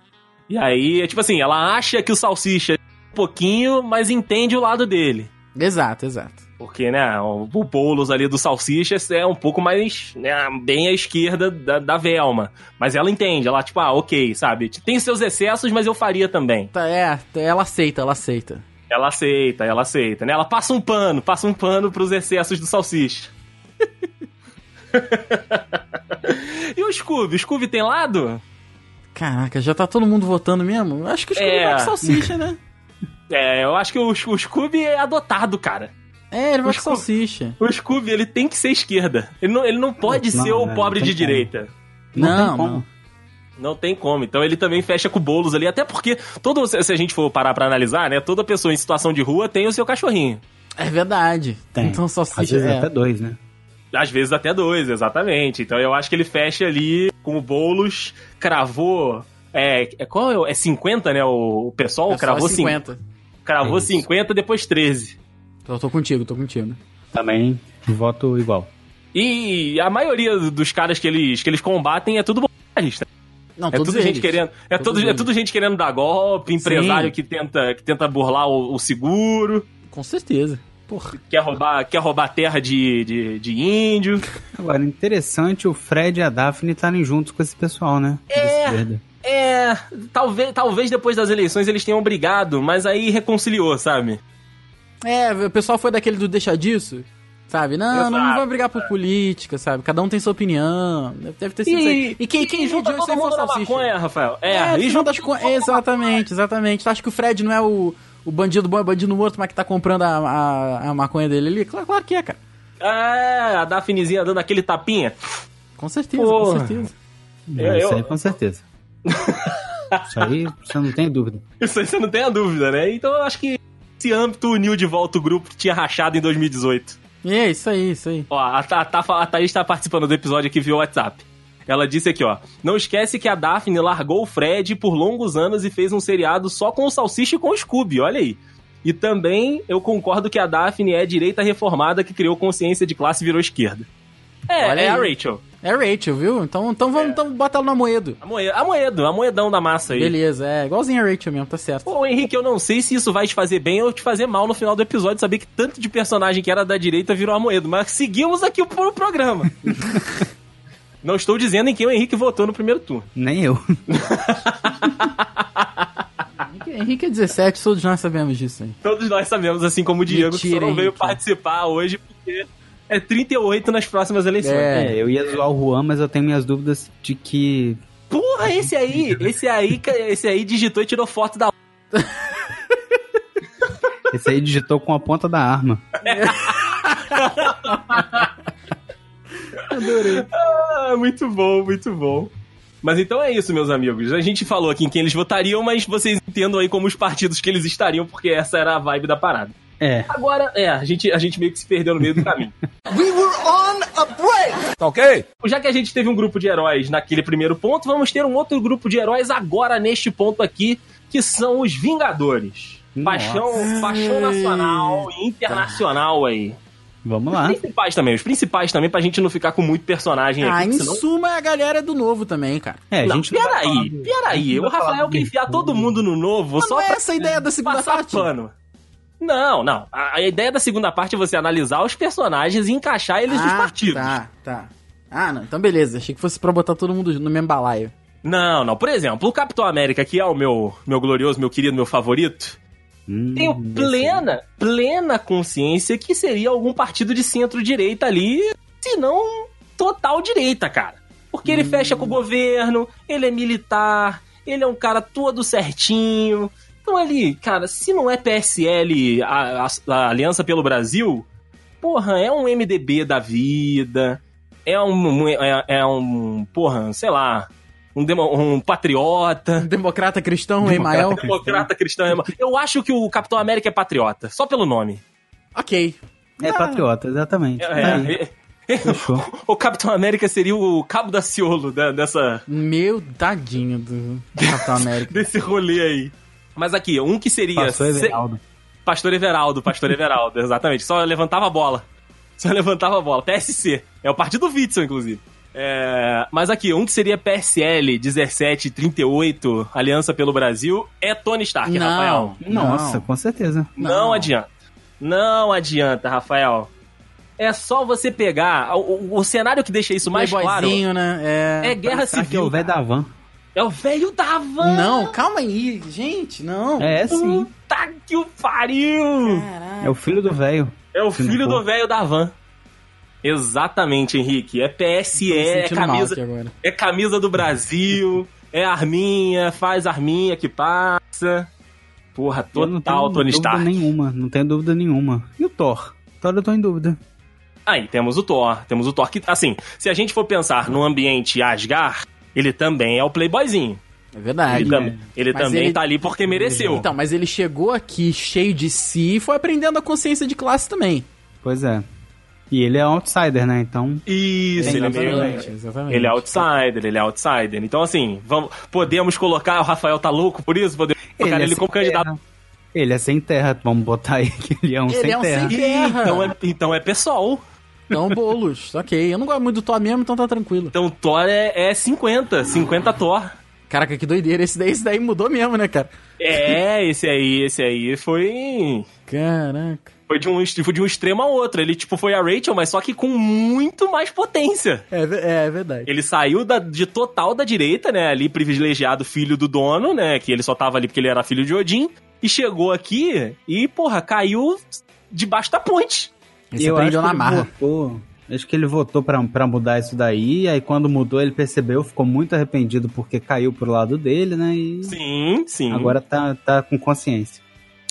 [SPEAKER 3] E aí, é tipo assim, ela acha que o Salsicha é um pouquinho, mas entende o lado dele.
[SPEAKER 2] Exato, exato.
[SPEAKER 3] Porque, né, o o Boulos ali do Salsicha é um pouco mais, né, bem à esquerda da, da Velma. Mas ela entende, ela tipo, ah, ok, sabe? Tem seus excessos, mas eu faria também.
[SPEAKER 2] Tá, é, ela aceita, ela aceita.
[SPEAKER 3] Ela aceita, ela aceita, né? Ela passa um pano, passa um pano pros excessos do Salsicha. e o Scooby? O Scooby tem lado?
[SPEAKER 2] Caraca, já tá todo mundo votando mesmo? Acho que o Scooby
[SPEAKER 3] É.
[SPEAKER 2] vai com salsicha, né?
[SPEAKER 3] É, eu acho que o, o Scooby é adotado, cara.
[SPEAKER 2] É, ele vai
[SPEAKER 3] O
[SPEAKER 2] com
[SPEAKER 3] Scooby-
[SPEAKER 2] salsicha.
[SPEAKER 3] O Scooby, ele tem que ser esquerda. Ele não, ele não pode
[SPEAKER 4] Não,
[SPEAKER 3] ser o
[SPEAKER 4] é,
[SPEAKER 3] pobre
[SPEAKER 4] não
[SPEAKER 3] de
[SPEAKER 4] tem como.
[SPEAKER 3] direita.
[SPEAKER 2] Não,
[SPEAKER 4] tem como.
[SPEAKER 2] não.
[SPEAKER 3] Não tem como. Então ele também fecha com bolos ali. Até porque, todo, se se a gente for parar pra analisar, né? Toda pessoa em situação de rua tem o seu cachorrinho.
[SPEAKER 2] É verdade.
[SPEAKER 4] Tem.
[SPEAKER 2] Então
[SPEAKER 4] Às
[SPEAKER 2] salsicha
[SPEAKER 4] vezes
[SPEAKER 2] é.
[SPEAKER 4] até dois, né?
[SPEAKER 3] Às vezes até dois, exatamente. Então eu acho que ele fecha ali com o bolos, cravou. É, é qual é? o- É 50, né? O, o pessoal
[SPEAKER 2] é só
[SPEAKER 3] cravou 50.
[SPEAKER 2] 50.
[SPEAKER 3] Cravou
[SPEAKER 4] É isso.
[SPEAKER 3] 50, depois 13.
[SPEAKER 2] Então, Eu tô contigo, tô contigo.
[SPEAKER 4] Também voto igual.
[SPEAKER 3] E a maioria dos caras que eles, que eles combatem é tudo bolsonarista.
[SPEAKER 2] Não,
[SPEAKER 3] É
[SPEAKER 2] todos
[SPEAKER 3] tudo gente
[SPEAKER 2] eles.
[SPEAKER 3] querendo, é
[SPEAKER 2] Todos
[SPEAKER 3] tudo, é
[SPEAKER 2] eles.
[SPEAKER 3] tudo gente querendo dar golpe, empresário
[SPEAKER 2] Sim.
[SPEAKER 3] que tenta, que tenta burlar o, o seguro,
[SPEAKER 2] Com certeza. Porra.
[SPEAKER 3] quer roubar, quer roubar terra de, de, de índio.
[SPEAKER 4] Agora, interessante o Fred e a Daphne estarem juntos com esse pessoal, né? De
[SPEAKER 3] É.
[SPEAKER 4] esquerda.
[SPEAKER 3] É, talvez, talvez depois das eleições eles tenham brigado, mas aí reconciliou, sabe?
[SPEAKER 2] É, o pessoal foi daquele do deixar disso, sabe? Não, não, não
[SPEAKER 3] Exato,
[SPEAKER 2] vamos brigar por política, sabe? Cada um tem sua opinião. Deve deve ter sido isso aí. E quem, quem
[SPEAKER 3] junta
[SPEAKER 2] judiou isso é aí foi
[SPEAKER 3] todo
[SPEAKER 2] o
[SPEAKER 3] mundo na
[SPEAKER 2] salsicha.
[SPEAKER 3] tá maconha, Rafael. É,
[SPEAKER 2] no
[SPEAKER 3] e
[SPEAKER 2] final
[SPEAKER 3] junta
[SPEAKER 2] das co- Exatamente, exatamente. Tu acha que o Fred não é o, o bandido bom, é bandido morto, mas que tá comprando a, a, a maconha dele ali? Claro, claro que é, cara.
[SPEAKER 3] é, a Daphnezinha dando aquele tapinha.
[SPEAKER 2] Com certeza,
[SPEAKER 3] Porra.
[SPEAKER 2] com certeza.
[SPEAKER 4] É, Isso
[SPEAKER 3] eu-
[SPEAKER 4] aí, com certeza. Isso aí, você não tem dúvida.
[SPEAKER 3] Isso aí você não tem a dúvida, né? Então eu acho que esse âmbito uniu de volta o grupo que tinha rachado em 2018.
[SPEAKER 2] É, isso aí, isso aí.
[SPEAKER 3] Ó, a, Tha- a, Tha- a Thaís tá participando do episódio aqui via WhatsApp. Ela disse aqui, ó. Não esquece que a Daphne largou o Fred por longos anos e fez um seriado só com o Salsicha e com o Scooby, olha aí. E também eu concordo que a Daphne é a direita reformada que criou consciência de classe e virou esquerda. É,
[SPEAKER 2] Olha
[SPEAKER 3] é a
[SPEAKER 2] aí.
[SPEAKER 3] Rachel.
[SPEAKER 2] É Rachel, viu? Então, então vamos então, bota ela no Amoedo.
[SPEAKER 3] A moeda, a moeda, a moedão da massa É. aí.
[SPEAKER 2] Beleza, é igualzinho a Rachel mesmo, tá certo.
[SPEAKER 3] Ô, Henrique, eu não sei se isso vai te fazer bem ou te fazer mal no final do episódio, saber que tanto de personagem que era da direita virou Amoedo, mas seguimos aqui o pro programa. não estou dizendo em quem o Henrique votou no primeiro turno.
[SPEAKER 4] Nem eu.
[SPEAKER 2] Henrique- Henrique é 17, todos nós sabemos disso aí.
[SPEAKER 3] Todos nós sabemos, assim como o Diego, que só
[SPEAKER 2] Mentira,
[SPEAKER 3] não veio
[SPEAKER 2] Henrique.
[SPEAKER 3] participar hoje porque é 38 nas próximas eleições.
[SPEAKER 2] É.
[SPEAKER 4] É, eu ia zoar o Juan, mas eu tenho minhas dúvidas de que.
[SPEAKER 3] Porra, esse aí, esse aí, ca- esse aí digitou e tirou foto da
[SPEAKER 4] Esse aí digitou com a ponta da arma.
[SPEAKER 2] Adorei.
[SPEAKER 3] Ah, muito bom, muito bom. Mas então é isso, meus amigos. A gente falou aqui em quem eles votariam, mas vocês entendam aí como os partidos que eles estariam, porque essa era a vibe da parada.
[SPEAKER 4] É.
[SPEAKER 3] Agora, é, a gente, a gente meio que se perdeu no meio do caminho.
[SPEAKER 1] Tá ok?
[SPEAKER 2] Ah,
[SPEAKER 3] Já que a gente teve um grupo de heróis naquele primeiro ponto, vamos ter um outro grupo de heróis agora neste ponto aqui, que são os Vingadores.
[SPEAKER 4] Nossa.
[SPEAKER 3] Paixão, paixão nacional e internacional aí.
[SPEAKER 4] Vamos lá.
[SPEAKER 3] Principais também, os principais também, pra gente não ficar com muito personagem
[SPEAKER 2] Ah,
[SPEAKER 3] aqui,
[SPEAKER 2] em
[SPEAKER 3] que senão
[SPEAKER 2] suma, é a galera do novo também, cara.
[SPEAKER 4] É, a
[SPEAKER 3] não,
[SPEAKER 4] gente. não vai falar
[SPEAKER 3] peraí,
[SPEAKER 4] do-
[SPEAKER 3] peraí.
[SPEAKER 4] não
[SPEAKER 3] O
[SPEAKER 4] vai falar
[SPEAKER 3] Rafael
[SPEAKER 4] do
[SPEAKER 3] quer enfiar
[SPEAKER 4] Mercúrio.
[SPEAKER 3] todo mundo no novo
[SPEAKER 2] Mas
[SPEAKER 3] só
[SPEAKER 2] não é
[SPEAKER 3] pra
[SPEAKER 2] essa a ideia da segunda
[SPEAKER 3] passar
[SPEAKER 2] parte?
[SPEAKER 3] pano. Não, não. A, a ideia da segunda parte é você analisar os personagens e encaixar eles nos
[SPEAKER 2] Ah,
[SPEAKER 3] partidos.
[SPEAKER 2] Tá, tá. Ah, não. Então beleza. Achei que fosse pra botar todo mundo no mesmo balaio.
[SPEAKER 3] Não, não. Por exemplo, o Capitão América, que é o meu, meu glorioso, meu querido, meu favorito,
[SPEAKER 4] Hum,
[SPEAKER 3] tenho
[SPEAKER 4] esse-
[SPEAKER 3] plena, plena consciência que seria algum partido de centro-direita ali, se não total direita, cara. Porque ele fecha com o governo, ele é militar, ele é um cara todo certinho. Então ali, cara, se não é PSL, a, a- a Aliança pelo Brasil, porra, é um MDB da vida, é um, é, é um porra, sei lá, um, demo- um patriota.
[SPEAKER 2] Democrata cristão, Emael.
[SPEAKER 3] Democrata cristão. irmão. Eu acho que o Capitão América é patriota, só pelo nome.
[SPEAKER 2] Ok.
[SPEAKER 4] É patriota, exatamente.
[SPEAKER 3] É,
[SPEAKER 4] Tá aí,
[SPEAKER 3] é.
[SPEAKER 4] fechou.
[SPEAKER 3] O Capitão América seria o cabo da Ciolo da- dessa,
[SPEAKER 2] Meu tadinho do Capitão América.
[SPEAKER 3] desse rolê aí. Mas aqui, um que seria.
[SPEAKER 4] Passou
[SPEAKER 3] se-
[SPEAKER 4] Everaldo.
[SPEAKER 3] Pastor Everaldo, Pastor Everaldo, exatamente. Só levantava a bola. Só levantava a bola. PSC. É o partido Witzel, inclusive. É, Mas aqui, um que seria PSL 1738, Aliança pelo Brasil, é Tony Stark,
[SPEAKER 2] Não.
[SPEAKER 3] Rafael.
[SPEAKER 4] Nossa,
[SPEAKER 2] Não.
[SPEAKER 4] com certeza.
[SPEAKER 3] Não.
[SPEAKER 2] Não.
[SPEAKER 3] adianta. Não adianta, Rafael. É só você pegar. O, o- o cenário que deixa isso mais claro
[SPEAKER 2] Playboyzinho, né? É...
[SPEAKER 3] é guerra
[SPEAKER 4] Aqui é
[SPEAKER 3] civil.
[SPEAKER 4] o velho da van.
[SPEAKER 3] É o velho da van.
[SPEAKER 2] Não, calma aí, gente, não.
[SPEAKER 4] É, sim.
[SPEAKER 3] Puta que o pariu!
[SPEAKER 2] Caraca.
[SPEAKER 4] É o filho do velho.
[SPEAKER 3] É o
[SPEAKER 4] Sim,
[SPEAKER 3] filho
[SPEAKER 4] pô.
[SPEAKER 3] do velho da van. Exatamente, Henrique. É PSE,
[SPEAKER 2] Tô me
[SPEAKER 3] é
[SPEAKER 2] sentindo mal aqui
[SPEAKER 3] camisa,
[SPEAKER 2] agora.
[SPEAKER 3] é camisa do Brasil, é arminha, faz arminha que passa. Porra,
[SPEAKER 4] Eu não
[SPEAKER 3] total
[SPEAKER 4] tenho
[SPEAKER 3] Tony
[SPEAKER 4] dúvida
[SPEAKER 3] Stark.
[SPEAKER 4] nenhuma, não tenho dúvida nenhuma. E o Thor? Thor eu tô em dúvida.
[SPEAKER 3] Aí temos o Thor, temos o Thor que, assim, se a gente for pensar no ambiente Asgard, ele também é o playboyzinho.
[SPEAKER 2] É verdade.
[SPEAKER 3] Ele, tam- ele
[SPEAKER 2] Mas
[SPEAKER 3] também
[SPEAKER 2] ele-
[SPEAKER 3] tá ali porque mereceu.
[SPEAKER 2] Então, mas ele chegou aqui cheio de si e foi aprendendo a consciência de classe também.
[SPEAKER 4] Pois é. E ele é um outsider, né? Então,
[SPEAKER 3] Isso, ele é
[SPEAKER 2] tá
[SPEAKER 3] meio...
[SPEAKER 2] exatamente, exatamente.
[SPEAKER 3] Ele é outsider, ele é outsider. Então, assim, vamos, podemos colocar. O Rafael tá louco por isso? Podemos colocar ele,
[SPEAKER 4] é sem
[SPEAKER 3] como candidato.
[SPEAKER 4] terra. Ele é sem terra, vamos botar aí que ele é um
[SPEAKER 2] Ele
[SPEAKER 4] sem
[SPEAKER 2] é um
[SPEAKER 4] terra.
[SPEAKER 2] sem-
[SPEAKER 3] Ih,
[SPEAKER 2] Terra.
[SPEAKER 3] Então é, então é pessoal.
[SPEAKER 2] Então, bolos, ok. Eu não gosto muito do Thor mesmo, então tá tranquilo.
[SPEAKER 3] Então Thor é, é 50, 50 Thor.
[SPEAKER 2] Caraca, que doideira. Esse daí, esse daí mudou mesmo, né, cara?
[SPEAKER 3] É, esse aí, esse aí foi.
[SPEAKER 2] Caraca.
[SPEAKER 3] Foi de um, est- foi de um extremo ao outro. Ele, tipo, foi a Rachel, mas só que com muito mais potência.
[SPEAKER 2] É, ve- é verdade.
[SPEAKER 3] Ele saiu da- de total da direita, né? Ali, privilegiado filho do dono, né? Que ele só tava ali porque ele era filho de Odin. E chegou aqui e, porra, caiu debaixo da ponte.
[SPEAKER 2] Ele aprendeu na
[SPEAKER 4] ele
[SPEAKER 2] marra.
[SPEAKER 4] votou- acho que ele votou pra, pra mudar isso daí, aí quando mudou ele percebeu, ficou muito arrependido porque caiu pro lado dele, né? E
[SPEAKER 3] Sim, sim.
[SPEAKER 4] agora tá, tá com consciência.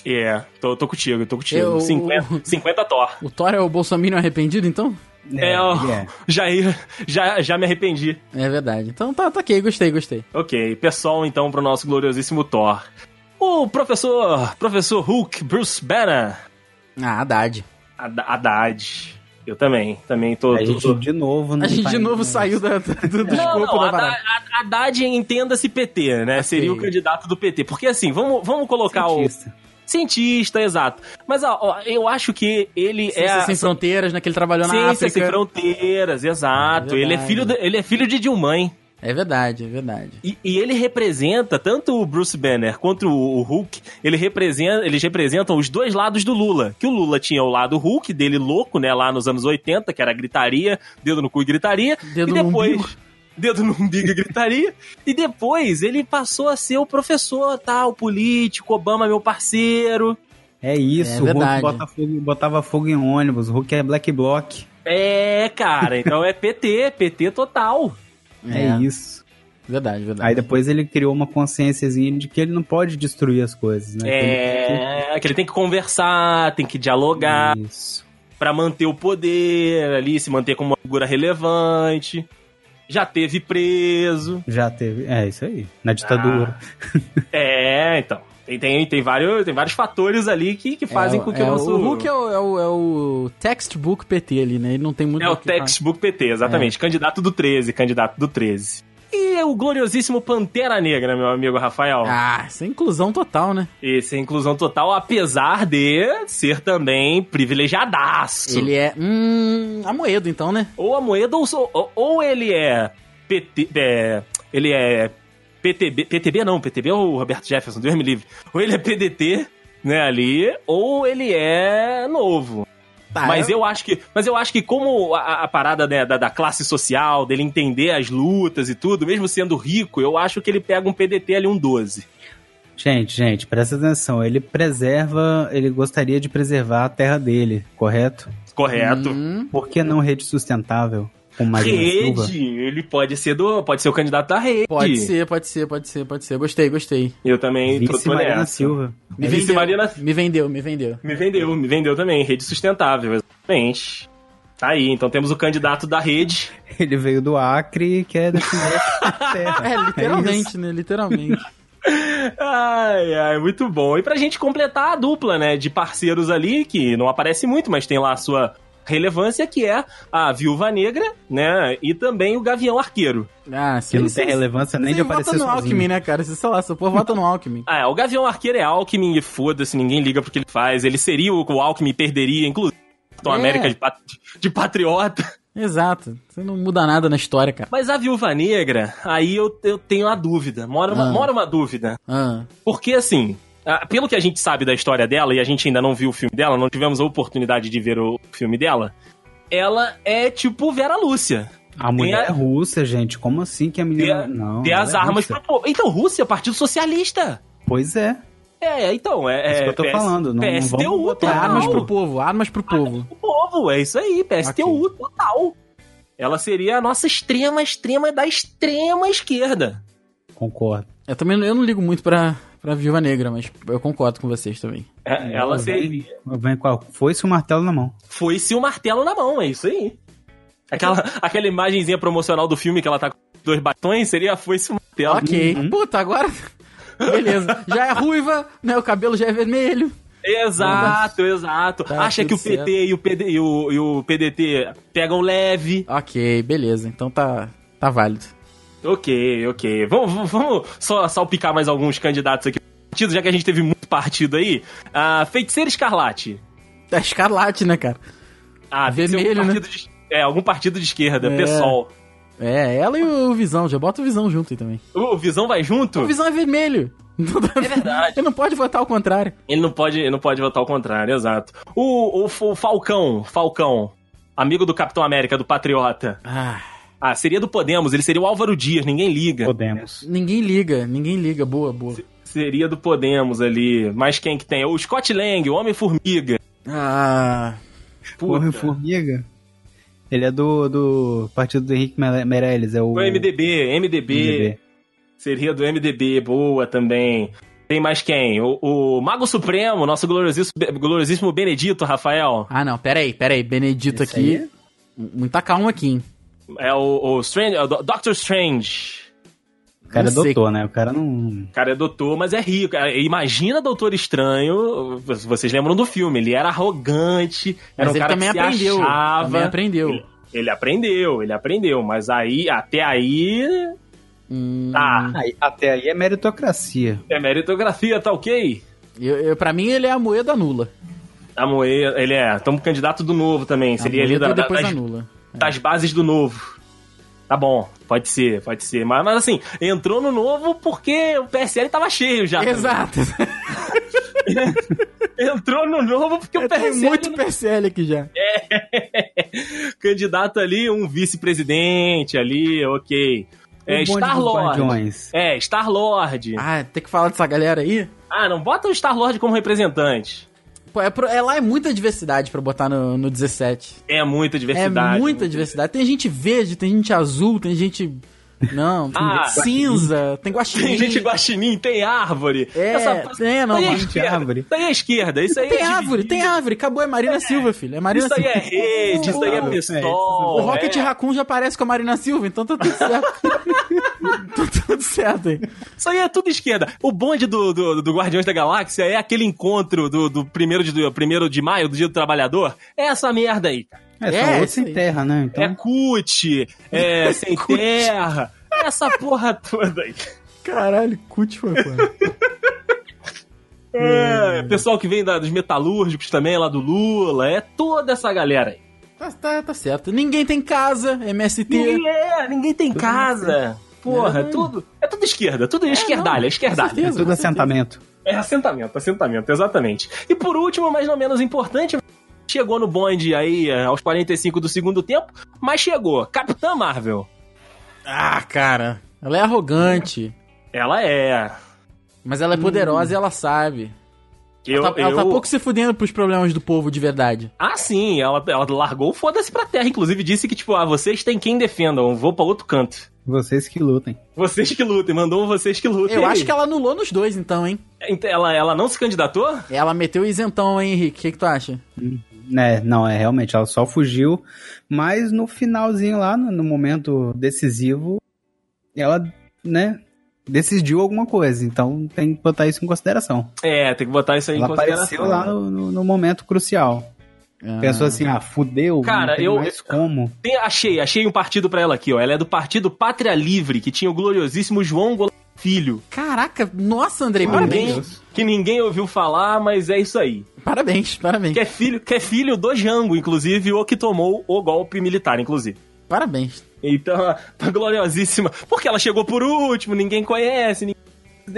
[SPEAKER 3] É, tô, tô contigo, tô contigo.
[SPEAKER 2] Eu-
[SPEAKER 3] 50, 50 Thor.
[SPEAKER 2] O Thor é o Bolsonaro arrependido, então?
[SPEAKER 3] É, ó.
[SPEAKER 4] ele é.
[SPEAKER 3] Já, ia- já, já me arrependi.
[SPEAKER 2] É verdade. Então tá, tá ok, gostei, gostei.
[SPEAKER 3] Ok, pessoal, então, pro nosso gloriosíssimo Thor. O professor, professor Hulk Bruce Banner,
[SPEAKER 2] Ah, Haddad.
[SPEAKER 3] Had- Haddad. Eu também, também tô.
[SPEAKER 4] A
[SPEAKER 3] tô-
[SPEAKER 4] gente de novo, né?
[SPEAKER 2] A gente de novo saiu da, do, do escopo da
[SPEAKER 3] Haddad,
[SPEAKER 2] parada.
[SPEAKER 3] Haddad- Haddad entenda-se PT, né?
[SPEAKER 2] Ok.
[SPEAKER 3] Seria o candidato do PT. Porque assim, vamos, vamos colocar
[SPEAKER 4] Cientista.
[SPEAKER 3] o. Cientista, exato. Mas ó, ó, eu acho que ele é.
[SPEAKER 2] Ciências
[SPEAKER 3] a-
[SPEAKER 2] Sem Fronteiras, né? Que ele trabalhou na
[SPEAKER 3] Ciência
[SPEAKER 2] África.
[SPEAKER 3] sem fronteiras, exato.
[SPEAKER 2] É
[SPEAKER 3] ele, é
[SPEAKER 2] verdade.
[SPEAKER 3] filho de, ele é filho de Dilma, hein?
[SPEAKER 2] É verdade, é verdade.
[SPEAKER 3] E, e ele representa, tanto o Bruce Banner quanto o, o Hulk, ele representa, eles representam os dois lados do Lula. Que o Lula tinha o lado Hulk dele louco, né, lá nos anos 80, que era gritaria, dedo no cu e gritaria.
[SPEAKER 2] Dedo
[SPEAKER 3] e
[SPEAKER 2] no
[SPEAKER 3] depois.
[SPEAKER 2] umbigo.
[SPEAKER 3] Dedo no umbigo e gritaria. E depois ele passou a ser o professor, tal, político, Obama, meu parceiro.
[SPEAKER 4] É isso,
[SPEAKER 2] É
[SPEAKER 4] o Hulk
[SPEAKER 2] verdade.
[SPEAKER 4] bota fogo- botava fogo em ônibus, o Hulk é black block.
[SPEAKER 3] É, cara, então é PT, PT total.
[SPEAKER 4] É, isso.
[SPEAKER 2] Verdade, verdade.
[SPEAKER 4] Aí depois ele criou uma consciênciazinha de que ele não pode destruir as coisas, né?
[SPEAKER 3] É, que ele tem que conversar, tem que dialogar.
[SPEAKER 4] Que ele- Isso.
[SPEAKER 3] Pra manter o poder ali, se manter como uma figura relevante. Já teve preso.
[SPEAKER 4] Já teve. É, isso aí. Na ditadura.
[SPEAKER 3] É, então. Tem, tem, tem, vários, tem vários fatores ali que, que fazem
[SPEAKER 2] É,
[SPEAKER 3] com que
[SPEAKER 2] é,
[SPEAKER 3] o nosso.
[SPEAKER 2] O Hulk é o, é o- é o textbook PT ali, né? Ele não tem muito...
[SPEAKER 3] É o
[SPEAKER 2] que É. falar.
[SPEAKER 3] textbook PT, exatamente. Candidato do 13, candidato do 13. E é o gloriosíssimo Pantera Negra, meu amigo Rafael.
[SPEAKER 2] Ah, isso é inclusão total, né?
[SPEAKER 3] Esse é inclusão total, apesar de ser também privilegiadaço.
[SPEAKER 2] Ele é... Hum... Amoedo, então, né?
[SPEAKER 3] Ou a moeda, ou, so- ou- ou ele é PT. é, ele é PTB. PTB não, PTB é o Roberto Jefferson, Deus me livre. Ou ele é PDT, né, ali, ou ele é novo.
[SPEAKER 2] Tá,
[SPEAKER 3] mas
[SPEAKER 2] é-
[SPEAKER 3] eu acho que. Mas eu acho que como a, a parada né, da, da classe social, dele entender as lutas e tudo, mesmo sendo rico, eu acho que ele pega um PDT ali, um 12.
[SPEAKER 4] Gente, gente, presta atenção. Ele preserva. Ele gostaria de preservar a terra dele, correto?
[SPEAKER 3] Correto.
[SPEAKER 2] Hum,
[SPEAKER 4] Por que não rede sustentável? Com Marina Silva?
[SPEAKER 3] Rede, ele pode ser do, pode ser o candidato da rede.
[SPEAKER 2] pode ser, pode ser, pode ser, pode ser. Gostei, gostei.
[SPEAKER 3] Eu também tô-
[SPEAKER 4] Vice
[SPEAKER 3] tô
[SPEAKER 4] Marina
[SPEAKER 3] nessa.
[SPEAKER 4] Silva.
[SPEAKER 2] Me
[SPEAKER 3] Vice
[SPEAKER 2] vendeu,
[SPEAKER 3] Marina-
[SPEAKER 2] me vendeu, me vendeu.
[SPEAKER 3] Me vendeu, me vendeu também. Rede sustentável, exatamente. Tá aí, então temos o candidato da rede.
[SPEAKER 4] Ele veio do Acre e quer defender a terra.
[SPEAKER 2] É, literalmente, né? Literalmente.
[SPEAKER 3] Ai, ai, muito bom. E pra gente completar a dupla, né, de parceiros ali, que não aparece muito, mas tem lá a sua relevância, que é a Viúva Negra, né, e também o Gavião Arqueiro.
[SPEAKER 2] Ah,
[SPEAKER 4] Que
[SPEAKER 2] sim.
[SPEAKER 4] não tem relevância nem de aparecer
[SPEAKER 2] vota no
[SPEAKER 4] sozinho.
[SPEAKER 2] Alckmin, né, cara? Você, sei lá, seu povo vota no Alckmin.
[SPEAKER 3] Ah, é, o Gavião Arqueiro é Alckmin e foda-se, ninguém liga pro que ele faz. Ele seria o que o Alckmin perderia, inclusive. Capitão
[SPEAKER 2] É.
[SPEAKER 3] América de, pat- de patriota.
[SPEAKER 2] Exato. Você não muda nada na história, cara.
[SPEAKER 3] Mas a Viúva Negra, aí eu, eu tenho a dúvida. Mora uma,
[SPEAKER 2] Ah.
[SPEAKER 3] mora uma dúvida.
[SPEAKER 2] Ah,
[SPEAKER 3] Porque, assim, ah, pelo que a gente sabe da história dela, e a gente ainda não viu o filme dela, não tivemos a oportunidade de ver o filme dela, ela é tipo Vera Lúcia.
[SPEAKER 4] A mulher
[SPEAKER 3] a-
[SPEAKER 4] é russa, gente. Como assim que a menina.
[SPEAKER 3] a-
[SPEAKER 4] não.
[SPEAKER 3] Tem
[SPEAKER 4] ela
[SPEAKER 3] as
[SPEAKER 4] é
[SPEAKER 3] armas pro
[SPEAKER 4] russa.
[SPEAKER 3] povo. Então, Rússia, Partido Socialista.
[SPEAKER 4] Pois é.
[SPEAKER 3] É, então, é.
[SPEAKER 4] isso que eu tô
[SPEAKER 3] PS
[SPEAKER 4] falando, não- não
[SPEAKER 3] PSTU
[SPEAKER 4] vamos botar
[SPEAKER 2] tem
[SPEAKER 3] total.
[SPEAKER 2] armas pro povo, armas pro povo.
[SPEAKER 3] O povo, é isso aí, PSTU total. Ela seria a nossa extrema, extrema da extrema esquerda.
[SPEAKER 4] Concordo.
[SPEAKER 2] Eu também não- eu não ligo muito pra, pra Viúva Negra, mas eu concordo com vocês também.
[SPEAKER 3] É, ela seria.
[SPEAKER 4] Vem com a foice e o martelo na mão.
[SPEAKER 3] foi-se o martelo na mão, é isso aí. Aquela, aquela imagenzinha promocional do filme que ela tá com dois batons seria foi-se o martelo.
[SPEAKER 2] Ok. Puta, agora. Beleza. Já é ruiva, né? O cabelo já é vermelho.
[SPEAKER 3] Exato, exato.
[SPEAKER 2] Tá
[SPEAKER 3] Acha que o
[SPEAKER 2] tudo
[SPEAKER 3] PT e o, PD, e, o, e o PDT pegam leve.
[SPEAKER 2] Ok, beleza. Então tá, tá válido.
[SPEAKER 3] Ok, ok. Vamos, vamos- vamos só salpicar mais alguns candidatos aqui. Partido, Já que a gente teve muito partido aí. Ah, Feiticeira Escarlate.
[SPEAKER 2] É escarlate, né, cara?
[SPEAKER 3] Ah, deve ser algum
[SPEAKER 2] Vermelho, né?
[SPEAKER 3] partido de- é, algum partido de esquerda,
[SPEAKER 2] É.
[SPEAKER 3] PSOL.
[SPEAKER 2] É, ela e o Visão. Já bota o Visão junto aí também.
[SPEAKER 3] O Visão vai junto?
[SPEAKER 2] O Visão é vermelho. É
[SPEAKER 3] verdade.
[SPEAKER 2] Ele não pode votar ao contrário.
[SPEAKER 3] Ele não pode, ele não pode votar ao contrário, exato. O, o, F- o Falcão, Falcão, amigo do Capitão América, do Patriota.
[SPEAKER 2] Ah,
[SPEAKER 3] Ah, seria do Podemos, ele seria o Álvaro Dias, ninguém liga.
[SPEAKER 4] Podemos.
[SPEAKER 2] ninguém liga, ninguém liga. Boa, boa.
[SPEAKER 3] Seria do Podemos ali. Mas quem que tem? O Scott Lang, o Homem-Formiga.
[SPEAKER 2] Ah,
[SPEAKER 3] Puta.
[SPEAKER 4] Porra, formiga. Ele é do, do partido do Henrique Mele- Meirelles. É
[SPEAKER 3] O
[SPEAKER 4] o.
[SPEAKER 3] MDB, MDB,
[SPEAKER 4] MDB.
[SPEAKER 3] Seria do MDB, boa também. Tem mais quem? O, o Mago Supremo, nosso gloriosíssimo, gloriosíssimo Benedito, Rafael.
[SPEAKER 2] ah não, peraí, peraí. Benedito
[SPEAKER 4] Esse
[SPEAKER 2] aqui.
[SPEAKER 4] aí é-
[SPEAKER 2] Muita calma aqui, hein?
[SPEAKER 3] É o, o Strange, é o Do- Doctor Strange.
[SPEAKER 4] cara é
[SPEAKER 2] Não sei.
[SPEAKER 4] doutor, né? O cara não.
[SPEAKER 3] O cara é doutor, mas é rico. É, Imagina Doutor Estranho, v- vocês lembram do filme, ele era arrogante,
[SPEAKER 2] Mas
[SPEAKER 3] era um
[SPEAKER 2] ele
[SPEAKER 3] cara
[SPEAKER 2] também
[SPEAKER 3] que se
[SPEAKER 2] aprendeu.
[SPEAKER 3] achava.
[SPEAKER 2] Também aprendeu.
[SPEAKER 3] Ele aprendeu, ele aprendeu, mas aí, até aí,
[SPEAKER 2] Hum,
[SPEAKER 3] tá.
[SPEAKER 4] Aí, até aí é meritocracia.
[SPEAKER 3] É meritocracia, tá ok?
[SPEAKER 2] eu, eu, pra mim, ele é a moeda nula.
[SPEAKER 3] A Moeda, ele é, estamos candidato do novo também,
[SPEAKER 2] A
[SPEAKER 3] seria ali
[SPEAKER 2] moeda
[SPEAKER 3] da,
[SPEAKER 2] e Tá depois né?
[SPEAKER 3] das,
[SPEAKER 2] anula.
[SPEAKER 3] das bases do novo. Tá bom, pode ser, pode ser. Mas, mas assim, entrou no novo porque o PSL tava cheio já.
[SPEAKER 2] Exato.
[SPEAKER 3] Entrou no novo porque o
[SPEAKER 2] É, Tem
[SPEAKER 3] PSL
[SPEAKER 2] muito PSL aqui já.
[SPEAKER 3] candidato ali, um vice-presidente ali, ok. É
[SPEAKER 4] O Um bonde dos
[SPEAKER 3] Star-Lord.
[SPEAKER 4] Guardiões.
[SPEAKER 3] É, Star-Lord. Ah.
[SPEAKER 2] Ah, tem que falar dessa galera aí?
[SPEAKER 3] não bota o Star-Lord como representante.
[SPEAKER 2] Pô, é, pro- é lá é muita diversidade pra botar no, no 17.
[SPEAKER 3] É muita diversidade.
[SPEAKER 2] É muita diversidade. Tem gente verde, tem gente azul, tem gente. Não, tem
[SPEAKER 3] Ah,
[SPEAKER 2] gente cinza, tem guaxinim.
[SPEAKER 3] Tem gente guaxinim, tem árvore.
[SPEAKER 2] É, tem, não,
[SPEAKER 3] Daí à
[SPEAKER 2] mano,
[SPEAKER 4] tem
[SPEAKER 3] esquerda,
[SPEAKER 4] árvore.
[SPEAKER 3] Daí à esquerda, isso aí
[SPEAKER 2] Tem
[SPEAKER 3] é
[SPEAKER 2] árvore,
[SPEAKER 3] dividido.
[SPEAKER 2] tem árvore. Acabou, é Marina Silva, filho. É Marina
[SPEAKER 3] Isso aí
[SPEAKER 2] Silva.
[SPEAKER 3] é rede, isso aí é
[SPEAKER 4] É, isso aí.
[SPEAKER 3] pistol.
[SPEAKER 2] O Rocket
[SPEAKER 3] é.
[SPEAKER 2] Raccoon já parece com a Marina Silva, então tá tudo certo. tá tudo certo aí.
[SPEAKER 3] Isso aí é tudo esquerda. O bonde do, do, do Guardiões da Galáxia é aquele encontro do, do, primeiro de, do primeiro de maio, do Dia do Trabalhador. É essa merda aí, cara.
[SPEAKER 4] É,
[SPEAKER 2] É,
[SPEAKER 4] só outro
[SPEAKER 2] isso aí.
[SPEAKER 4] sem terra, né? Então,
[SPEAKER 3] É CUT, é Sem Terra, essa porra toda aí.
[SPEAKER 2] Caralho, cut foi, pô.
[SPEAKER 3] É, pessoal que vem da- dos metalúrgicos também, lá do Lula, é toda essa galera aí.
[SPEAKER 2] Tá, tá, tá certo. Ninguém tem casa, MST.
[SPEAKER 3] Ninguém é, ninguém tem casa. Porra, é
[SPEAKER 2] Verdade.
[SPEAKER 3] tudo, é tudo esquerda, tudo
[SPEAKER 2] não,
[SPEAKER 3] esquerdalha,
[SPEAKER 2] com
[SPEAKER 3] esquerdalha.
[SPEAKER 2] certeza.
[SPEAKER 4] é tudo assentamento.
[SPEAKER 3] É assentamento, assentamento, exatamente. E por último, mas não menos importante, chegou no bonde aí é, aos 45 do segundo tempo, mas chegou, Capitã Marvel.
[SPEAKER 2] Ah, cara. Ela é arrogante,
[SPEAKER 3] Ela é.
[SPEAKER 2] mas ela é poderosa e ela sabe.
[SPEAKER 3] Hum. Eu,
[SPEAKER 2] Ela tá, ela tá
[SPEAKER 3] eu-
[SPEAKER 2] pouco se fudendo pros problemas do povo de verdade.
[SPEAKER 3] Ah, sim, ela, ela largou o foda-se pra terra. Inclusive disse que, tipo, ah, vocês têm quem defendam, vou pra outro canto.
[SPEAKER 4] Vocês que lutem.
[SPEAKER 3] Vocês que lutem, mandou um vocês que lutem.
[SPEAKER 2] Eu acho que ela anulou nos dois, então, hein?
[SPEAKER 3] Ent- ela. Ela não se candidatou?
[SPEAKER 2] Ela meteu o isentão, hein, Henrique? O que, que tu acha?
[SPEAKER 4] É, não, é realmente, ela só fugiu, mas no finalzinho lá, no, no momento decisivo, ela, né, decidiu alguma coisa, então tem que botar isso em consideração.
[SPEAKER 3] É, tem que botar isso aí
[SPEAKER 4] ela
[SPEAKER 3] em consideração. né?
[SPEAKER 4] apareceu lá no, no- no momento crucial. Pensou assim, ah, fudeu,
[SPEAKER 3] Cara,
[SPEAKER 4] não tem
[SPEAKER 3] eu-
[SPEAKER 4] mais como.
[SPEAKER 3] Tem- achei, achei um partido pra ela aqui, ó. Ela é do partido Pátria Livre, que tinha o gloriosíssimo João Goulart Filho.
[SPEAKER 2] Caraca, nossa, Andrei,
[SPEAKER 3] Parabéns.
[SPEAKER 2] parabéns.
[SPEAKER 3] Que ninguém ouviu falar, mas é isso aí.
[SPEAKER 2] Parabéns, parabéns.
[SPEAKER 3] Que é filho, que é filho do Jango, inclusive, o que tomou o golpe militar, inclusive.
[SPEAKER 2] Parabéns.
[SPEAKER 3] Então, a a gloriosíssima. Porque ela chegou por último, ninguém conhece, ninguém.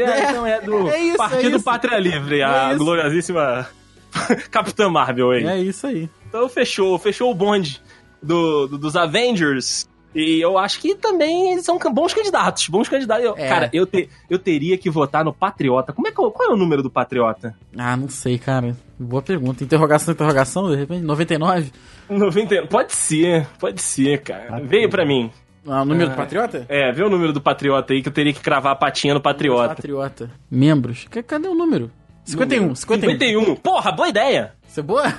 [SPEAKER 3] É, então é do
[SPEAKER 2] é isso,
[SPEAKER 3] Partido
[SPEAKER 2] é isso.
[SPEAKER 3] Pátria Livre,
[SPEAKER 2] É
[SPEAKER 3] a
[SPEAKER 2] isso.
[SPEAKER 3] gloriosíssima Capitã Marvel aí.
[SPEAKER 2] É isso aí.
[SPEAKER 3] Então fechou, fechou o bonde do, do- dos Avengers. E eu acho que também eles são bons candidatos, bons candidatos. Eu-
[SPEAKER 2] É.
[SPEAKER 3] Cara, eu, te- eu teria que votar no Patriota. Como é que, eu- qual é o número do Patriota?
[SPEAKER 2] Ah, não sei, cara. Boa pergunta. Interrogação, interrogação, de repente, 99?
[SPEAKER 3] 90. Pode ser, pode ser, cara. Veio pra mim.
[SPEAKER 2] Ah, o número
[SPEAKER 3] Ah,
[SPEAKER 2] do Patriota?
[SPEAKER 3] É, vê o número do Patriota aí que eu teria que cravar a patinha no Patriota.
[SPEAKER 2] Patriota. Membros. C- Cadê o número? 51, 51.
[SPEAKER 3] 51. Porra, boa ideia!
[SPEAKER 2] Isso é boa?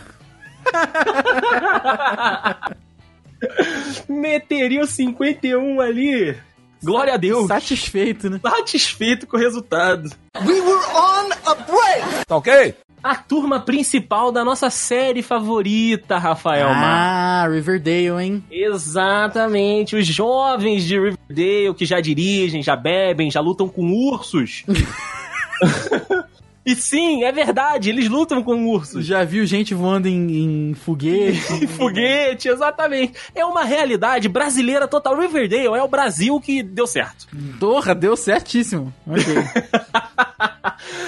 [SPEAKER 3] Meteria o 51 ali. Glória a Deus.
[SPEAKER 2] Satisfeito, né?
[SPEAKER 3] Satisfeito com o resultado.
[SPEAKER 1] Tá ok?
[SPEAKER 3] A turma principal da nossa série favorita, Rafael Mar.
[SPEAKER 2] ah, Riverdale, hein?
[SPEAKER 3] Exatamente, os jovens de Riverdale que já dirigem, já bebem, já lutam com ursos. e sim, é verdade, eles lutam com ursos.
[SPEAKER 2] Já viu gente voando em, em foguete?
[SPEAKER 3] E foguete, exatamente. É uma realidade brasileira total. Riverdale é o Brasil que deu certo.
[SPEAKER 2] Torra, deu certíssimo. Ok.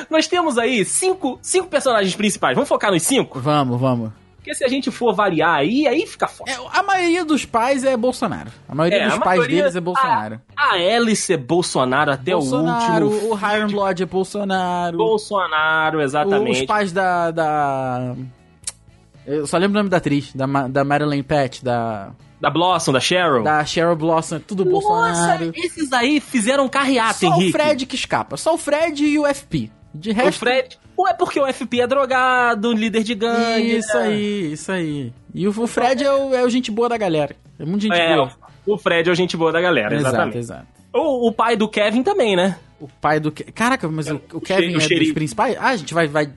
[SPEAKER 3] Nós temos aí cinco, cinco personagens principais. Vamos focar nos cinco?
[SPEAKER 2] vamos, vamos.
[SPEAKER 3] Porque se a gente for variar aí, aí fica foda.
[SPEAKER 2] É, a maioria dos pais é Bolsonaro. A maioria
[SPEAKER 3] É,
[SPEAKER 2] dos
[SPEAKER 3] a
[SPEAKER 2] pais
[SPEAKER 3] maioria-
[SPEAKER 2] deles é Bolsonaro.
[SPEAKER 3] A Alice é Bolsonaro até
[SPEAKER 2] Bolsonaro,
[SPEAKER 3] o último.
[SPEAKER 2] o Hiram Lodge é Bolsonaro.
[SPEAKER 3] Bolsonaro, exatamente.
[SPEAKER 2] Os pais da, da. Eu só lembro o nome da atriz, da, Ma- da Marilyn Pat, da.
[SPEAKER 3] Da Blossom, da Cheryl.
[SPEAKER 2] Da Cheryl Blossom, é tudo Bolsonaro.
[SPEAKER 3] esses aí fizeram carreata,
[SPEAKER 2] é Só
[SPEAKER 3] Henrique.
[SPEAKER 2] o Fred que escapa. Só o Fred e o FP. De
[SPEAKER 3] O
[SPEAKER 2] resto.
[SPEAKER 3] Fred. Ou é porque o FP é drogado, líder de gangue.
[SPEAKER 2] Isso aí, isso aí. E o, o Fred é o, é o gente boa da galera. É muito gente
[SPEAKER 3] É,
[SPEAKER 2] boa.
[SPEAKER 3] o Fred é o gente boa da galera,
[SPEAKER 2] Exato,
[SPEAKER 3] exatamente.
[SPEAKER 2] exato.
[SPEAKER 3] O, o pai do Kevin também, né?
[SPEAKER 2] O pai do. Ke- Caraca, mas o, o
[SPEAKER 3] o
[SPEAKER 2] Kevin é
[SPEAKER 3] xerife.
[SPEAKER 2] dos principais? Ah, a gente vai. vai...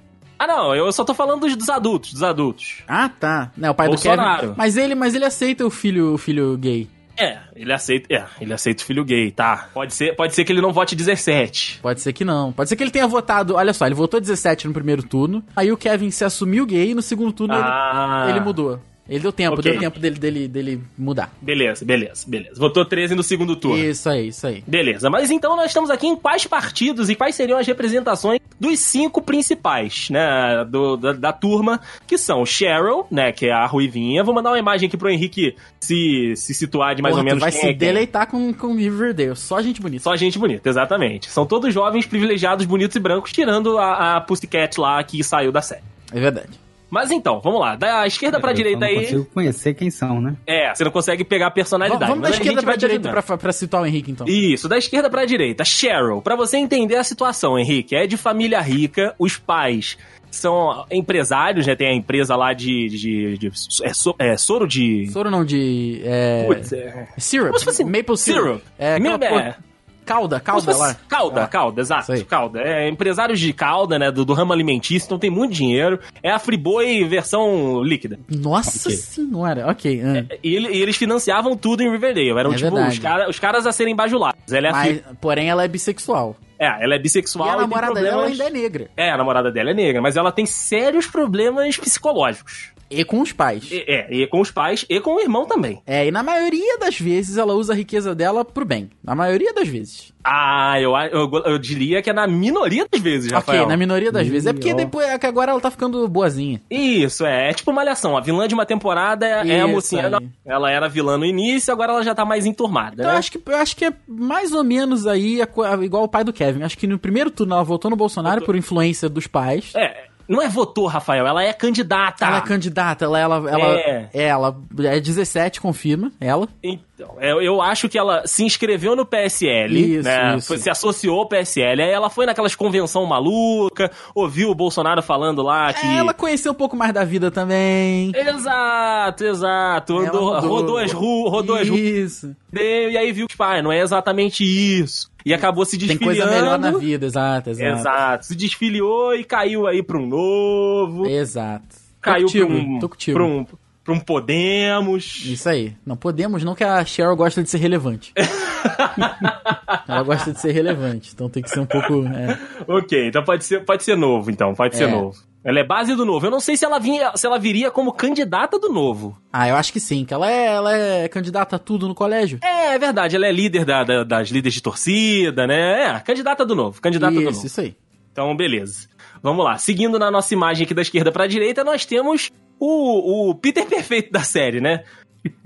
[SPEAKER 3] Ah, não, eu só tô falando dos, dos adultos, dos adultos.
[SPEAKER 2] Ah, tá. Não, o pai
[SPEAKER 3] Bolsonaro.
[SPEAKER 2] do Kevin. Mas ele, mas ele aceita o filho, o filho gay.
[SPEAKER 3] É, ele aceita, é, ele aceita o filho gay, tá. Pode ser, pode ser que ele não vote 17.
[SPEAKER 2] Pode ser que não. Pode ser que ele tenha votado. Olha só, ele votou 17 no primeiro turno. Aí o Kevin se assumiu gay e no segundo turno ele-
[SPEAKER 3] Ah.
[SPEAKER 2] ele, mudou. Ele deu tempo,
[SPEAKER 3] Ok.
[SPEAKER 2] deu tempo dele, dele, dele mudar.
[SPEAKER 3] Beleza, beleza, beleza. Votou 13 no segundo turno.
[SPEAKER 2] Isso aí, isso aí.
[SPEAKER 3] Beleza, mas então nós estamos aqui em quais partidos e quais seriam as representações dos cinco principais, né, do- da, da turma, que são Cheryl, né, que é a Ruivinha. Vou mandar uma imagem aqui pro Henrique se, se situar de mais
[SPEAKER 2] Porra,
[SPEAKER 3] ou menos
[SPEAKER 2] tu vai
[SPEAKER 3] quem
[SPEAKER 2] se
[SPEAKER 3] é quem.
[SPEAKER 2] deleitar com, com Riverdale. Só gente bonita.
[SPEAKER 3] Só gente bonita, exatamente. São todos jovens, privilegiados, bonitos e brancos, tirando a, a Pussycat lá que saiu da série.
[SPEAKER 2] É verdade.
[SPEAKER 3] Mas então, vamos lá, da esquerda pra
[SPEAKER 4] Eu
[SPEAKER 3] direita
[SPEAKER 4] não
[SPEAKER 3] aí.
[SPEAKER 4] consigo conhecer quem são, né?
[SPEAKER 3] É, você não consegue pegar a personalidade.
[SPEAKER 2] Vamos, vamos da
[SPEAKER 3] mas a
[SPEAKER 2] esquerda
[SPEAKER 3] gente
[SPEAKER 2] pra
[SPEAKER 3] vai
[SPEAKER 2] direita
[SPEAKER 3] adiantando.
[SPEAKER 2] pra, pra citar o Henrique, então.
[SPEAKER 3] Isso, da esquerda pra direita. Cheryl, pra você entender a situação, Henrique, é de família rica, os pais são empresários, né? Tem a empresa lá de. de, de- é, so- é soro de.
[SPEAKER 2] Soro não de. É,
[SPEAKER 3] Putz, é.
[SPEAKER 2] Syrup.
[SPEAKER 3] Como se fosse
[SPEAKER 2] Maple syrup.
[SPEAKER 3] syrup.
[SPEAKER 2] É, aquela
[SPEAKER 3] Meu-
[SPEAKER 2] porra-
[SPEAKER 3] é.
[SPEAKER 2] Calda,
[SPEAKER 3] Como se
[SPEAKER 2] calda
[SPEAKER 3] fosse-
[SPEAKER 2] lá.
[SPEAKER 3] Calda,
[SPEAKER 2] Ah.
[SPEAKER 3] calda, exato.
[SPEAKER 2] Sei.
[SPEAKER 3] Calda. É, empresários de calda, né? Do, do ramo alimentício, então tem muito dinheiro. É a Friboi versão líquida.
[SPEAKER 2] Nossa
[SPEAKER 4] Ok.
[SPEAKER 2] senhora. Ok. ah.
[SPEAKER 3] E, ele- e eles financiavam tudo em Riverdale. Eram,
[SPEAKER 2] É
[SPEAKER 3] tipo, os,
[SPEAKER 2] verdade.
[SPEAKER 3] cara, os caras a serem bajulados. Ela é, a Fri-
[SPEAKER 2] Mas, porém, ela é bissexual.
[SPEAKER 3] é, ela é
[SPEAKER 2] E
[SPEAKER 3] bissexual.
[SPEAKER 2] a
[SPEAKER 3] tem
[SPEAKER 2] namorada dela
[SPEAKER 3] problemas-
[SPEAKER 2] ainda é negra.
[SPEAKER 3] É, a namorada dela é negra, mas ela tem sérios problemas psicológicos.
[SPEAKER 2] E com os pais.
[SPEAKER 3] E- é, e com os pais e com o irmão também.
[SPEAKER 2] É, e na maioria das vezes ela usa a riqueza dela pro bem. Na maioria das vezes.
[SPEAKER 3] Ah, eu, a- eu, eu diria que é na minoria das vezes, Rafael.
[SPEAKER 2] Ok, na minoria das vezes. É porque
[SPEAKER 4] ó.
[SPEAKER 2] depois, é que agora ela tá ficando boazinha.
[SPEAKER 3] Isso, é, é tipo malhação. A vilã de uma temporada é, é a
[SPEAKER 2] Isso
[SPEAKER 3] mocinha.
[SPEAKER 2] aí.
[SPEAKER 3] da- Ela era vilã no início, agora ela já tá mais enturmada,
[SPEAKER 2] Então eu
[SPEAKER 3] né?
[SPEAKER 2] acho, que, eu acho que é mais ou menos aí a co- a- igual o pai do Kevin. Acho que no primeiro turno ela votou no Bolsonaro por influência dos pais.
[SPEAKER 3] É, não é votou, Rafael, ela é candidata.
[SPEAKER 2] Ela é candidata, ela, ela, ela,
[SPEAKER 3] É.
[SPEAKER 2] é. ela é 17, confirma, ela.
[SPEAKER 3] Então, eu, eu acho que ela se inscreveu no PSL,
[SPEAKER 2] Isso,
[SPEAKER 3] né?
[SPEAKER 2] isso.
[SPEAKER 3] Foi- se associou ao PSL. Aí ela foi naquelas convenção maluca, ouviu o Bolsonaro falando lá que.
[SPEAKER 2] É, Ela conheceu um pouco mais da vida também.
[SPEAKER 3] Exato, exato.
[SPEAKER 2] Ela
[SPEAKER 3] Rodou,
[SPEAKER 2] rodou.
[SPEAKER 3] rodou as ruas, rodou as ruas,
[SPEAKER 2] Isso.
[SPEAKER 3] e aí viu que, tipo, ah, não é exatamente isso. E acabou se
[SPEAKER 2] Tem
[SPEAKER 3] desfiliando.
[SPEAKER 2] coisa melhor na vida, exato, exato.
[SPEAKER 3] Exato. Se desfiliou e caiu aí pra um novo.
[SPEAKER 2] Exato. tô
[SPEAKER 3] caiu
[SPEAKER 2] contigo,
[SPEAKER 3] pra um.
[SPEAKER 2] tô contigo.
[SPEAKER 3] Pra um, pra um Podemos.
[SPEAKER 2] Isso aí. Não podemos, não que a Cheryl gosta de ser relevante. Ela gosta de ser relevante, então tem que ser um pouco. é.
[SPEAKER 3] Ok, então pode ser, pode ser novo, então. Pode ser
[SPEAKER 2] É.
[SPEAKER 3] novo. Ela é base do novo. Eu não sei se ela, vinha, se ela viria como candidata do novo.
[SPEAKER 2] Ah, eu acho que sim, que ela é, ela é candidata a tudo no colégio.
[SPEAKER 3] É, é verdade. Ela é líder da- da- das líderes de torcida, né? É, candidata do novo. Candidata do novo.
[SPEAKER 2] Isso, isso aí.
[SPEAKER 3] Então, beleza. Vamos lá. Seguindo na nossa imagem aqui da esquerda pra direita, nós temos o, o Peter Perfeito da série, né?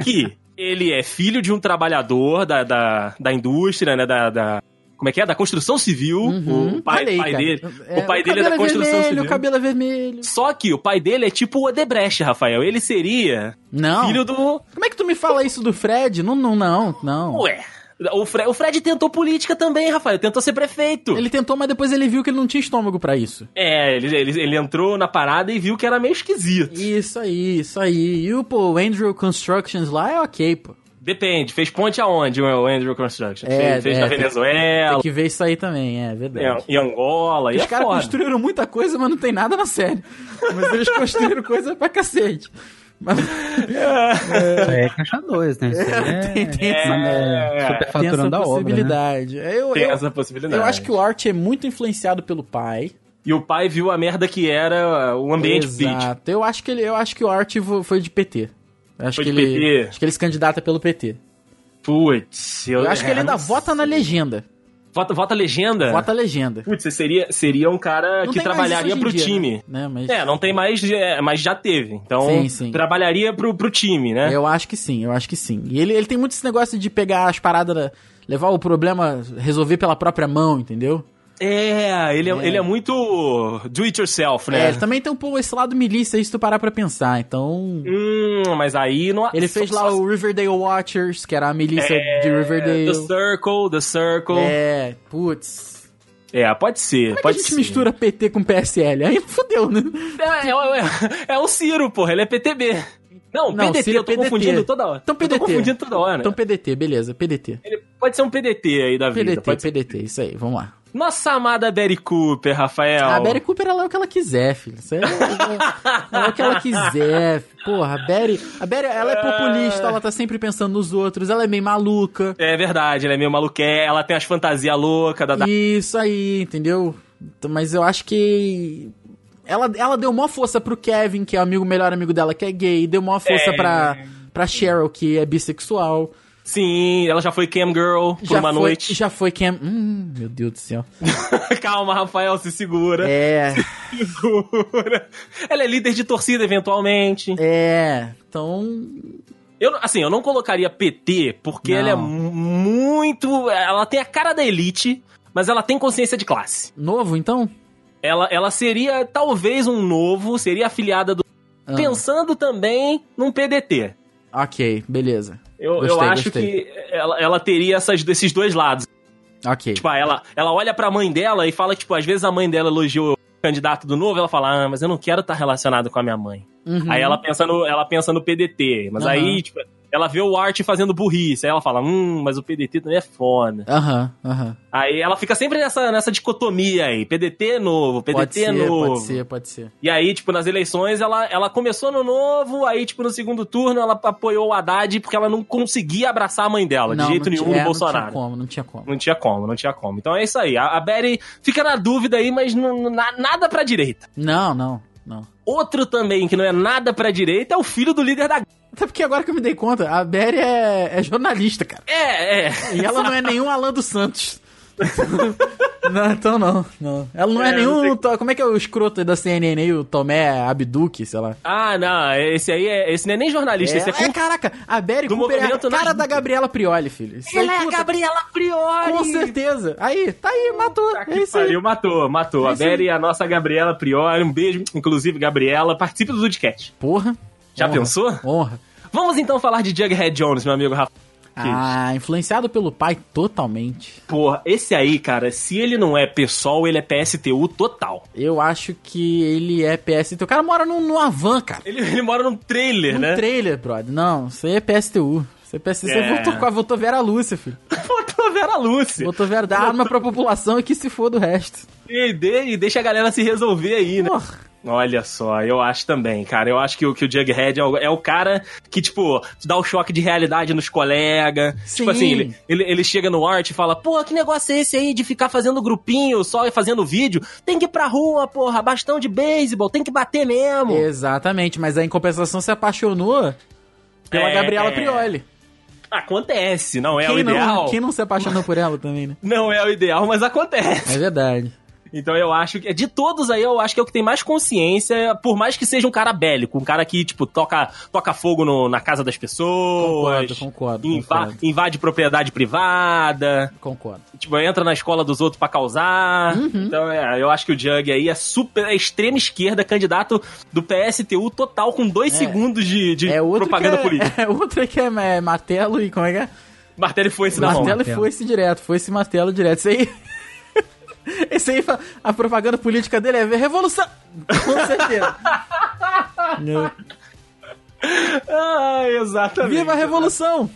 [SPEAKER 3] Que ele é filho de um trabalhador da, da, da indústria, né? Da, da- como é que é? Da construção civil.
[SPEAKER 2] Uhum.
[SPEAKER 3] O pai,
[SPEAKER 2] Olha aí,
[SPEAKER 3] pai
[SPEAKER 2] cara.
[SPEAKER 3] dele.
[SPEAKER 2] É,
[SPEAKER 3] o pai dele é da
[SPEAKER 2] cabelo
[SPEAKER 3] construção
[SPEAKER 2] vermelho,
[SPEAKER 3] civil.
[SPEAKER 2] O cabelo é vermelho.
[SPEAKER 3] Só que o pai dele é tipo o Odebrecht, Rafael. Ele seria
[SPEAKER 2] Não.
[SPEAKER 3] filho do.
[SPEAKER 2] Como é que tu me fala isso do Fred? Não, não, não, não.
[SPEAKER 3] Ué. O Fred, o Fred tentou política também, Rafael. Tentou ser prefeito.
[SPEAKER 2] Ele tentou, mas depois ele viu que ele não tinha estômago pra isso.
[SPEAKER 3] É, ele, ele, ele entrou na parada e viu que era meio esquisito.
[SPEAKER 2] Isso aí, isso aí. E o, pô, o Andrew Constructions lá é ok, pô.
[SPEAKER 3] Depende, fez ponte aonde o Andrew Construction?
[SPEAKER 2] É,
[SPEAKER 3] fez fez
[SPEAKER 2] é,
[SPEAKER 3] na
[SPEAKER 2] tem-
[SPEAKER 3] Venezuela,
[SPEAKER 2] Tem que ver isso aí também, é verdade.
[SPEAKER 3] em, em Angola, e é
[SPEAKER 2] Os caras
[SPEAKER 3] fora.
[SPEAKER 2] construíram muita coisa, mas não tem nada na série. Mas eles construíram coisa pra cacete. Mas
[SPEAKER 4] Isso aí é caixa 2, né? Isso aí é,
[SPEAKER 2] tem, tem essa,
[SPEAKER 4] é,
[SPEAKER 2] tem essa
[SPEAKER 4] superfaturando a obra, né?
[SPEAKER 2] possibilidade. É, Eu,
[SPEAKER 3] Tem
[SPEAKER 2] eu,
[SPEAKER 3] essa possibilidade.
[SPEAKER 2] eu acho que o Art é muito influenciado pelo pai.
[SPEAKER 3] E o pai viu a merda que era o ambiente político.
[SPEAKER 2] Exato. Eu acho que ele, eu acho que o Art vo- foi de PT. Eu acho
[SPEAKER 3] Foi
[SPEAKER 2] que
[SPEAKER 3] de
[SPEAKER 2] ele,
[SPEAKER 3] PT.
[SPEAKER 2] acho que ele se candidata pelo PT.
[SPEAKER 3] Putz,
[SPEAKER 2] Eu acho que ele ainda
[SPEAKER 3] é, não
[SPEAKER 2] vota
[SPEAKER 3] sei.
[SPEAKER 2] na legenda.
[SPEAKER 3] Vota, vota legenda?
[SPEAKER 2] Vota a legenda.
[SPEAKER 3] Putz, você seria, seria um cara
[SPEAKER 2] Não
[SPEAKER 3] que
[SPEAKER 2] tem mais
[SPEAKER 3] trabalharia
[SPEAKER 2] isso hoje
[SPEAKER 3] pro
[SPEAKER 2] em dia,
[SPEAKER 3] time.
[SPEAKER 2] Né? Mas
[SPEAKER 3] É, não tem mais, é, mas já teve. Então,
[SPEAKER 2] Sim, sim.
[SPEAKER 3] trabalharia pro, pro time, né?
[SPEAKER 2] Eu acho que sim, eu acho que sim. E ele, ele tem muito esse negócio de pegar as paradas, da- levar o problema, resolver pela própria mão, entendeu?
[SPEAKER 3] É, ele é,
[SPEAKER 2] É.
[SPEAKER 3] ele é muito do it yourself, né?
[SPEAKER 2] É, ele também tem um pouco esse lado milícia aí, se tu parar pra pensar. Então,
[SPEAKER 3] Hum, mas aí não
[SPEAKER 2] ele fez lá o Riverdale Watchers, que era a milícia
[SPEAKER 3] É,
[SPEAKER 2] de
[SPEAKER 3] The
[SPEAKER 2] Riverdale.
[SPEAKER 3] Circle, The Circle. É,
[SPEAKER 2] É, putz.
[SPEAKER 3] pode ser,
[SPEAKER 2] Como é que a
[SPEAKER 3] pode
[SPEAKER 2] gente
[SPEAKER 3] ser.
[SPEAKER 2] mistura PT com PSL? Aí fudeu, né?
[SPEAKER 3] É, é, é, é o Ciro, porra, ele é PTB. Não,
[SPEAKER 2] Não,
[SPEAKER 3] PDT,
[SPEAKER 2] Ciro é
[SPEAKER 3] eu tô
[SPEAKER 2] PDT.
[SPEAKER 3] confundindo toda hora.
[SPEAKER 2] Então
[SPEAKER 3] Eu
[SPEAKER 2] PDT.
[SPEAKER 3] tô confundindo toda hora. né?
[SPEAKER 2] Então PDT, beleza, PDT.
[SPEAKER 3] Ele- Pode ser um PDT aí da vida.
[SPEAKER 2] PDT,
[SPEAKER 3] pode ser.
[SPEAKER 2] PDT, isso aí, vamos lá.
[SPEAKER 3] Nossa amada Betty Cooper, Rafael.
[SPEAKER 2] A Barry Cooper, ela é o que ela quiser, filho. Isso aí é, é- é o que ela quiser. Porra, a Barry, a Barry, ela é populista, ela tá sempre pensando nos outros, ela é meio maluca.
[SPEAKER 3] É verdade, ela é meio maluqué, ela tem as fantasias loucas da, da...
[SPEAKER 2] Isso aí, entendeu? Então, Mas eu acho que. Ela, ela deu maior força pro Kevin, que é o amigo, melhor amigo dela, que é gay. Deu maior força
[SPEAKER 3] É.
[SPEAKER 2] pra, pra Cheryl, que é bissexual.
[SPEAKER 3] Sim, ela já foi cam girl por
[SPEAKER 2] já
[SPEAKER 3] uma
[SPEAKER 2] foi,
[SPEAKER 3] noite.
[SPEAKER 2] Já foi Cam. Hum, meu Deus do céu.
[SPEAKER 3] Calma, Rafael, se segura.
[SPEAKER 2] É.
[SPEAKER 3] Segura. Ela é líder de torcida, eventualmente.
[SPEAKER 2] É. Então.
[SPEAKER 3] Eu, não- assim, eu não colocaria PT, porque
[SPEAKER 2] Não.
[SPEAKER 3] ela é mu- muito... Ela tem a cara da elite, mas ela tem consciência de classe.
[SPEAKER 2] Novo, então?
[SPEAKER 3] Ela, ela seria, talvez, um novo, seria afiliada do...
[SPEAKER 2] Ah,
[SPEAKER 3] Pensando também num PDT.
[SPEAKER 2] Ok, beleza.
[SPEAKER 3] Eu, eu
[SPEAKER 2] Gostei,
[SPEAKER 3] acho
[SPEAKER 2] gostei.
[SPEAKER 3] que ela, ela teria essas, esses dois lados.
[SPEAKER 2] Ok.
[SPEAKER 3] Tipo, ah, ela, ela olha pra mãe dela e fala, tipo, às vezes a mãe dela elogiou o candidato do novo, ela fala, ah, mas eu não quero estar relacionado com a minha mãe.
[SPEAKER 2] Uhum.
[SPEAKER 3] Aí ela pensa no, ela pensa no PDT, mas
[SPEAKER 2] Aham.
[SPEAKER 3] aí, tipo, ela vê o Art fazendo burrice, aí ela fala, hum, mas o PDT também é foda.
[SPEAKER 2] Aham, aham.
[SPEAKER 3] Aí ela fica sempre nessa, nessa dicotomia aí, PDT é novo, PDT
[SPEAKER 2] Pode ser,
[SPEAKER 3] novo.
[SPEAKER 2] pode ser, pode ser.
[SPEAKER 3] E aí, tipo, nas eleições, ela, ela começou no novo, aí, tipo, no segundo turno, ela apoiou o Haddad porque ela não conseguia abraçar a mãe dela, de jeito
[SPEAKER 2] ti-
[SPEAKER 3] nenhum,
[SPEAKER 2] é,
[SPEAKER 3] no
[SPEAKER 2] Não tinha
[SPEAKER 3] Bolsonaro.
[SPEAKER 2] como, não tinha como.
[SPEAKER 3] Não tinha como, não tinha como. Então é isso aí. A, a Betty fica na dúvida aí, mas não, não- na- nada pra direita.
[SPEAKER 2] Não, não, não.
[SPEAKER 3] Outro também que não é nada pra direita é o filho do líder da.
[SPEAKER 2] Até porque agora que eu me dei conta, a Berry é, é jornalista, cara.
[SPEAKER 3] É, é.
[SPEAKER 2] E ela não é nenhum Alan dos Santos. não, então não, não. Ela não é,
[SPEAKER 3] É, não
[SPEAKER 2] nenhum.
[SPEAKER 3] tem-
[SPEAKER 2] to- Como é que é o escroto aí da CNN aí, o Tomé Abduque, sei lá.
[SPEAKER 3] Ah, não. Esse aí é, esse não é nem jornalista, esse é.
[SPEAKER 2] É, é,
[SPEAKER 3] Com...
[SPEAKER 2] caraca, a Berry
[SPEAKER 3] Do
[SPEAKER 2] Cooper é a
[SPEAKER 3] movimento nas
[SPEAKER 2] cara da
[SPEAKER 3] ruas.
[SPEAKER 2] Gabriela Prioli, filho. Isso aí, puta,
[SPEAKER 3] Gabriela Priori!
[SPEAKER 2] Com certeza. Aí, tá aí, matou.
[SPEAKER 3] Tá que
[SPEAKER 2] é isso aí.
[SPEAKER 3] pariu, matou, matou.
[SPEAKER 2] É
[SPEAKER 3] a
[SPEAKER 2] isso aí.
[SPEAKER 3] Betty e a nossa Gabriela Priori. Um beijo, inclusive, Gabriela. Participe do podcast.
[SPEAKER 2] Porra.
[SPEAKER 3] Já
[SPEAKER 2] honra,
[SPEAKER 3] pensou?
[SPEAKER 2] Honra.
[SPEAKER 3] Vamos então falar de Jughead Jones, meu amigo Rafa.
[SPEAKER 2] Ah, influenciado pelo pai totalmente.
[SPEAKER 3] Porra, esse aí, cara, se ele não é PSOL, ele é PSTU total.
[SPEAKER 2] Eu acho que ele é PSTU. O cara mora num, numa van, cara.
[SPEAKER 3] Ele, ele mora num trailer,
[SPEAKER 2] Num
[SPEAKER 3] né?
[SPEAKER 2] Um trailer, brother. Não, isso aí é PSTU. Você, é PSTU. você
[SPEAKER 3] É.
[SPEAKER 2] votou, com a- votou Vera Lúcia, filho.
[SPEAKER 3] Botou a Vera Lúcia.
[SPEAKER 2] Botou Vera, dá arma pra população e que se for do resto.
[SPEAKER 3] E, de- e deixa a galera se resolver aí, né?
[SPEAKER 2] Porra.
[SPEAKER 3] Olha só, eu acho também, cara. Eu acho que, o- que o Jughead é o, é o cara que, tipo, dá o choque de realidade nos colegas.
[SPEAKER 2] Sim.
[SPEAKER 3] Tipo assim, ele, ele, ele chega no art e fala: Porra, que negócio é esse aí de ficar fazendo grupinho só e fazendo vídeo? Tem que ir pra rua, porra, bastão de beisebol, tem que bater mesmo.
[SPEAKER 2] É. Exatamente, mas aí em compensação se apaixonou pela
[SPEAKER 3] É.
[SPEAKER 2] Gabriela Prioli.
[SPEAKER 3] Acontece, não é o
[SPEAKER 2] quem,
[SPEAKER 3] ideal.
[SPEAKER 2] não, quem não se apaixonou por ela também, né?
[SPEAKER 3] Não é o ideal, mas acontece.
[SPEAKER 2] É verdade.
[SPEAKER 3] Então eu acho que. De todos aí, eu acho que é o que tem mais consciência, por mais que seja um cara bélico, um cara que, tipo, toca, toca fogo no- na casa das pessoas.
[SPEAKER 2] Concordo, concordo,
[SPEAKER 3] inva-
[SPEAKER 2] concordo.
[SPEAKER 3] Invade propriedade privada.
[SPEAKER 2] Concordo.
[SPEAKER 3] Tipo, entra na escola dos outros pra causar.
[SPEAKER 2] Uhum.
[SPEAKER 3] Então, é, eu acho que o Jug aí é super. É extrema esquerda, candidato do PSTU total, com dois
[SPEAKER 2] É.
[SPEAKER 3] segundos de, de
[SPEAKER 2] É outro
[SPEAKER 3] propaganda
[SPEAKER 2] que é,
[SPEAKER 3] política.
[SPEAKER 2] É outro que é, é martelo e como é que é?
[SPEAKER 3] Martelo foi esse na mão.
[SPEAKER 2] martelo e
[SPEAKER 4] martelo.
[SPEAKER 2] foice direto, foice e martelo direto. Isso aí. Esse aí, fa- a propaganda política dele é revolução! Com certeza. Né?
[SPEAKER 3] Ah, exatamente.
[SPEAKER 2] Viva a revolução!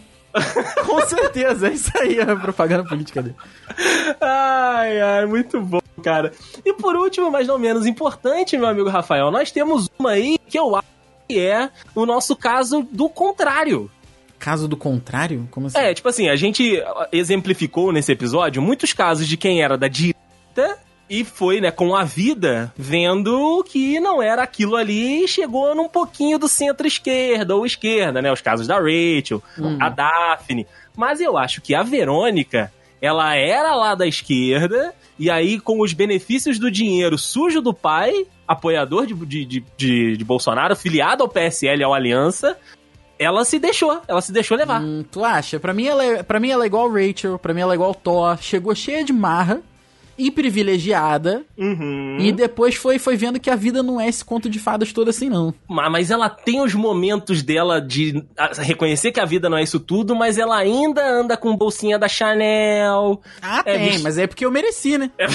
[SPEAKER 2] Com certeza, é isso aí a propaganda política dele.
[SPEAKER 3] Ai, ai, muito bom, cara. E por último, mas não menos importante, meu amigo Rafael, nós temos uma aí que eu acho que é o nosso caso do contrário.
[SPEAKER 2] Caso do contrário? Como assim?
[SPEAKER 3] É, tipo assim, a gente exemplificou nesse episódio muitos casos de quem era da direita e foi, né, com a vida, vendo que não era aquilo ali e chegou num pouquinho do centro-esquerda ou esquerda, né? Os casos da Rachel, a Daphne. Mas eu acho que a Verônica, ela era lá da esquerda e aí com os benefícios do dinheiro sujo do pai, apoiador de, de, de, de- de Bolsonaro, filiado ao PSL, ao Aliança, ela se deixou, ela se deixou levar.
[SPEAKER 2] Hum, tu acha? Pra mim, ela é, pra mim ela é igual Rachel, pra mim ela é igual Thor. Chegou cheia de marra e privilegiada.
[SPEAKER 3] Uhum.
[SPEAKER 2] E depois foi, foi vendo que a vida não é esse conto de fadas todo assim, não.
[SPEAKER 3] Ma- Mas ela tem os momentos dela de ah, reconhecer que a vida não é isso tudo, mas ela ainda anda com bolsinha da Chanel.
[SPEAKER 2] Ah,
[SPEAKER 3] É,
[SPEAKER 2] tem,
[SPEAKER 3] bicho.
[SPEAKER 2] mas é porque eu mereci, né?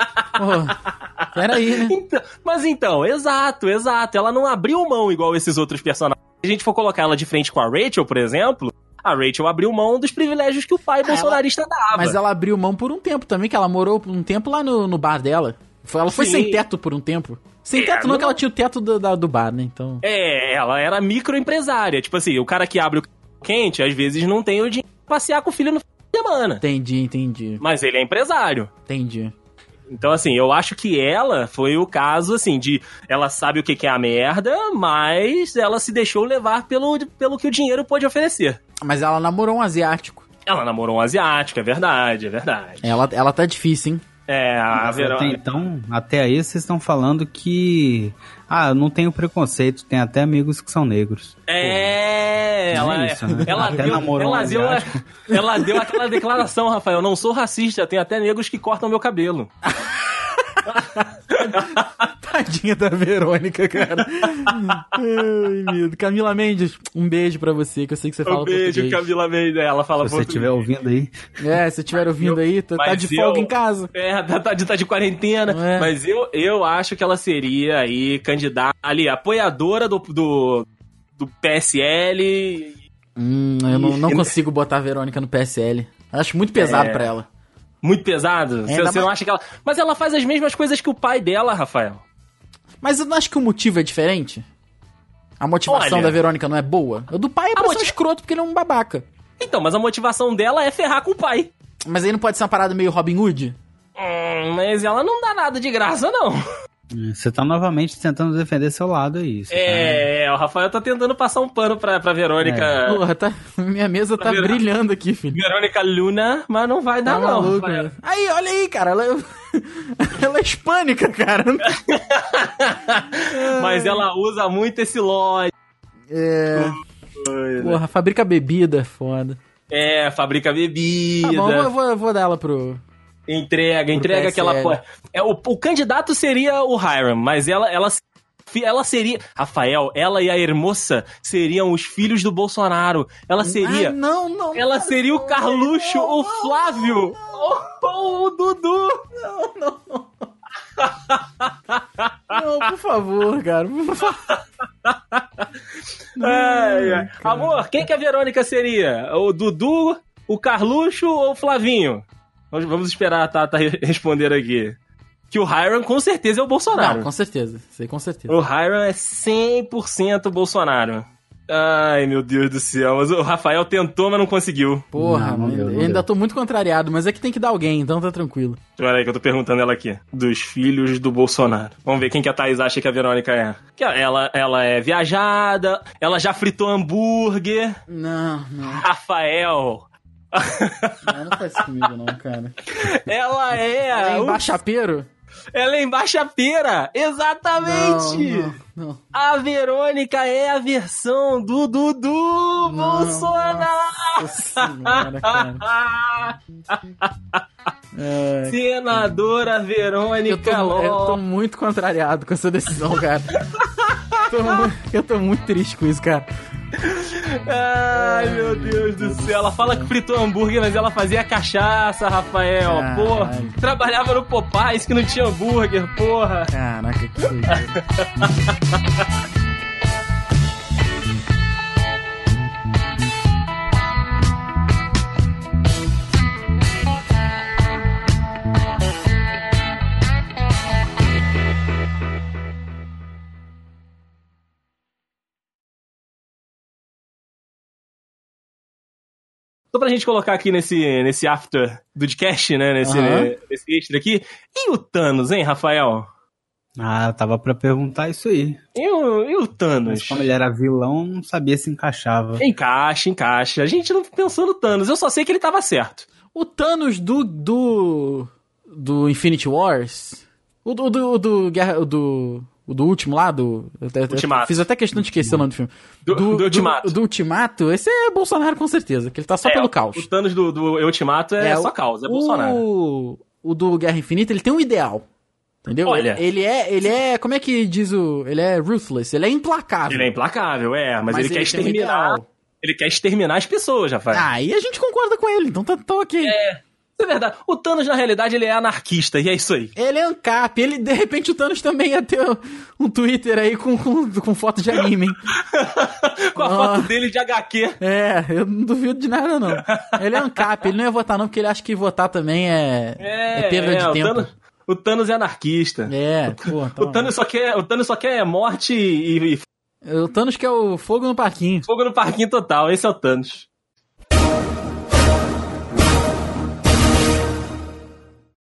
[SPEAKER 2] Pô, peraí, né?
[SPEAKER 3] Então- mas então, exato, exato. Ela não abriu mão igual esses outros personagens. Se a gente for colocar ela de frente com a Rachel, por exemplo, a Rachel abriu mão dos privilégios que o pai bolsonarista dava.
[SPEAKER 2] Mas ela abriu mão por um tempo também, que ela morou por um tempo lá no, no bar dela. Foi- Ela foi
[SPEAKER 3] Sim.
[SPEAKER 2] sem teto por um tempo. Sem
[SPEAKER 3] É,
[SPEAKER 2] teto não,
[SPEAKER 3] não-
[SPEAKER 2] que ela tinha o teto do, da- do bar, né? Então.
[SPEAKER 3] É, ela era microempresária. Tipo assim, o cara que abre o quente, às vezes não tem o dinheiro pra passear com o filho no fim de semana.
[SPEAKER 2] Entendi, entendi,
[SPEAKER 3] Mas ele é empresário.
[SPEAKER 2] entendi.
[SPEAKER 3] Então, assim, eu acho que ela foi o caso, assim, de ela sabe o que que é a merda, mas ela se deixou levar pelo, pelo que o dinheiro pode oferecer.
[SPEAKER 2] Mas ela namorou um asiático.
[SPEAKER 3] Ela namorou um asiático, é verdade, é verdade.
[SPEAKER 2] Ela, ela tá difícil, hein?
[SPEAKER 3] É, a
[SPEAKER 4] Mas
[SPEAKER 3] Verônica.
[SPEAKER 4] até então, até aí vocês estão falando que. Ah, eu não tenho preconceito, tem até amigos que são negros.
[SPEAKER 3] É,
[SPEAKER 4] Não
[SPEAKER 3] ela,
[SPEAKER 4] é isso, né?
[SPEAKER 3] ela
[SPEAKER 4] Até
[SPEAKER 3] deu,
[SPEAKER 4] namorou
[SPEAKER 3] ela,
[SPEAKER 4] um
[SPEAKER 3] deu,
[SPEAKER 4] asiático.
[SPEAKER 3] ela deu aquela declaração, Rafael, não sou racista, tem até negros que cortam meu cabelo.
[SPEAKER 2] Tadinha da Verônica, cara. Ai, medo. Camila Mendes, um beijo pra você, que eu sei que você fala
[SPEAKER 3] Um beijo,
[SPEAKER 2] português.
[SPEAKER 3] Camila Mendes, ela fala
[SPEAKER 4] Se você estiver ouvindo aí,
[SPEAKER 2] É, se estiver ouvindo aí, tá, tá
[SPEAKER 3] Mas
[SPEAKER 2] de folga
[SPEAKER 3] eu-
[SPEAKER 2] em casa.
[SPEAKER 3] É, tá, tá, de- tá de quarentena.
[SPEAKER 2] É.
[SPEAKER 3] Mas eu, eu acho que ela seria aí candidata, ali, apoiadora do, do, do PSL.
[SPEAKER 2] Hum, eu não, não consigo botar a Verônica no PSL. Acho muito pesado
[SPEAKER 3] É.
[SPEAKER 2] pra ela.
[SPEAKER 3] Muito pesado. Você,
[SPEAKER 2] É, ainda
[SPEAKER 3] você não
[SPEAKER 2] mais-
[SPEAKER 3] acha que ela. Mas ela faz as mesmas coisas que o pai dela, Rafael.
[SPEAKER 2] Mas eu não acho que o motivo é diferente. A motivação
[SPEAKER 3] Olha.
[SPEAKER 2] da Verônica não é boa. A do pai é pra ser um
[SPEAKER 3] motiva-
[SPEAKER 2] escroto porque ele é um babaca.
[SPEAKER 3] Então, mas a motivação dela é ferrar com o pai.
[SPEAKER 2] Mas aí não pode ser uma parada meio Robin Hood?
[SPEAKER 3] Hum, mas ela não dá nada de graça, não.
[SPEAKER 4] você tá novamente tentando defender seu lado aí. você tá-
[SPEAKER 3] É, o Rafael tá tentando passar um pano pra, pra Verônica.
[SPEAKER 2] Porra, tá... minha mesa tá
[SPEAKER 3] Tá virando.
[SPEAKER 2] brilhando aqui, filho.
[SPEAKER 3] Verônica Luna, mas não vai
[SPEAKER 2] Tá
[SPEAKER 3] dar, não.
[SPEAKER 2] maluco,
[SPEAKER 3] Rafael.
[SPEAKER 2] né? Aí, olha aí, cara. Ela, ela é hispânica, cara.
[SPEAKER 3] Mas ela usa muito esse lógico.
[SPEAKER 2] É. Porra, fabrica bebida, é foda.
[SPEAKER 3] É, fabrica bebida.
[SPEAKER 2] Tá bom, eu vou, eu vou dar ela pro.
[SPEAKER 3] Entrega, entrega
[SPEAKER 2] PSL.
[SPEAKER 3] aquela. po- É, o, o candidato seria o Hiram, mas ela, ela, se- ela seria. Rafael, ela e a hermosa seriam os filhos do Bolsonaro. Ela
[SPEAKER 2] Ah,
[SPEAKER 3] seria.
[SPEAKER 2] não, não.
[SPEAKER 3] ela
[SPEAKER 2] cara,
[SPEAKER 3] seria o
[SPEAKER 2] não,
[SPEAKER 3] Carluxo,
[SPEAKER 2] não,
[SPEAKER 3] o
[SPEAKER 2] não,
[SPEAKER 3] Flávio, ou o Dudu.
[SPEAKER 2] Não, por favor, cara. Por favor.
[SPEAKER 3] Ai,
[SPEAKER 2] Hum,
[SPEAKER 3] ai. Amor, quem que a Verônica seria? O Dudu, o Carluxo ou o Flavinho? Vamos- Vamos esperar a Tata re- responder aqui. Que o Hiram com certeza é o Bolsonaro.
[SPEAKER 2] Ah, Não, com certeza. Sei com certeza.
[SPEAKER 3] O Hiram é 100% Bolsonaro. Ai, meu Deus do céu. Mas o Rafael tentou, mas não conseguiu.
[SPEAKER 2] Porra,
[SPEAKER 4] Não, não
[SPEAKER 2] ainda,
[SPEAKER 4] deu, não
[SPEAKER 2] ainda
[SPEAKER 4] deu.
[SPEAKER 2] tô muito contrariado, mas é que tem que dar alguém, então tá tranquilo.
[SPEAKER 3] Olha aí que eu tô perguntando ela aqui. Dos filhos do Bolsonaro. Vamos ver quem que a Thaís acha que a Verônica é. Que ela, ela é viajada, ela já fritou hambúrguer.
[SPEAKER 2] Não, não,
[SPEAKER 3] Rafael,
[SPEAKER 2] não, não faz isso comigo, não, cara.
[SPEAKER 3] ela
[SPEAKER 2] É,
[SPEAKER 3] é...
[SPEAKER 2] embaixapeiro?
[SPEAKER 3] Ela é embaixapeira! Exatamente!
[SPEAKER 2] não, não.
[SPEAKER 3] A Verônica é a versão do Dudu Bolsonaro! Ah,
[SPEAKER 2] Nossa senhora, cara. É,
[SPEAKER 3] Senadora
[SPEAKER 2] eu, tô,
[SPEAKER 3] Verônica
[SPEAKER 2] eu tô
[SPEAKER 3] Lopes.
[SPEAKER 2] muito contrariado com essa decisão, cara. Tô mu- eu tô muito triste com isso, cara.
[SPEAKER 3] Ai, meu Deus do céu. Ela fala que fritou hambúrguer, mas ela fazia cachaça, Rafael.
[SPEAKER 2] Caralho.
[SPEAKER 3] Porra, trabalhava no Popeyes que não tinha hambúrguer, porra.
[SPEAKER 2] Caraca, que doideira.
[SPEAKER 3] Só pra gente colocar aqui nesse, nesse after do cast, né? Nesse,
[SPEAKER 2] Aham.
[SPEAKER 3] nesse extra aqui. E o Thanos, hein, Rafael?
[SPEAKER 4] Ah, tava pra perguntar isso aí.
[SPEAKER 3] E o, e o Thanos?
[SPEAKER 4] Mas como ele era vilão, não sabia se encaixava.
[SPEAKER 3] Encaixa, encaixa. A gente não pensou no Thanos. Eu só sei que ele tava certo.
[SPEAKER 2] O Thanos do. do. do Infinity Wars. O do. do. do, Guerra- o do, o do último lá, do. eu até- eu
[SPEAKER 3] Ultimato.
[SPEAKER 2] Fiz até questão de esquecer o nome do filme.
[SPEAKER 3] Do- do Ultimato. É,
[SPEAKER 2] Do, do Ultimato, esse é Bolsonaro com certeza, que ele tá só pelo
[SPEAKER 3] O
[SPEAKER 2] caos.
[SPEAKER 3] Thanos do, do Ultimato é,
[SPEAKER 2] É,
[SPEAKER 3] só
[SPEAKER 2] o-
[SPEAKER 3] causa, é Bolsonaro.
[SPEAKER 2] O, o do Guerra Infinita, ele tem um ideal. Entendeu?
[SPEAKER 3] Olha.
[SPEAKER 2] Ele é. Ele é. Como é que diz o. Ele é ruthless, ele é implacável.
[SPEAKER 3] Ele é implacável, é, mas, ele, quer
[SPEAKER 2] tem um
[SPEAKER 3] exterminar.
[SPEAKER 2] ideal.
[SPEAKER 3] ele quer exterminar as pessoas, Rafael.
[SPEAKER 2] Ah, e a gente concorda com ele, então tá, tá ok.
[SPEAKER 3] Isso é verdade. O Thanos, na realidade, ele é anarquista, e é isso aí.
[SPEAKER 2] Ele é ANCAP, ele de repente o Thanos também ia ter um Twitter aí com, com, com foto de anime, hein?
[SPEAKER 3] Com a
[SPEAKER 2] Ah.
[SPEAKER 3] foto dele de HQ.
[SPEAKER 2] É, eu não duvido de nada, não. Ele é ANCAP, ele não ia votar, não, porque ele acha que votar também é, é, perda de
[SPEAKER 3] o
[SPEAKER 2] tempo.
[SPEAKER 3] Thanos, o Thanos é anarquista.
[SPEAKER 2] É, pô, então,
[SPEAKER 3] O Thanos, só quer, o Thanos só quer morte e, e
[SPEAKER 2] então, o Thanos quer o fogo no parquinho.
[SPEAKER 3] fogo no parquinho total. Esse é o Thanos.